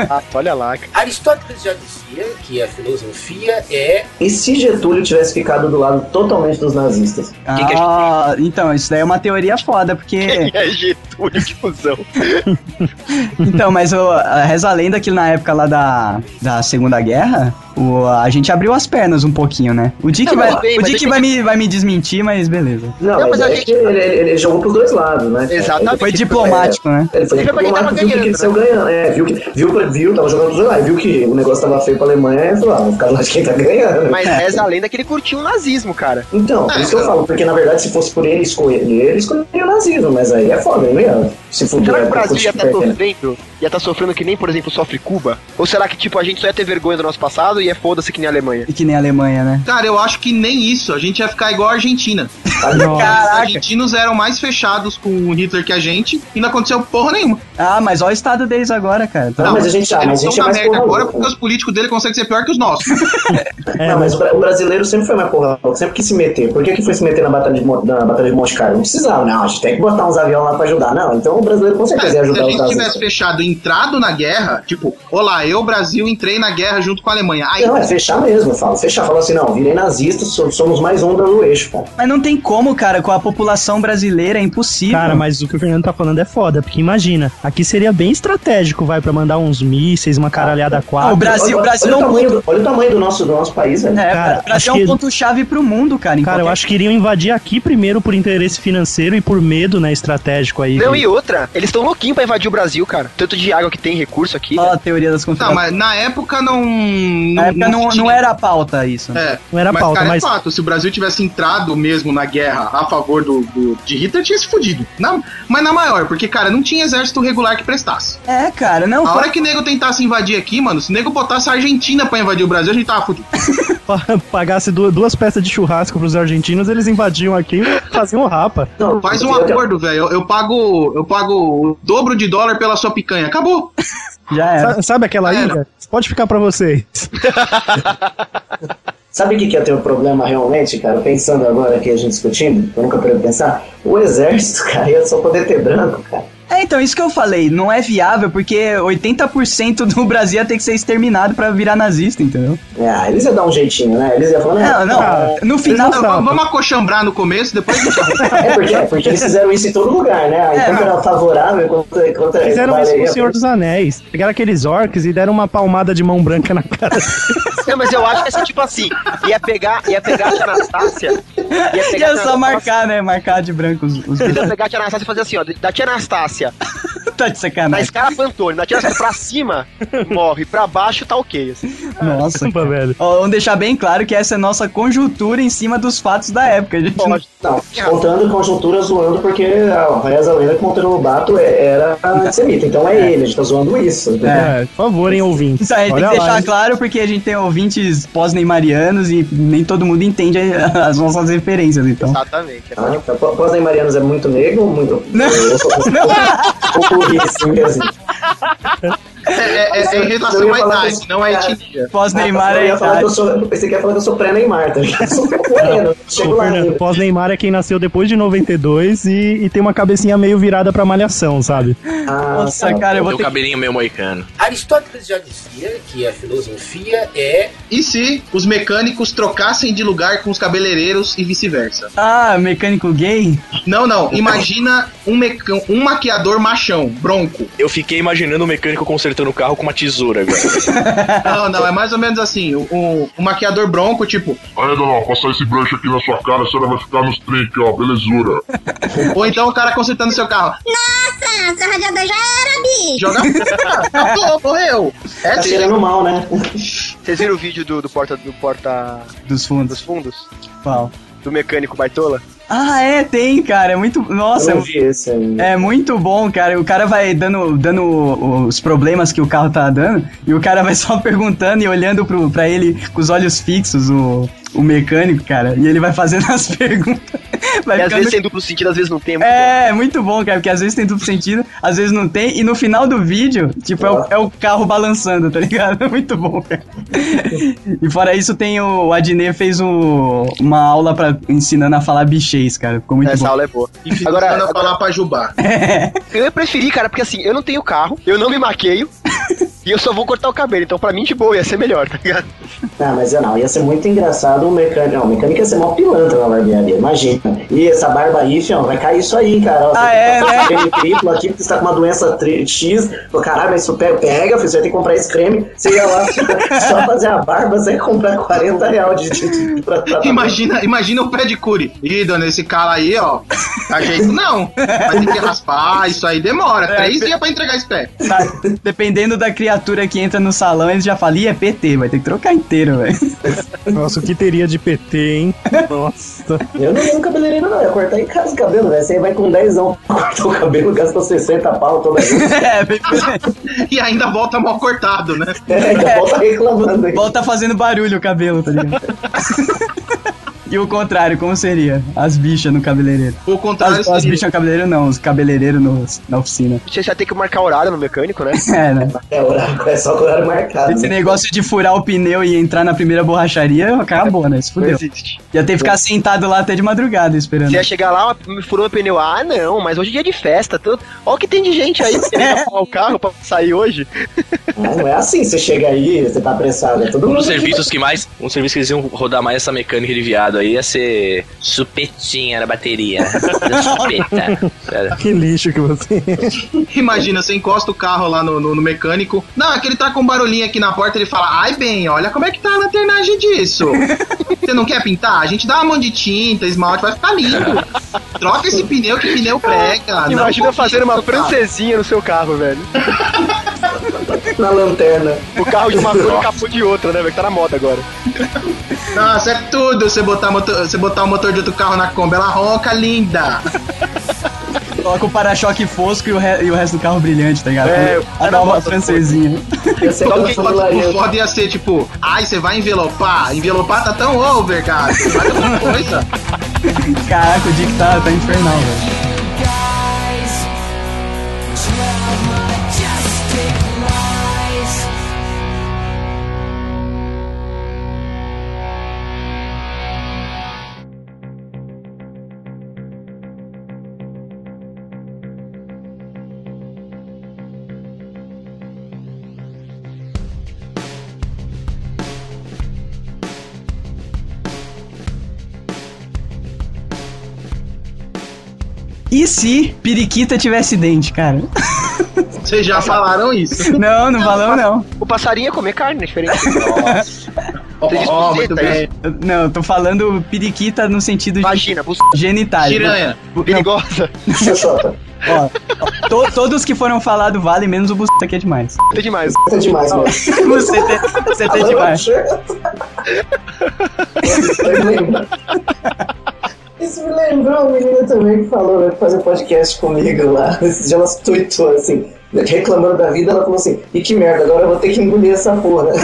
Ah, olha lá, cara.
Aristóteles já dizia que a filosofia é
E se Getúlio tivesse ficado do lado totalmente dos nazistas?
Quem que é
Ah, então, isso daí é uma teoria foda, porque.
É Getúlio de fusão.
Então, mas o, a- reza a lenda que na época lá da, da Segunda Guerra, o, a gente abriu as pernas um pouquinho, né? O Dick,
Não,
vai,
tudo bem,
o
mas
Dick
a
vai, me, vai me desmentir, mas beleza.
Não, mas,
Não, mas a
é
gente-
que ele, ele- ele jogou pros dois lados, né? cara?
Exatamente.
Foi diplomático, né?
Ele foi
Ele foi pra quem tava
diplomático, viu que
ganhando, né?
ele saiu ganhando. É, viu, que, viu, pra- viu, tava jogando pros dois lados, viu que o negócio tava feio pra Alemanha, e falou, ah, vou ficar do lado de quem tá ganhando.
Mas reza a lenda que ele curtiu o nazismo, cara.
Ah, então.
Então, por isso que eu falo, porque na verdade se fosse por ele escolher, ele escolheria o nazismo, mas aí é foda, hein, Leandro? se fuder.
Será que o
é
Brasil ia estar
futebol, né?
sofrendo? Ia estar sofrendo que nem, por exemplo, sofre Cuba? Ou será que, tipo, a gente só ia ter vergonha do nosso passado e é foda-se que nem a Alemanha?
E que nem a Alemanha, né?
Cara, eu acho que nem isso. A gente ia ficar igual a Argentina. Os
Caraca!
argentinos eram mais fechados com o Hitler que a gente e não aconteceu porra nenhuma.
Ah, mas olha o estado deles agora, cara. Tá-
Não, mas a gente- ah, mas
eles
a gente
estão
é
na
mais
merda
porra
agora
louca.
porque os políticos dele conseguem ser pior que os nossos.
É,
Tá? não, mas o bra- o brasileiro sempre foi mais porra louca, sempre quis se meter. Por que, que foi se meter na Batalha de, Mo- na batalha de Monte Carlo? Não precisava, não. A gente tem que botar uns aviões lá pra ajudar. Não, então o brasileiro com certeza ia
Cara, se
ajudar
a
os
gente tivesse
brasileiros.
fechado, entrado na guerra, tipo, olá, eu, Brasil, entrei na guerra junto com a Alemanha. Aí,
Não, é fechar mesmo, eu falo. Fechar, falou assim, não, virei nazista, so- somos mais um do eixo, cara.
Mas não tem como, cara, com a população brasileira, é impossível.
Cara, mas o que o Fernando tá falando é foda, porque imagina, aqui seria bem estratégico, vai, pra mandar uns mísseis, uma caralhada
Ah, o
quatro.
Brasil, o
olha,
Brasil
olha
é
o
um
tamanho do, olha o tamanho do nosso, do nosso país, velho.
É,
Cara,
cara, o Brasil
acho
é um
que-
ponto-chave pro mundo, cara. em
Cara, eu
qualquer-
acho que iriam invadir aqui primeiro por interesse financeiro e por medo, né, estratégico aí.
Não,
de-
e outra, eles estão louquinhos pra invadir o Brasil, cara. Tanto de água que tem, recurso aqui.
Fala a teoria das
Não,
conspirações.
Tá, mas na época não.
Na época não, não, era a pauta isso. né?
É,
Não era
mas,
pauta,
cara,
mas-
é fato, se o Brasil tivesse entrado mesmo na guerra a favor do, do- de Hitler, tinha se fudido. Na- mas na maior, porque, cara, não tinha exército regular que prestasse.
É, cara, não.
A
fora-
hora que o nego tentasse invadir aqui, mano, se o nego botasse a Argentina pra invadir o Brasil, a gente tava fudido.
pagasse du- duas peças de churrasco pros argentinos, eles invadiam aqui e faziam o rapa.
Não,
Faz
eu-
um
eu-
acordo, velho. Eu, eu pago eu pago o dobro de dólar pela sua picanha. Acabou.
Já era.
Sa- Sabe aquela
Era.
ilha? Pode ficar pra vocês.
Sabe o que, que ia ter o problema realmente, cara? Pensando agora aqui, a gente discutindo, eu nunca parei de pensar. O exército, cara, ia só poder ter branco, cara.
É, então, isso que eu falei, não é viável, porque 80% do Brasil ia ter que ser exterminado pra virar nazista, entendeu?
Ah, eles iam dar um jeitinho, né? Eles iam
É,
falar,
Não,
não,
não, no
Ah,
final...
tá,
Não, vamos vamos acochambrar no começo, depois a gente
É porque, é porque eles fizeram isso em todo lugar, né? Enquanto era favorável, enquanto, enquanto era.
É. Fizeram isso com o
valeria-
Senhor dos Anéis. Pegaram aqueles orcs e deram uma palmada de mão branca na cara.
Não, mas eu acho que assim, tipo assim, ia pegar, ia pegar a Anastácia. Ia pegar
Ia
a
só
Anastácia-
marcar, né? Marcar de branco os... os...
Ia pegar a tia Anastácia e fazer assim, ó. Da tia Anastácia,
tá de
na
sacanagem.
escala Pantone, da tia Anastácia pra cima, morre, pra baixo tá ok. Assim.
Nossa.
Caramba, velho.
Ó, vamos deixar bem claro que essa é nossa conjuntura em cima dos fatos da época. A gente não-
Não, contando conjuntura zoando, porque ah, ó, reza a lenda que Monteiro Lobato é- era antissemita. Então é ele, a gente tá zoando isso. entendeu?
É, por favor, hein, ouvintes.
Isso aí, é, tem
Olha
que
lá,
deixar
hein.
claro porque a gente tem ouvintes pós-neymarianos e nem todo mundo entende as nossas referências, então.
Exatamente.
Ah, tá. Pô- Pós aí, Marianos é muito negro, muito.
Não.
Ou por isso mesmo.
É, é, é em
Eu
relação
ia
à
falar
idade,
isso,
não é
cara.
etnia.
Pós-Neymar
eu
é
ia falar que eu
idade.
sou. Você quer falar que eu sou pré-Neymar, tá ligado? Eu sou moreno, chego
O
lá.
Fernando,
ainda.
pós-Neymar é quem nasceu depois de 92 e, e tem uma cabecinha meio virada pra malhação, sabe?
Ah,
Nossa,
tá.
cara, eu
Tem
vou
um
ter que...
cabelinho meio moicano.
Aristóteles já dizia que a filosofia é
E se os mecânicos trocassem de lugar com os cabeleireiros e vice-versa?
Ah, mecânico gay?
Não, não. Imagina um, meca- um maquiador machão, bronco.
Eu fiquei imaginando o mecânico consertando o carro com uma tesoura agora.
Não, não. É mais ou menos assim. O, o- o maquiador bronco, tipo.
Aí, Dona, passar esse brush aqui na sua cara, a senhora vai ficar nos trinques, ó, belezura.
Ou então o cara consertando seu carro.
Nossa, seu radiador já era, bicho.
Joga fora. Acabou, morreu.
Tá
É sim.
cheirando mal, né?
Vocês viram o vídeo do, do porta do porta
Dos
dos
fundos.
fundos?
Qual?
Do mecânico Baitola?
Ah, é, tem, cara. É muito. Nossa,
eu
é,
não vi esse aí.
é muito bom, cara. O cara vai dando, dando os problemas que o carro tá dando e o cara vai só perguntando e olhando pro, pra ele com os olhos fixos, o, o mecânico, cara. E ele vai fazendo as perguntas. Vai
E às vezes
ficando
tem duplo sentido, às vezes não tem. muito bom.
É, muito bom, cara, porque às vezes tem duplo sentido, às vezes não tem, e no final do vídeo, tipo, é o, é o carro balançando, tá ligado? É Muito bom, cara. E fora isso, tem o, o Adnet fez o- uma aula pra, ensinando a falar bichês, cara, ficou muito
Essa
bom.
aula é boa.
Agora,
Agora, agora- Tá.
falar pra Jubá.
eu ia preferir, cara, porque assim, eu não tenho carro, eu não me maqueio. E eu só vou cortar o cabelo, então pra mim de boa ia ser melhor, tá ligado?
Não, Ah, mas eu não, ia ser muito engraçado o mecânico. Não, o mecânico ia ser mó pilantra na barbearia, imagina. E essa barba aí, fião, vai cair isso aí, cara. Ó, você
Ah,
tá
é,
com
né?
creme triplo aqui, porque você tá com uma doença tri- X. Pô, caralho, mas isso pega, pega, filho, você vai ter que comprar esse creme. Você ia lá só fazer a barba, você ia comprar 40 reais de, de, de pra, pra-
Imagina, imagina o pé de cure. Ih, dona, esse cara aí, ó. Tá jeito não. Vai ter que raspar, isso aí demora. Três dias pra entregar esse pé.
Tá? Dependendo da criatura que entra no salão, eles já falam, "Ih, é PT, vai ter que trocar inteiro cabeleireiro, velho.
Nossa, o que teria de PT, hein? Nossa.
Eu não ia no cabeleireiro, não. Eu ia cortar em casa o cabelo, velho. Você vai com 10 anos pra cortar o cabelo, gasta 60 pau toda vez.
É,
e ainda volta mal cortado, né?
É, ainda volta reclamando aí.
Volta tá fazendo barulho o cabelo, tá ligado? E o contrário, como seria? As bichas no cabeleireiro.
O contrário
As, Tá, as
seria-
bichas no cabeleireiro não, os cabeleireiros nos- na oficina.
Você já tem que marcar horário no mecânico, né?
É, né?
É, horário, é só com horário marcado.
Esse
né?
negócio de furar o pneu e entrar na primeira borracharia acabou, né? Isso
Não
fudeu.
existe.
Já tem que ficar sentado lá até de madrugada esperando.
Você ia chegar lá, me furou o pneu. Ah, não, mas hoje é dia de festa. Tô... Olha o que tem de gente aí querendo arrumar o carro pra sair hoje.
Ah, não é assim, você chega aí, você tá apressado. É todo
Um
mundo.
dos serviços que mais. Um serviço que eles iam rodar mais essa mecânica de viado aí ia ser chupetinha na bateria. né? Chupeta. Era.
Que lixo que você.
Imagina, você encosta o carro lá no, no- no mecânico. Não, é que ele tá com um barulhinho aqui na porta, ele fala, ai bem, olha como é que tá a lanternagem disso. Você não quer pintar? A gente dá uma mão de tinta, esmalte, vai ficar lindo. Troca esse pneu que pneu prega. Não
Imagina
confia
fazer
no
uma
seu carro.
francesinha no seu carro, velho.
na lanterna.
Ah, O carro de uma cor e o capô de outra, né, velho? Que tá na moda agora.
Nossa, é tudo você botar, motor- você botar o motor de outro carro na Kombi. Ela ronca, linda.
Coloca o para-choque fosco e o, re- e o resto do carro brilhante, tá ligado?
É,
a nova francesinha.
Eu sei que
Só
eu
que
sou
o
vilarejo.
foda ia ser tipo, ai, você vai envelopar. Envelopar tá tão over, cara. Vai outra coisa.
Caraca, o Dick tá, tá infernal, velho.
guys. Drama, just take lies.
E se periquita tivesse dente, cara?
Vocês já falaram isso.
Não, não valeu, não.
O passarinho ia comer carne, né? Diferente.
Ó,
Você tá diz
ó,
buzeta,
muito bem.
isso.
Eu- Não, eu tô falando periquita no sentido de
Imagina, bus...
genitália.
Piranha.
Não,
perigosa.
Xoxota.
Ó, to- todos que foram falados valem, menos o Buceta que é demais.
Tem demais.
Tá demais, mano.
Buceta, buceta é demais.
Eu lembro. Isso me lembrou uma menina também que falou, né, que fazia podcast comigo lá. Esses dias ela tweetou assim, reclamando da vida, ela falou assim, e que merda, agora eu vou ter que engolir essa porra.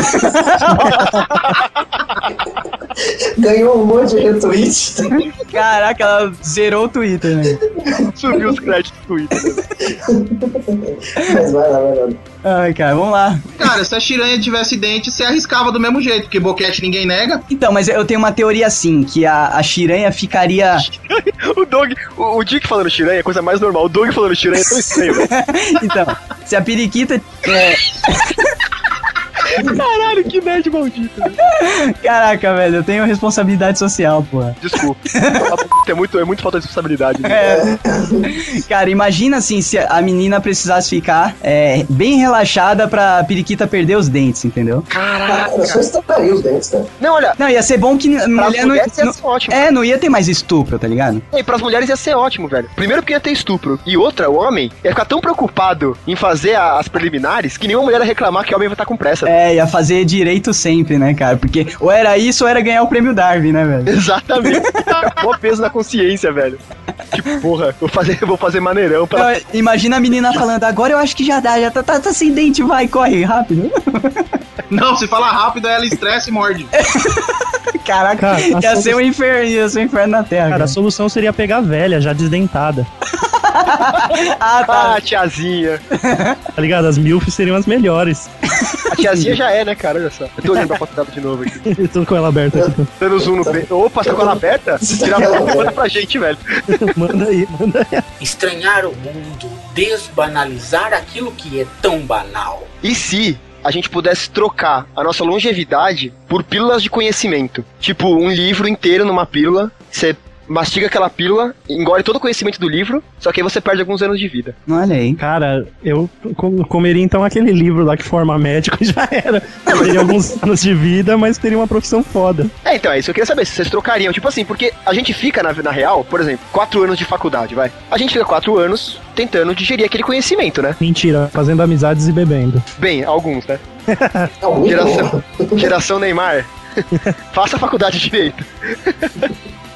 Ganhou um monte de retweet.
Caraca, ela zerou o Twitter, né?
Subiu os créditos do Twitter.
Mas vai lá, vai lá.
Ai, cara, vamos lá.
Cara, se a Chiranha tivesse dente, você arriscava do mesmo jeito, porque boquete ninguém nega.
Então, mas eu tenho uma teoria assim, que a, a Shiranha ficaria.
O Doug, o, o Dick falando Shiranha é a coisa mais normal. O Doug falando Shiranha é tão estranho, velho.
Então, se a periquita. é,
Caralho, que nerd maldito.
Caraca, velho, eu tenho responsabilidade social, porra.
Desculpa. É muito, é muito falta de responsabilidade. Né?
É. Cara, imagina assim se a menina precisasse ficar é, bem relaxada pra periquita perder os dentes, entendeu?
Cara, eu só estouraria os dentes, né? cara.
Não, olha,
Não, ia ser bom que a
para as
mulher não,
mulheres ia
não-
ser ótimo.
É, não ia ter mais estupro, tá ligado?
E pras mulheres ia ser ótimo, velho. Primeiro porque ia ter estupro. E outra, o homem ia ficar tão preocupado em fazer a- as preliminares que nenhuma mulher ia reclamar que o homem vai estar com pressa.
É, ia fazer direito sempre, né, cara? Porque ou era isso ou era ganhar o prêmio Darwin, né, velho?
Exatamente. Mó peso na consciência, velho. Tipo, porra, vou fazer, vou fazer maneirão pra.
Então, imagina a menina falando, agora eu acho que já dá, já tá, tá, tá sem dente, vai, corre, rápido.
Não, se falar rápido, ela estressa e morde.
Caraca,
Cara, a
ia
solu-
ser um inferno, ia ser um inferno na Terra.
Cara,
Cara,
a solução seria pegar a velha, já desdentada.
Ah, tá.
Ah, tiazinha.
Tá ligado? As milfs seriam as melhores.
A tiazinha já é, né, cara? Olha só. Eu tô olhando pra foto dela de novo aqui.
Eu tô com ela aberta aqui.
Dando zoom no peito. Opa, você tá com ela aberta? Tirar a foto e manda pra gente, velho.
Manda aí, manda aí.
Estranhar o mundo, desbanalizar aquilo que é tão banal.
E se a gente pudesse trocar a nossa longevidade por pílulas de conhecimento? Tipo, um livro inteiro numa pílula, você mastiga aquela pílula, engole todo o conhecimento do livro, só que aí você perde alguns anos de vida.
Olha aí.
Cara, eu co- comeria então aquele livro lá que forma médico e já era. Teria alguns anos de vida, mas teria uma profissão foda.
É, então é isso que eu queria saber, se vocês trocariam. Tipo assim, porque a gente fica, na, na real, por exemplo, quatro anos de faculdade, vai. A gente fica quatro anos tentando digerir aquele conhecimento, né?
Mentira, fazendo amizades e bebendo.
Bem, alguns, né?
É um
Geração, geração Neymar. Faça a faculdade de direito.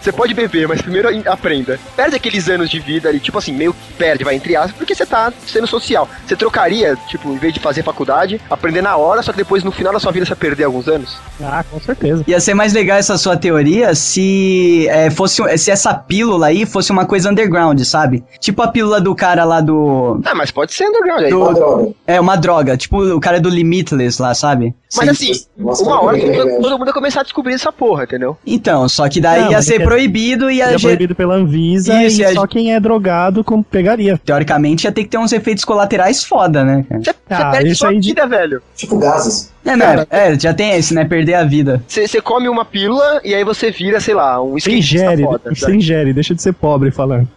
Você pode beber, mas primeiro in- aprenda. Perde aqueles anos de vida ali, tipo assim, meio que perde, vai entre aspas, porque você tá sendo social. Você trocaria, tipo, em vez de fazer faculdade, aprender na hora, só que depois no final da sua vida você perder alguns anos?
Ah, com certeza.
Ia ser mais legal essa sua teoria se é, fosse se essa pílula aí fosse uma coisa underground, sabe? Tipo a pílula do cara lá do.
Ah, mas pode ser underground aí.
do- é, uma droga. Tipo o cara do Limitless lá, sabe?
Mas
Sim.
assim, uma hora todo, todo mundo ia começar a descobrir essa porra, entendeu?
Então, só que daí
Não,
ia
mas é
ser
que-
proibido e a
Seria
gente.
é proibido pela Anvisa
Isso,
e
e a
só quem é drogado com- pegaria.
Teoricamente ia ter que ter uns efeitos colaterais foda, né? cara?
Você, você
Ah,
perde
isso
sua
aí de-
vida, velho.
Tipo gases.
É, né? É, já tem esse, né? Perder a vida.
Você, você come uma pílula e aí você vira, sei lá,
tá
um
Você
skatista
ingere,
foda.
você ingere, deixa de ser pobre falando.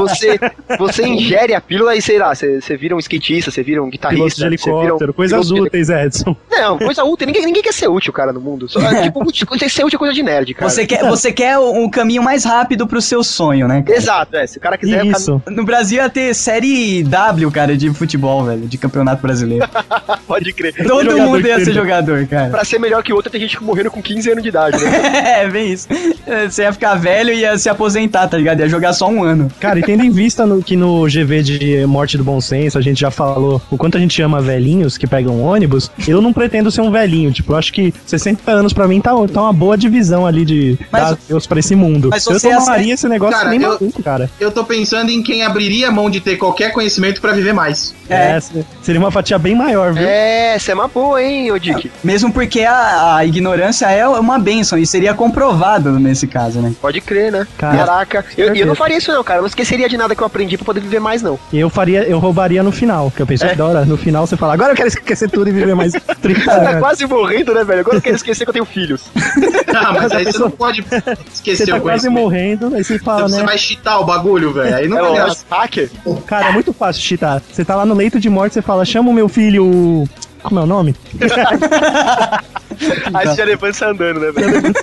Você, você ingere a pílula e sei lá, você, você vira um skatista, você vira um
Tá
Piloto de
guitarrista, você vira
helicóptero,
um.
coisas
piloto de
úteis, Edson.
Não, coisa útil. Ninguém, ninguém quer ser útil, cara, no mundo. Só, tipo, útil, tem que ser útil é coisa de nerd, cara.
Você quer, você quer o o caminho mais rápido pro seu sonho, né? cara?
Exato, é. Se o cara quiser.
um
o cara-
Isso.
No Brasil ia ter série W, cara, de futebol, velho, de campeonato brasileiro.
Pode crer.
Todo
Jogador
mundo ia
que
ser
perdeu.
jogador, cara.
Pra ser melhor que o outro, tem gente morrendo com 15 anos de idade, né?
É, bem isso. Você ia ficar velho e ia se aposentar, tá ligado? Ia jogar só um ano.
Cara, e tendo em vista no- que no GV de Morte do Bom Senso a gente já falou o quanto a gente ama velhinhos que pegam ônibus, eu não pretendo ser um velhinho. Tipo, eu acho que 60 anos pra mim tá, tá uma boa divisão ali de
Mas-
dar Deus pra esse mundo.
mas
eu
você ia
tomaria esse negócio
Cara,
nem
eu-
maluco, cara.
Eu tô pensando em quem abriria a mão de ter qualquer conhecimento pra viver mais.
É.
É, se- seria uma fatia bem maior, viu?
É, essa é uma boa, hein, ô Dick.
Mesmo porque a, a ignorância é uma benção e seria comprovado nesse caso, né?
Pode crer, né?
Cara,
Caraca. Eu, eu
certeza.
não faria isso, não, cara. Eu não esqueceria de nada que eu aprendi pra poder viver mais, não.
E eu faria, eu roubaria no final, que eu pensei, que da hora, no final você fala, agora eu quero esquecer tudo e viver mais 30
Você tá
anos.
quase morrendo, né, velho? Agora eu quero esquecer que eu tenho filhos.
Ah, mas aí você não pode
Você
esquecer
tá
o
quase
conhecimento.
morrendo, aí você fala,
Você
né?
vai chitar o bagulho, velho. Aí não
É
vai
um
graça.
hacker?
Cara, é muito fácil cheatar. Você tá lá no leito de morte, você fala, chama o meu filho. Como é o nome?
Aí você já levanta andando, né, velho?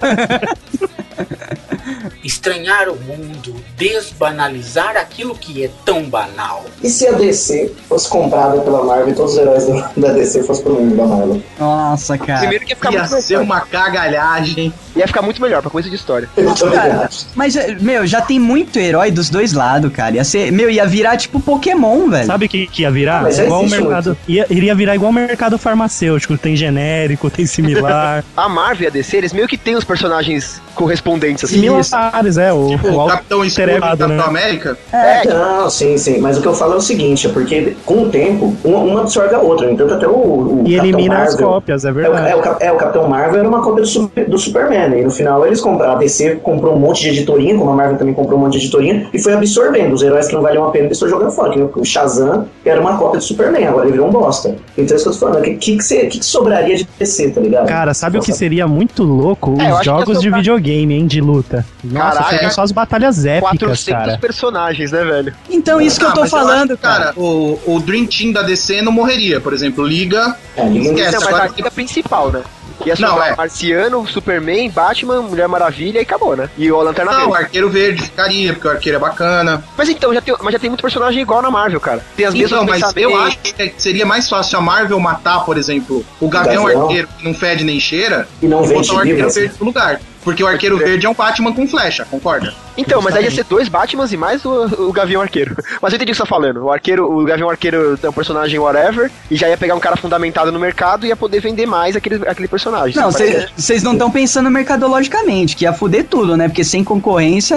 Estranhar o mundo, desbanalizar aquilo que é tão banal.
E se a DC fosse comprada pela Marvel e todos os heróis do- da DC fossem pro mundo da Marvel?
Nossa, cara.
Primeiro que ia ficar
Ia
muito
ser
melhor.
uma cagalhagem.
Ia ficar muito melhor pra coisa de história.
Eu também
Cara,
acho.
mas, meu, já tem muito herói dos dois lados, cara. Ia ser, meu, ia virar tipo Pokémon, velho.
Sabe o que, que ia virar?
Mas já
igual o
existe
mercado. Ia, iria virar igual o mercado farmacêutico. Tem genérico, tem similar.
A Marvel e a DC, eles meio que têm os personagens correspondentes, assim.
Similares, é. O,
O,
o
Tipo, Capitão
alter
Escuro do
ego do,
Capitão
né?
América.
É,
Não, sim, sim. Mas o que eu falo é o seguinte, é porque com o tempo, uma, uma absorve a outra. Então até o, o
E
Capitão
elimina as
Marvel-
cópias, é
É o, é,
verdade.
o, Cap- é, o Capitão Marvel era uma cópia do, Super- do Superman. E no final eles compraram. A DC comprou um monte de editorinha, como a Marvel também comprou um monte de editorinha, e foi absorvendo. Os heróis que não valiam a pena, eles foram jogando fora. Que nem O Shazam era uma cópia do Superman, agora ele virou um bosta. Então é isso que eu tô falando. O que, que, que, cê- que que sobraria de DC, tá ligado?
Cara, sabe o que seria muito louco?
É, eu acho
Os
que ia é
jogos de
sobrar-
videogame, hein, de luta. Nossa,
Caraca.
seriam só as batalhas épicas,
400
cara.
personagens, né, velho?
Então, isso que
Ah,
eu tô
mas acho
falando,
que,
cara.
o, o Dream Team da DC não morreria. Por exemplo, Liga.
É, ninguém-
Esquece.
não, mas
agora-
a liga principal, né? Ia
Não,
sobrar
é.
Marciano, Superman, Batman, Mulher Maravilha e acabou, né? E o Lanterna
Não, o
Verde.
Arqueiro Verde ficaria, porque o Arqueiro é bacana.
Mas então, já tem, mas já tem muito personagem igual na Marvel, cara. Tem as mesmas
Então, mas eu
pensamentos.
acho que seria mais fácil a Marvel matar, por exemplo, o Gavião
Gavião.
Arqueiro, que não fede nem cheira,
E não
e
vende assim.
botar um o Arqueiro
livros.
Verde no lugar. Porque o Arqueiro
crer.
Verde é um Batman com flecha, concorda?
Então, mas aí ia ser dois Batmans e mais o, o Gavião Arqueiro. Mas eu entendi o que você tá falando. O arqueiro, o Gavião Arqueiro é um personagem whatever, e já ia pegar um cara fundamentado no mercado e ia poder vender mais aquele, aquele personagem.
Não,
Parece-
vocês não estão pensando mercadologicamente, que ia fuder tudo, né? Porque sem concorrência,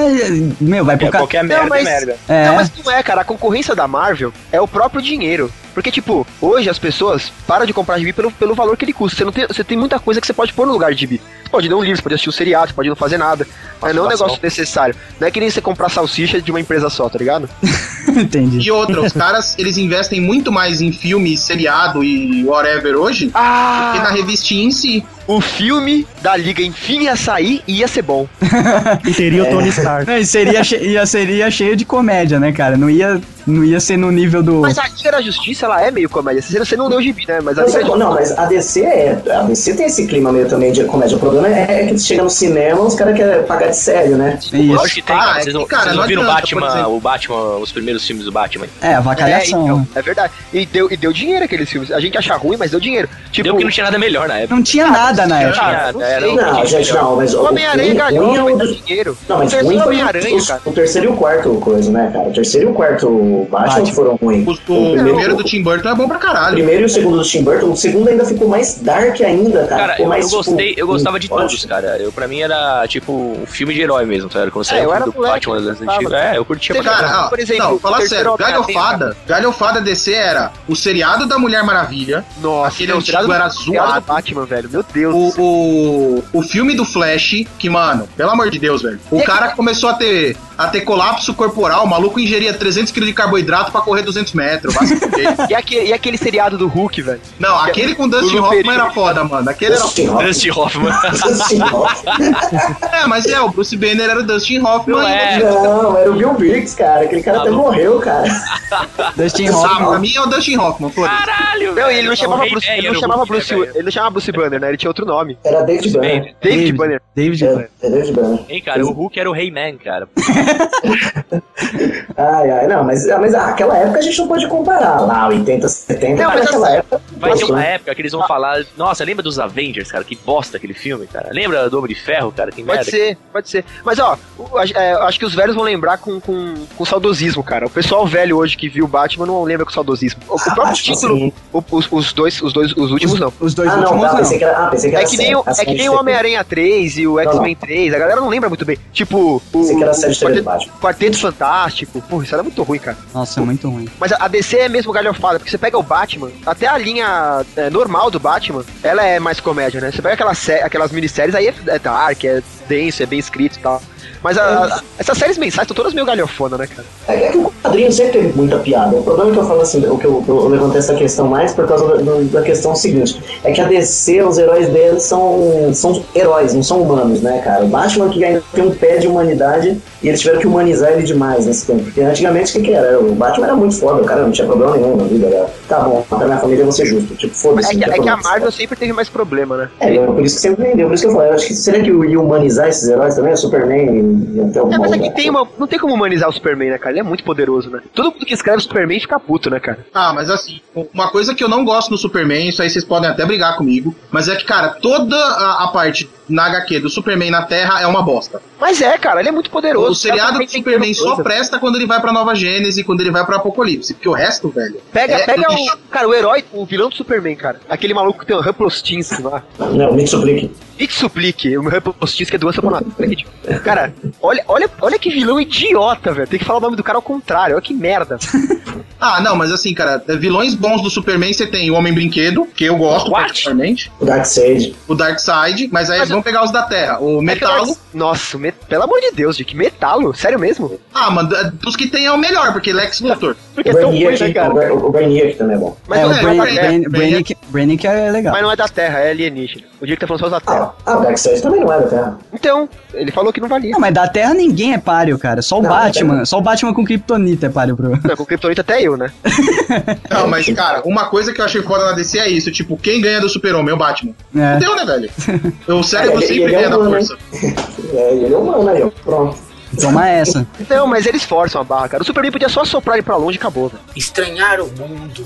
meu, vai pro
É,
ca-
qualquer
Não,
merda é
mas-
merda.
É,
Não, mas não é, cara. A concorrência da Marvel é o próprio dinheiro. Porque, tipo, hoje as pessoas param de comprar gibi pelo, pelo valor que ele custa. Você, não tem, você tem muita coisa que você pode pôr no lugar de gibi. Você pode ler um livro, você pode assistir um seriado, você pode não fazer nada. Mas não é um negócio necessário. Não é que nem você comprar salsicha de uma empresa só, tá ligado?
entendi.
E outra, os caras, eles investem muito mais em filme, seriado e whatever hoje
Ah!
que na revistinha em si.
o filme da Liga enfim ia sair e ia ser bom.
E teria
É.
o Tony Stark.
Não, e seria, che- ia- seria cheio de comédia, né, cara? Não ia, não ia ser no nível do.
Mas a Liga da Justiça, ela é meio comédia. Você você não leu o gibi, né? Mas a
Não,
Liga
sabe
da
qual-
Justiça...
não, mas a DC é. A DC tem esse clima meio também de comédia. O problema é que eles chegam no cinema, os caras querem pagar de sério, né?
Lógico que tem,
Ah,
cara.
é
Vocês
que,
não,
cara,
vocês não
não
viram o
adianta, por
Batman,
exemplo.
o Batman, os primeiros filmes do Batman.
É, avacalhação.
É, então, é verdade. E deu, e deu dinheiro aqueles filmes. A gente acha ruim, mas deu dinheiro. Tipo,
Deu que não tinha nada melhor na época.
Não tinha nada na
Não
época.
tinha nada, era um
Não,
pouquinho
gente,
melhor.
não, mas o-
O Homem-Aranha
o-
ganhou,
o-
mas deu dinheiro.
Não,
o
mas
terceiro
ruim foi
Homem-Aranha,
os,
cara.
o terceiro e o quarto coisa, né, cara? O terceiro e o quarto Batman,
Batman.
foram ruins.
O, o primeiro do Tim Burton é bom pra
O
caralho.
primeiro e o segundo do Tim Burton, o segundo ainda ficou mais dark ainda, cara.
Cara,
ficou
eu,
mais,
eu gostei,
Ah, tipo,
eu gostava de
ótimo.
todos, cara. Eu, pra mim era tipo um filme de herói mesmo, tá? ligado? Quando saiu
eu
o
era
filme do
moleque,
Batman das
eu gostava.
antigas. É, eu curtia pra
Teve-
caralho.
Cara, ó,
Por exemplo,
não,
o
falar
terceiro
sério,
Homem-Aranha,
galhofada, galhofada DC era o seriado da Mulher Maravilha,
Nossa,
Aquele
não,
antigo
tirado do-
era
tirado
zoado.
do Batman, velho. Meu Deus.
o, o, o filme do Flash, que, mano, pelo amor de Deus, velho.
é
O cara começou a ter, a ter colapso corporal, o maluco ingeria 300 kg de carboidrato pra correr 200 metros. vai se fuder.
E, aquele, e aquele seriado do Hulk, velho.
Não, aquele com Dustin
O
Hoffman
Wolverine.
era foda, mano. Aquele era
Dustin Hoffman.
Dustin Hoffman.
Dustin Hoffman.
É, mas é, o Bruce Banner era o Dustin Hoffman.
Não é.
Não, era o Bill Briggs, cara. Aquele cara até
Tá bom.
morreu, cara.
Dustin
Ah, pra
Hoffman.
mim é o Dustin Hoffman, foda
Caralho,
Não, e ele não chamava
Rei
Bruce,
Banner
ele
no
não chamava
Hulk,
Bruce,
né, velho?
ele não chamava Bruce Banner, né? Ele tinha outro nome.
Era David Banner.
David Banner.
David
Era, era David Banner.
Hein, cara, o Hulk era o Rei Man, cara.
Ai, ai, não, mas, ah, mas ah, aquela época a gente não pode comparar. Lá, 80, 70,
Não,
cara,
mas assim,
naquela época.
Vai ter
nossa,
uma época que eles vão falar, nossa, lembra dos Avengers, cara? Que bosta aquele filme, cara. Lembra do Homem de Ferro, cara? Que merda.
Pode ser, pode ser. Mas ó, o- a- é, acho que os velhos vão lembrar com, com, com saudosismo, cara. O pessoal velho hoje que viu Batman não lembra com saudosismo. O, o próprio
Ah, acho que
título,
sim.
o- os, os dois, os dois, os últimos tipo, não.
Os dois
Ah, não,
últimos
tá,
não.
pensei que era. Ah, pensei que
É
era tipo,
que
série,
nem, o-
a
é que
série
nem
de
o Homem-Aranha 3 e o
não.
X-Men 3, a galera não lembra muito bem. Tipo, o,
Pensei que era a série de TV do
Quarteto,
Batman.
Quarteto Fantástico. Porra, isso era muito ruim, cara.
Nossa, é muito ruim.
Mas a a DC é mesmo galhofada, porque você pega o Batman, até a linha é, normal do Batman, ela é mais comédia, né? Você pega aquelas, sé- aquelas minisséries, aí é, é dark, é denso, é bem escrito e tal. Mas
É
a- a- essas séries mensais estão todas meio galhofona, né, cara?
É, é que o quadrinho sempre teve muita piada. O problema é que eu falo assim, o que eu, eu levantei essa questão mais por causa da, do- da questão seguinte: é que a DC, os heróis deles são, são heróis, não são humanos, né, cara? O Batman que ainda tem um pé de humanidade e eles tiveram que humanizar ele demais nesse tempo. Porque antigamente o que, que era? O Batman era muito foda, o cara não tinha problema nenhum na vida, era, Tá bom, pra minha família eu vou ser justo. Tipo, foda-se.
É
não
que,
tem
é que a
problema.
Marvel sempre teve mais problema, né?
É, eu- por isso que sempre vendeu, por isso que eu falei, eu acho que será que ia humanizar esses heróis também? O Superman e até o
É, mas aqui tem uma. Não tem como humanizar o Superman, né, cara? Ele é muito poderoso, né? Todo mundo que escreve Superman fica puto, né, cara?
Ah, mas assim, uma coisa que eu não gosto no Superman, isso aí vocês podem até brigar comigo, mas é que, cara, toda a, a parte na HQ do Superman na Terra é uma bosta.
Mas é, cara, ele é muito poderoso.
O seriado do
Tem que ter
Superman só
coisa.
presta quando ele vai pra Nova Gênese, quando ele vai pra Apocalipse, porque o resto, velho.
Pega,
é
pega
lixo.
o. Cara, o herói, o vilão do Superman, cara. Aquele maluco que tem o Ramprostinsky lá.
Não, me suplique.
E te suplique, o meu repostismo é doença por Cara, olha, olha, olha que vilão idiota, velho. Tem que falar o nome do cara ao contrário, olha que merda.
Ah, não, mas assim, cara, vilões bons do Superman você tem o Homem Brinquedo, que eu gosto
What?
particularmente,
O Darkseid.
o Darkseid, mas aí
Mas é
vamos pegar os da Terra, o
Metalo.
Metalo.
Nossa, me- pelo amor de Deus, Dick, metalo? Sério mesmo?
Ah, mano, dos que tem é o melhor, porque Lex Luthor.
Porque
O
é tão ruim,
Brainiac,
né,
o
cara?
Bra- o Brainiac também é bom.
Mas,
é,
não
o
é,
Bran-
da
Brain-
Terra,
Bran- Brannick- Brannick é legal.
mas não é da Terra, é alienígena. O Dick tá falando só da Terra.
Ah, ah, o Darkseid também não é da Terra.
Então, ele falou que não valia.
Não, mas da Terra ninguém é páreo, cara. Só o
Não,
Batman. Só o Batman com Kryptonita é páreo pro.
Não, com o Kryptonita até eu, né? É.
Não, mas, cara, uma coisa que eu achei foda na DC é isso, tipo, quem ganha do Super-Homem é o Batman.
É.
Fudeu, né, velho? O cérebro
É, ele-
sempre
ele é
um
ganha na
humano,
né?
força.
É, ele é humano aí, ó. Pronto.
Toma essa.
Não, Então, mas eles forçam a barra, cara. O Superman podia só soprar ele pra longe e acabou, velho.
Estranhar o mundo,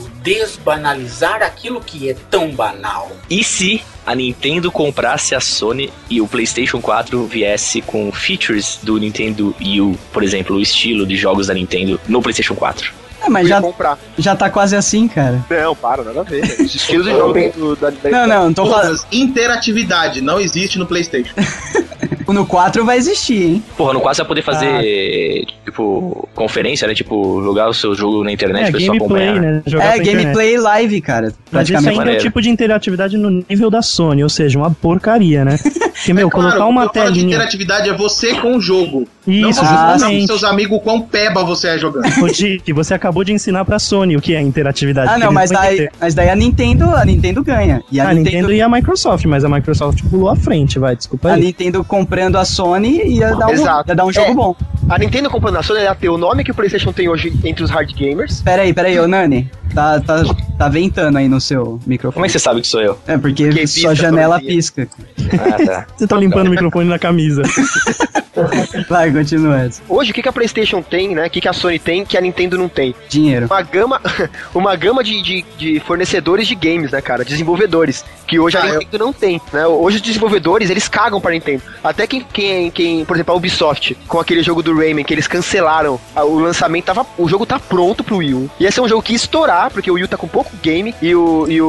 desbanalizar aquilo que é tão banal.
E se a Nintendo comprasse a Sony e o PlayStation 4 viesse com features do Nintendo U, por exemplo, o estilo de jogos da Nintendo no PlayStation 4?
É, mas
Podia
já,
comprar.
já tá quase assim, cara.
Não, para, nada a ver. velho. Os estilos de jogos do, da,
Não,
da-
não, não
então
tô falando.
Todas, interatividade não existe no PlayStation.
No 4 vai existir, hein?
Porra, no 4 você vai poder fazer,
Ah.
tipo, conferência, né? Tipo, jogar o seu jogo na internet,
É,
o pessoal
gameplay,
acompanhar.
né? Jogar
É,
pra internet.
gameplay live, cara.
Mas isso
Praticamente.
ainda é o
Maneiro.
tipo de interatividade no nível da Sony, ou seja, uma porcaria, né? Porque, meu,
É
É Claro,
colocar uma
eu falo de
telinha.
interatividade é você com o jogo.
Isso,
não mostra pros
justamente.
seus amigos o quão peba você é jogando.
Ô, Dick, você acabou de ensinar pra Sony o que é interatividade.
Ah,
porque
não, mas
eles vão
daí,
entender.
mas daí a Nintendo, a Nintendo ganha. E
a,
a,
Ah, Nintendo...
Nintendo,
e a Microsoft, mas a Microsoft pulou à frente, vai, desculpa
a
aí.
Nintendo comprando a Sony ia dar um, ia dar um jogo
É,
bom.
A Nintendo comprando a Sony, ela tem o nome que o PlayStation tem hoje entre os hard gamers.
Peraí, peraí, ô Nani, tá, tá, tá ventando aí no seu microfone.
Como é que você sabe que sou eu?
É, porque
Porque
sua
pisca,
janela
sobrevinha.
pisca.
Ah, tá.
Você tá limpando o microfone na camisa.
Vai, continua. Edson.
Hoje, o que, que a PlayStation tem, né? O que, que a Sony tem que a Nintendo não tem?
Dinheiro.
Uma gama, uma gama de, de, de fornecedores de games, né, cara? Desenvolvedores. Que hoje a
Ah, eu-
Nintendo não tem, né? Hoje os desenvolvedores, eles cagam pra Nintendo. Até quem, quem, quem, por exemplo, a Ubisoft, com aquele jogo do Rayman, que eles cancelaram a- o lançamento, tava, o jogo tá pronto pro Wii U. E esse é um jogo que ia estourar, porque o Wii U tá com pouco game. E o, e o,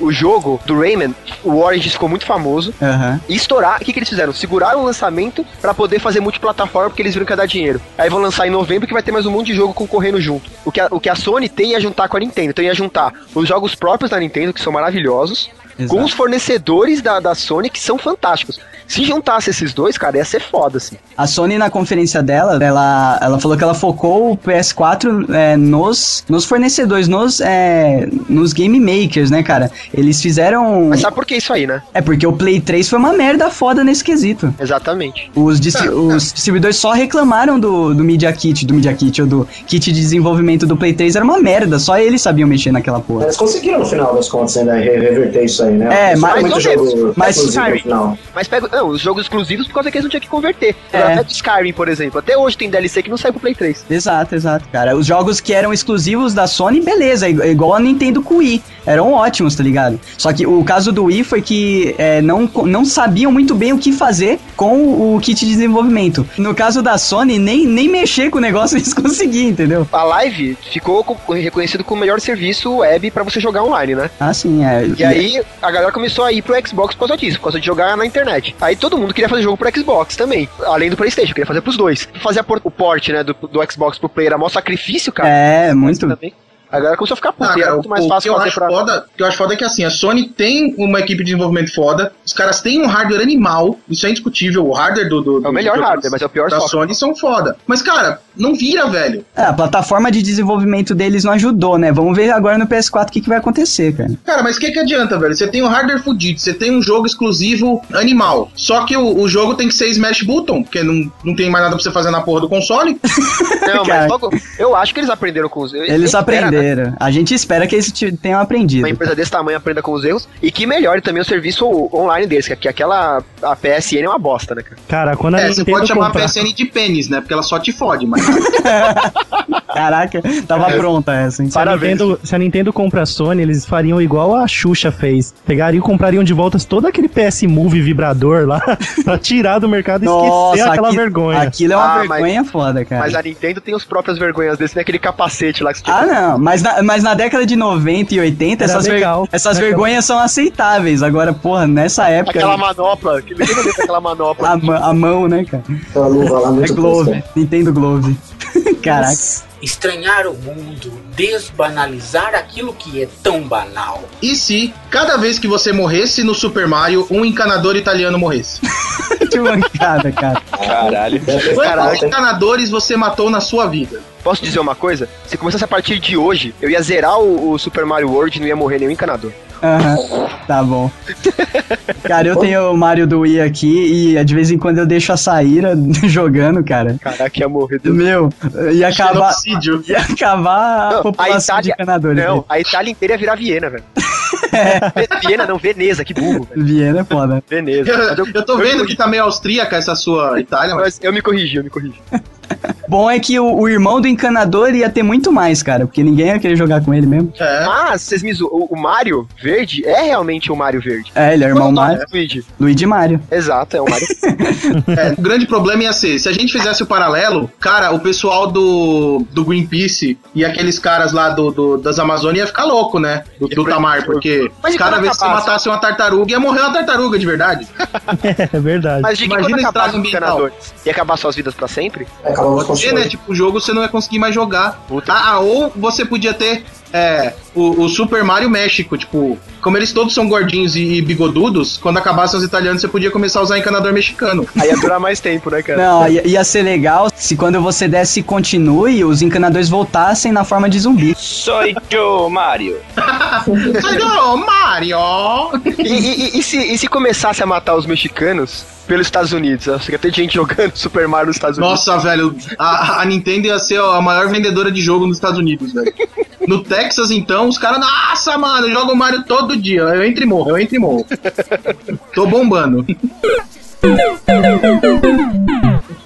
o, o jogo do Rayman, o Origins ficou muito famoso.
Aham.
E estourar, o que, que eles fizeram? Seguraram o lançamento pra poder fazer multiplataforma, porque eles viram que ia dar dinheiro. Aí vão lançar em novembro que vai ter mais um monte de jogo concorrendo junto. O que a, o que a Sony tem é juntar com a Nintendo. Então ia juntar os jogos próprios da Nintendo, que são maravilhosos,
Exato.
com os fornecedores da, da Sony, que são fantásticos. Se juntasse esses dois, cara, ia ser foda, assim.
A Sony, na conferência dela, ela, ela falou que ela focou o PS4 é, nos, nos fornecedores, nos, é, nos game makers, né, cara? Eles fizeram.
Mas sabe por que isso aí, né?
É porque o Play 3 foi uma merda foda nesse quesito.
Exatamente. Ah,
Os, distri- os distribuidores só reclamaram do, do Media Kit, do Media Kit ou do kit de desenvolvimento do Play 3, era uma merda, só eles sabiam mexer naquela porra.
Eles conseguiram no final das contas ainda re- reverter isso aí, né?
É, mas-
muito
mas-
jogo
mas-
exclusivo no
mas-
final.
Mas pega não, os jogos exclusivos por causa que eles não tinham que converter.
É.
Até do Skyrim, por exemplo. Até hoje tem DLC que não sai pro Play 3.
Exato, exato, cara. Os jogos que eram exclusivos da Sony, beleza, i- igual a Nintendo com o Wii. Eram ótimos, tá ligado? Só que o caso do Wii foi que é, não, co- não sabiam muito bem o que fazer com o kit de desenvolvimento. No caso da Sony, nem, nem mexer com o negócio eles conseguiam, entendeu?
A Live ficou co- reconhecido como o melhor serviço web pra você jogar online, né?
Assim, é.
E aí a galera começou a ir pro Xbox por causa disso, por causa de jogar na internet. Aí todo mundo queria fazer jogo pro Xbox também, além do PlayStation, queria fazer pros dois. Fazer a por- o port, né, do, do Xbox pro player era mó sacrifício, cara.
É, muito.
Também. A galera começou a ficar puta,
Ah,
e era
cara,
é muito
o,
mais
o que
fácil
eu
fazer
acho
pra.
foda, o que eu acho foda é que assim, a Sony tem uma equipe de desenvolvimento foda, os caras têm um hardware animal, isso é indiscutível, o hardware do, do-
É o melhor
do-
hardware, mas é o pior
da
software.
Sony são foda. Mas cara, não vira, velho.
É, a plataforma de desenvolvimento deles não ajudou, né? Vamos ver agora no PS4 o que, que vai acontecer, cara.
Cara, mas o que que adianta, velho? Você tem um hardware fudido, você tem um jogo exclusivo animal. Só que o, o jogo tem que ser smash button, porque não, não tem mais nada pra você fazer na porra do console.
Não,
Cara.
mas logo, eu acho que eles aprenderam com os
Eles
espera, né?
aprenderam. A gente espera que eles te- tenham aprendido.
Uma empresa desse tamanho aprenda com os erros e que melhore também o serviço online deles, que aquela a PSN é uma bosta, né, cara?
Cara, quando a
É, você
Nintendo
pode chamar
comprar...
a PSN de pênis, né? Porque ela só te fode, mas.
Caraca, tava
É.
pronta essa, hein?
Se a, Nintendo, se a Nintendo compra a Sony, eles fariam igual a Xuxa fez. Pegariam e comprariam de volta todo aquele PS Move vibrador lá pra tirar do mercado e esquecer aquela
aqui-
vergonha.
Aquilo é uma
Ah, mas-
vergonha foda, cara.
Mas a Nintendo tem as próprias vergonhas desse, né? Aquele capacete lá que você
Ah, não, mas na, mas na década de 90 e 80,
Era
essas, ver-
legal.
essas
Legal.
vergonhas são aceitáveis. Agora, porra, nessa época.
Aquela manopla, que ninguém lembra daquela manopla.
A, ma- a mão, né, cara?
Aquela luva lá
É
muito
Glove.
tosca.
Nintendo Glove. Caraca.
é Estranhar o mundo, desbanalizar aquilo que é tão banal.
E se cada vez que você morresse no Super Mario, um encanador italiano morresse?
Que mancada, cara.
Caralho.
Deve ter
Quantos
ficado, hein?
encanadores você matou na sua vida?
Posso dizer uma coisa? Se começasse a partir de hoje, eu ia zerar o, o Super Mario World e não ia morrer nenhum encanador.
Aham, tá bom. Cara, eu tenho o Mario do Wii aqui e de vez em quando eu deixo a Saíra jogando, cara.
Caraca, ia morrer. do-
Meu, ia acabar,
Genocídio.
ia acabar a
Não,
população
a Itália-
de encanadores. né?
Não, a Itália inteira ia virar Viena, velho. Viena não, Veneza, que burro, velho.
velho. Viena é foda.
Veneza.
Eu,
Mas
eu tô
me
vendo que
corrigi,
tá meio austríaca essa sua Itália, mas
mas eu me corrigi, eu me corrigi.
Bom é que o, o irmão do encanador ia ter muito mais, cara, porque ninguém ia querer jogar com ele mesmo.
é.
Mas, vocês me zoam, o, o Mario verde é realmente o Mario verde.
É, ele é o irmão
Qual o nome
Mario,
do Luigi.
Luigi Mario.
Exato, é o Mario.
É, o grande problema ia ser, se a gente fizesse o paralelo, cara, o pessoal do, do Greenpeace e aqueles caras lá do, do- das Amazônias ia ficar louco, né? Do, do Tamar, porque
Mas e
cada
quando
vez que você
acabasse?
matasse uma tartaruga, ia morrer uma tartaruga de verdade.
É verdade.
Mas de que
Imagina
quando
o
acabar
estrago
os
ambiental.
encanadores e acabar suas vidas pra sempre?
Acabamos de
Você, né?
construir.
Tipo, o jogo você não ia conseguir mais jogar. Ah, ah, ou você podia ter É, o, o Super Mario México, tipo, como eles todos são gordinhos e, e bigodudos, quando acabassem os italianos, você podia começar a usar encanador mexicano.
Aí ia durar mais tempo, né, cara?
Não, ia, ia ser legal se quando você desse continue, os encanadores voltassem na forma de zumbi.
Sou eu, Mario.
Não, Mario!
E, e- e- e se, e se começasse a matar os mexicanos pelos Estados Unidos? Você ia ter gente jogando Super Mario nos Estados Unidos.
Nossa, velho, a, a Nintendo ia ser a maior vendedora de jogo nos Estados Unidos, velho. No Texas, então, os caras, nossa, mano, eu jogo Mario todo dia. Eu entro e morro, eu entro e morro. Tô bombando.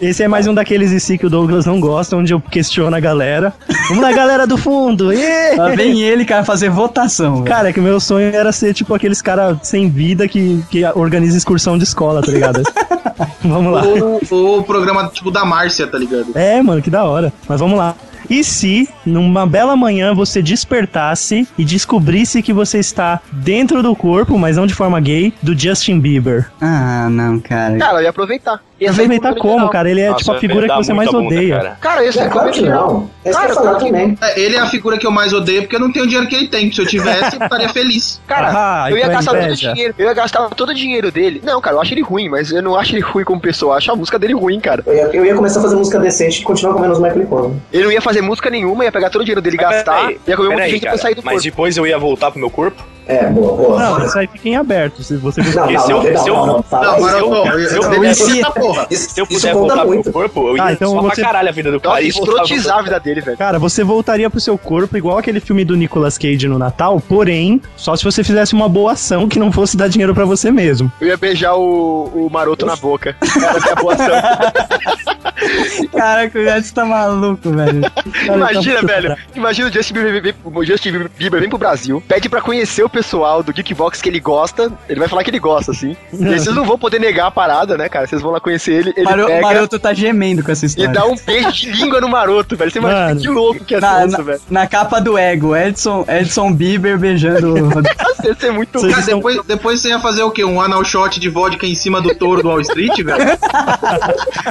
Esse é mais um daqueles IC que o Douglas não gosta, onde eu questiono a galera. Vamos lá, galera do fundo! Ê!
Lá vem ele, cara, fazer votação. velho.
Cara, é que meu sonho era ser tipo aqueles caras sem vida que, que organiza excursão de escola, tá ligado? Vamos lá.
Ou, ou o programa, tipo, da Márcia, tá ligado?
É, mano, que da hora. Mas vamos lá. E se, numa bela manhã, você despertasse e descobrisse que você está dentro do corpo, mas não de forma gay, do Justin Bieber?
Ah, não, cara.
Cara, eu ia aproveitar. Ia sair
Aproveitar
tudo
como,
legal.
cara? Ele é
Nossa,
tipo a
vai
figura que
dar
você
muita
mais
bunda,
odeia.
cara.
Cara, esse
É, claro que não. É isso que eu ia
tá
falar também.
É, Ele é a figura que eu mais odeio porque eu não tenho o dinheiro que ele tem. Se eu tivesse, eu estaria feliz.
Cara,
Ah,
eu ia
então é
gastar todo o
inveja.
dinheiro. Eu ia gastar todo o dinheiro dele. Não, cara, eu acho ele ruim, mas eu não acho ele ruim como pessoa. Eu acho a música dele ruim, cara.
Eu ia, eu ia começar a fazer música decente e continuar comendo os Michael Corn.
Ele não ia fazer música nenhuma, ia pegar todo o dinheiro dele e
Mas
gastar.
peraí,
ia comer um monte de
peraí,
gente pra
cara,
sair do
Mas
corpo.
depois eu ia voltar pro meu corpo?
É, boa, boa.
Não, isso aí fica em aberto. Se você
Não,
esse é
não,
o- esse é o-
não, não, fala
Não,
isso.
agora eu tô.
eu-
Eu, eu,
eu-
eu, essa porra.
Isso,
Se eu
isso
puder
conta
voltar pro
muito.
meu corpo, eu ia
Ah, então
só
você-
pra caralho a vida do
Nossa,
cara. e voltava-
escrotizar a vida dele, velho.
Cara, você voltaria pro seu corpo igual aquele filme do Nicolas Cage no Natal, porém, só se você fizesse uma boa ação que não fosse dar dinheiro pra você mesmo.
Eu ia beijar o, o maroto na boca. Cara, que boa ação.
Caraca, o Edson tá maluco, velho.
Cara,
Imagina,
então-
velho. Imagina o Justin Bieber, vem- o Justin Bieber vem pro Brasil, pede pra conhecer o pessoal do Geekbox que ele gosta. Ele vai falar que ele gosta, assim. E aí vocês não vão poder negar a parada, né, cara? Vocês vão lá conhecer ele, ele
Maru-
pega
Maroto tá gemendo com essa
e
história.
dá um beijo de língua no maroto, velho. Você imagina
então, Mano.
que louco que é
Na,
isso,
na-
velho.
na capa do ego, Edson, Edson Bieber beijando. o-
Nossa, Isso é muito
Cara, depois, depois você ia fazer o quê? Um anal shot de vodka em cima do touro do Wall Street, velho?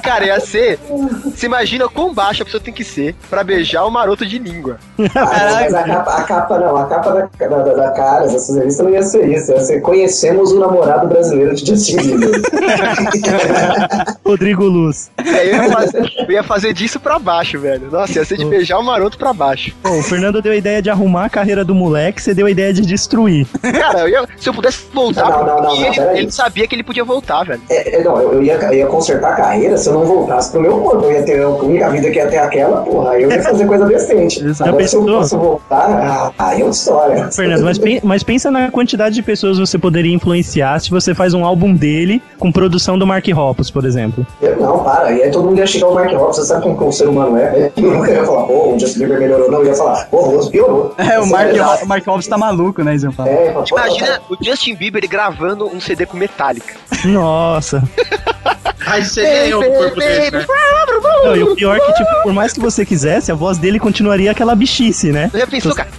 Cara, ia ser. Você imagina quão baixa a pessoa tem que ser pra beijar o maroto de língua.
Ah, mas a capa, a capa não, a capa da, da, da, da Caras, essa revista não ia ser isso. Ia ser Conhecemos o namorado brasileiro de Justin Bieber.
Rodrigo Luz.
É, eu, ia fazer, eu ia fazer disso pra baixo, velho. Nossa, ia ser de beijar o maroto pra baixo.
Pô, o Fernando deu a ideia de arrumar a carreira do moleque, você deu a ideia de destruir.
Cara, eu ia- se eu pudesse voltar,
Não, não, não, não,
ele,
peraí.
ele sabia que ele podia voltar, velho.
É, é, não, eu, eu ia, eu ia consertar a carreira se eu não voltasse pro meu corpo. Eu ia ter a única vida que ia ter aquela, porra. aí Eu ia fazer coisa decente.
Exato.
Agora, se eu
pensou?
posso voltar, ah, aí é outra história.
Fernando, mas, pen- mas pensa na quantidade de pessoas você poderia influenciar se você faz um álbum dele com produção do Mark Hoppus, por exemplo.
Eu- Não, para. E aí todo mundo ia chegar ao Mark Hoppus. Você sabe como que um ser humano é? Eu nunca ia falar, pô, o Justin Bieber melhorou. Não, eu ia falar, pô, o Rose piorou.
É, o
Essa
Mark,
a verdade.
o Mark Hobbs tá maluco, né, Zé Paulo?
É, pô,
Imagina o Justin Bieber ele gravando um CD com Metallica.
Nossa.
Aí você
É,
ganhou o corpo dele, né?
Não, e o pior é que, tipo, por mais que você quisesse, a voz dele continuaria aquela bichice, né?
Já pensou, cara?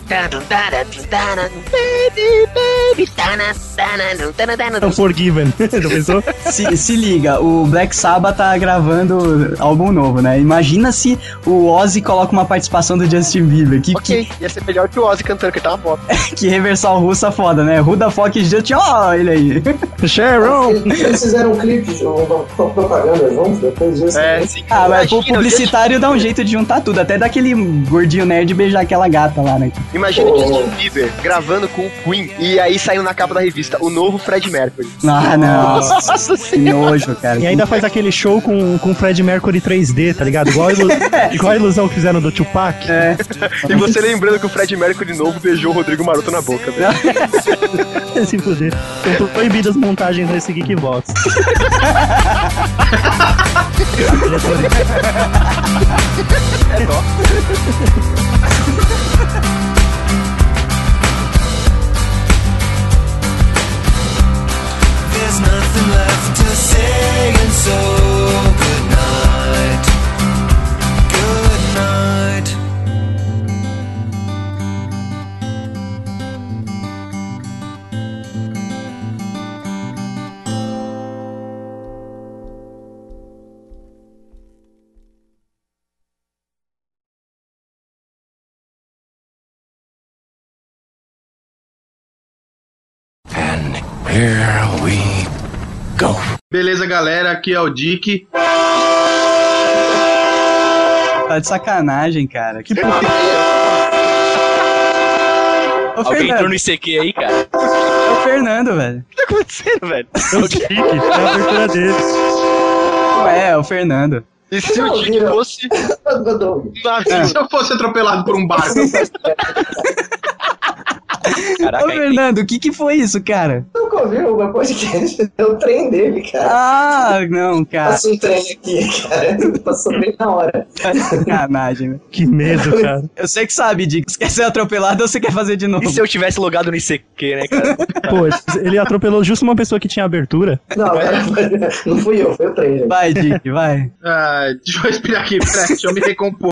Unforgiven. É um Já pensou?
Se, se liga, o Black Sabbath tá gravando álbum novo, né? Imagina se o Ozzy coloca uma participação do Justin Bieber. Que,
Ok, ia ser melhor que o Ozzy cantando, que ele tava bota.
que, que reversal russa foda, né? Ruda Fox e Justin. Ó, ele aí.
Sharon!
"Tá, Eles eles fizeram um clipe, uma uma propaganda juntos, depois disso.
sim.
Ah, mas pro
Imagina o Justin-
publicitário dá um jeito de juntar tudo. Até daquele gordinho nerd beijar aquela gata lá, né?
Imagina o Justin Bieber gravando com o Queen e aí saindo na capa da revista o novo Fred Mercury.
Ah, não.
Nossa
Que nojo, cara.
E ainda faz aquele show com, com o Fred Mercury 3D, tá ligado? Igual a, ilu- igual a ilusão que fizeram do Tupac.
É.
E você lembrando que o Fred Mercury novo beijou o Rodrigo Maroto na boca, velho.
Se fuder. Então, proibidas as montagens nesse Geekbox.
There's nothing left to say, and so good night. Good night.
Here we go. Beleza, galera, aqui é o Dick.
Tá de sacanagem, cara. Que porra. Ô,
Alguém
Fernando.
entrou no ICQ aí, cara?
É o Fernando, velho.
O que tá acontecendo, velho?
É o Dick,
né?
é a abertura dele. Ué, é o Fernando.
E se o Dick fosse.
Se eu fosse atropelado por um barco.
Tá
Ô,
É
Fernando, o que que foi isso, cara?
Nunca ouviu o meu podcast? É o trem dele, cara.
Ah, não, cara.
Passou um trem aqui, cara. Passou bem na hora.
Tá de sacanagem, velho.
Que medo, cara.
Eu sei que sabe, Dick. Se quer ser atropelado ou você quer fazer de novo?
E se eu tivesse logado no ICQ, né, cara?
Pô, ele atropelou justo uma pessoa que tinha abertura.
Não, cara, não fui eu, foi o trem, gente.
Vai, Dick, vai.
Ah, deixa eu respirar aqui, peraí, deixa eu me recompor.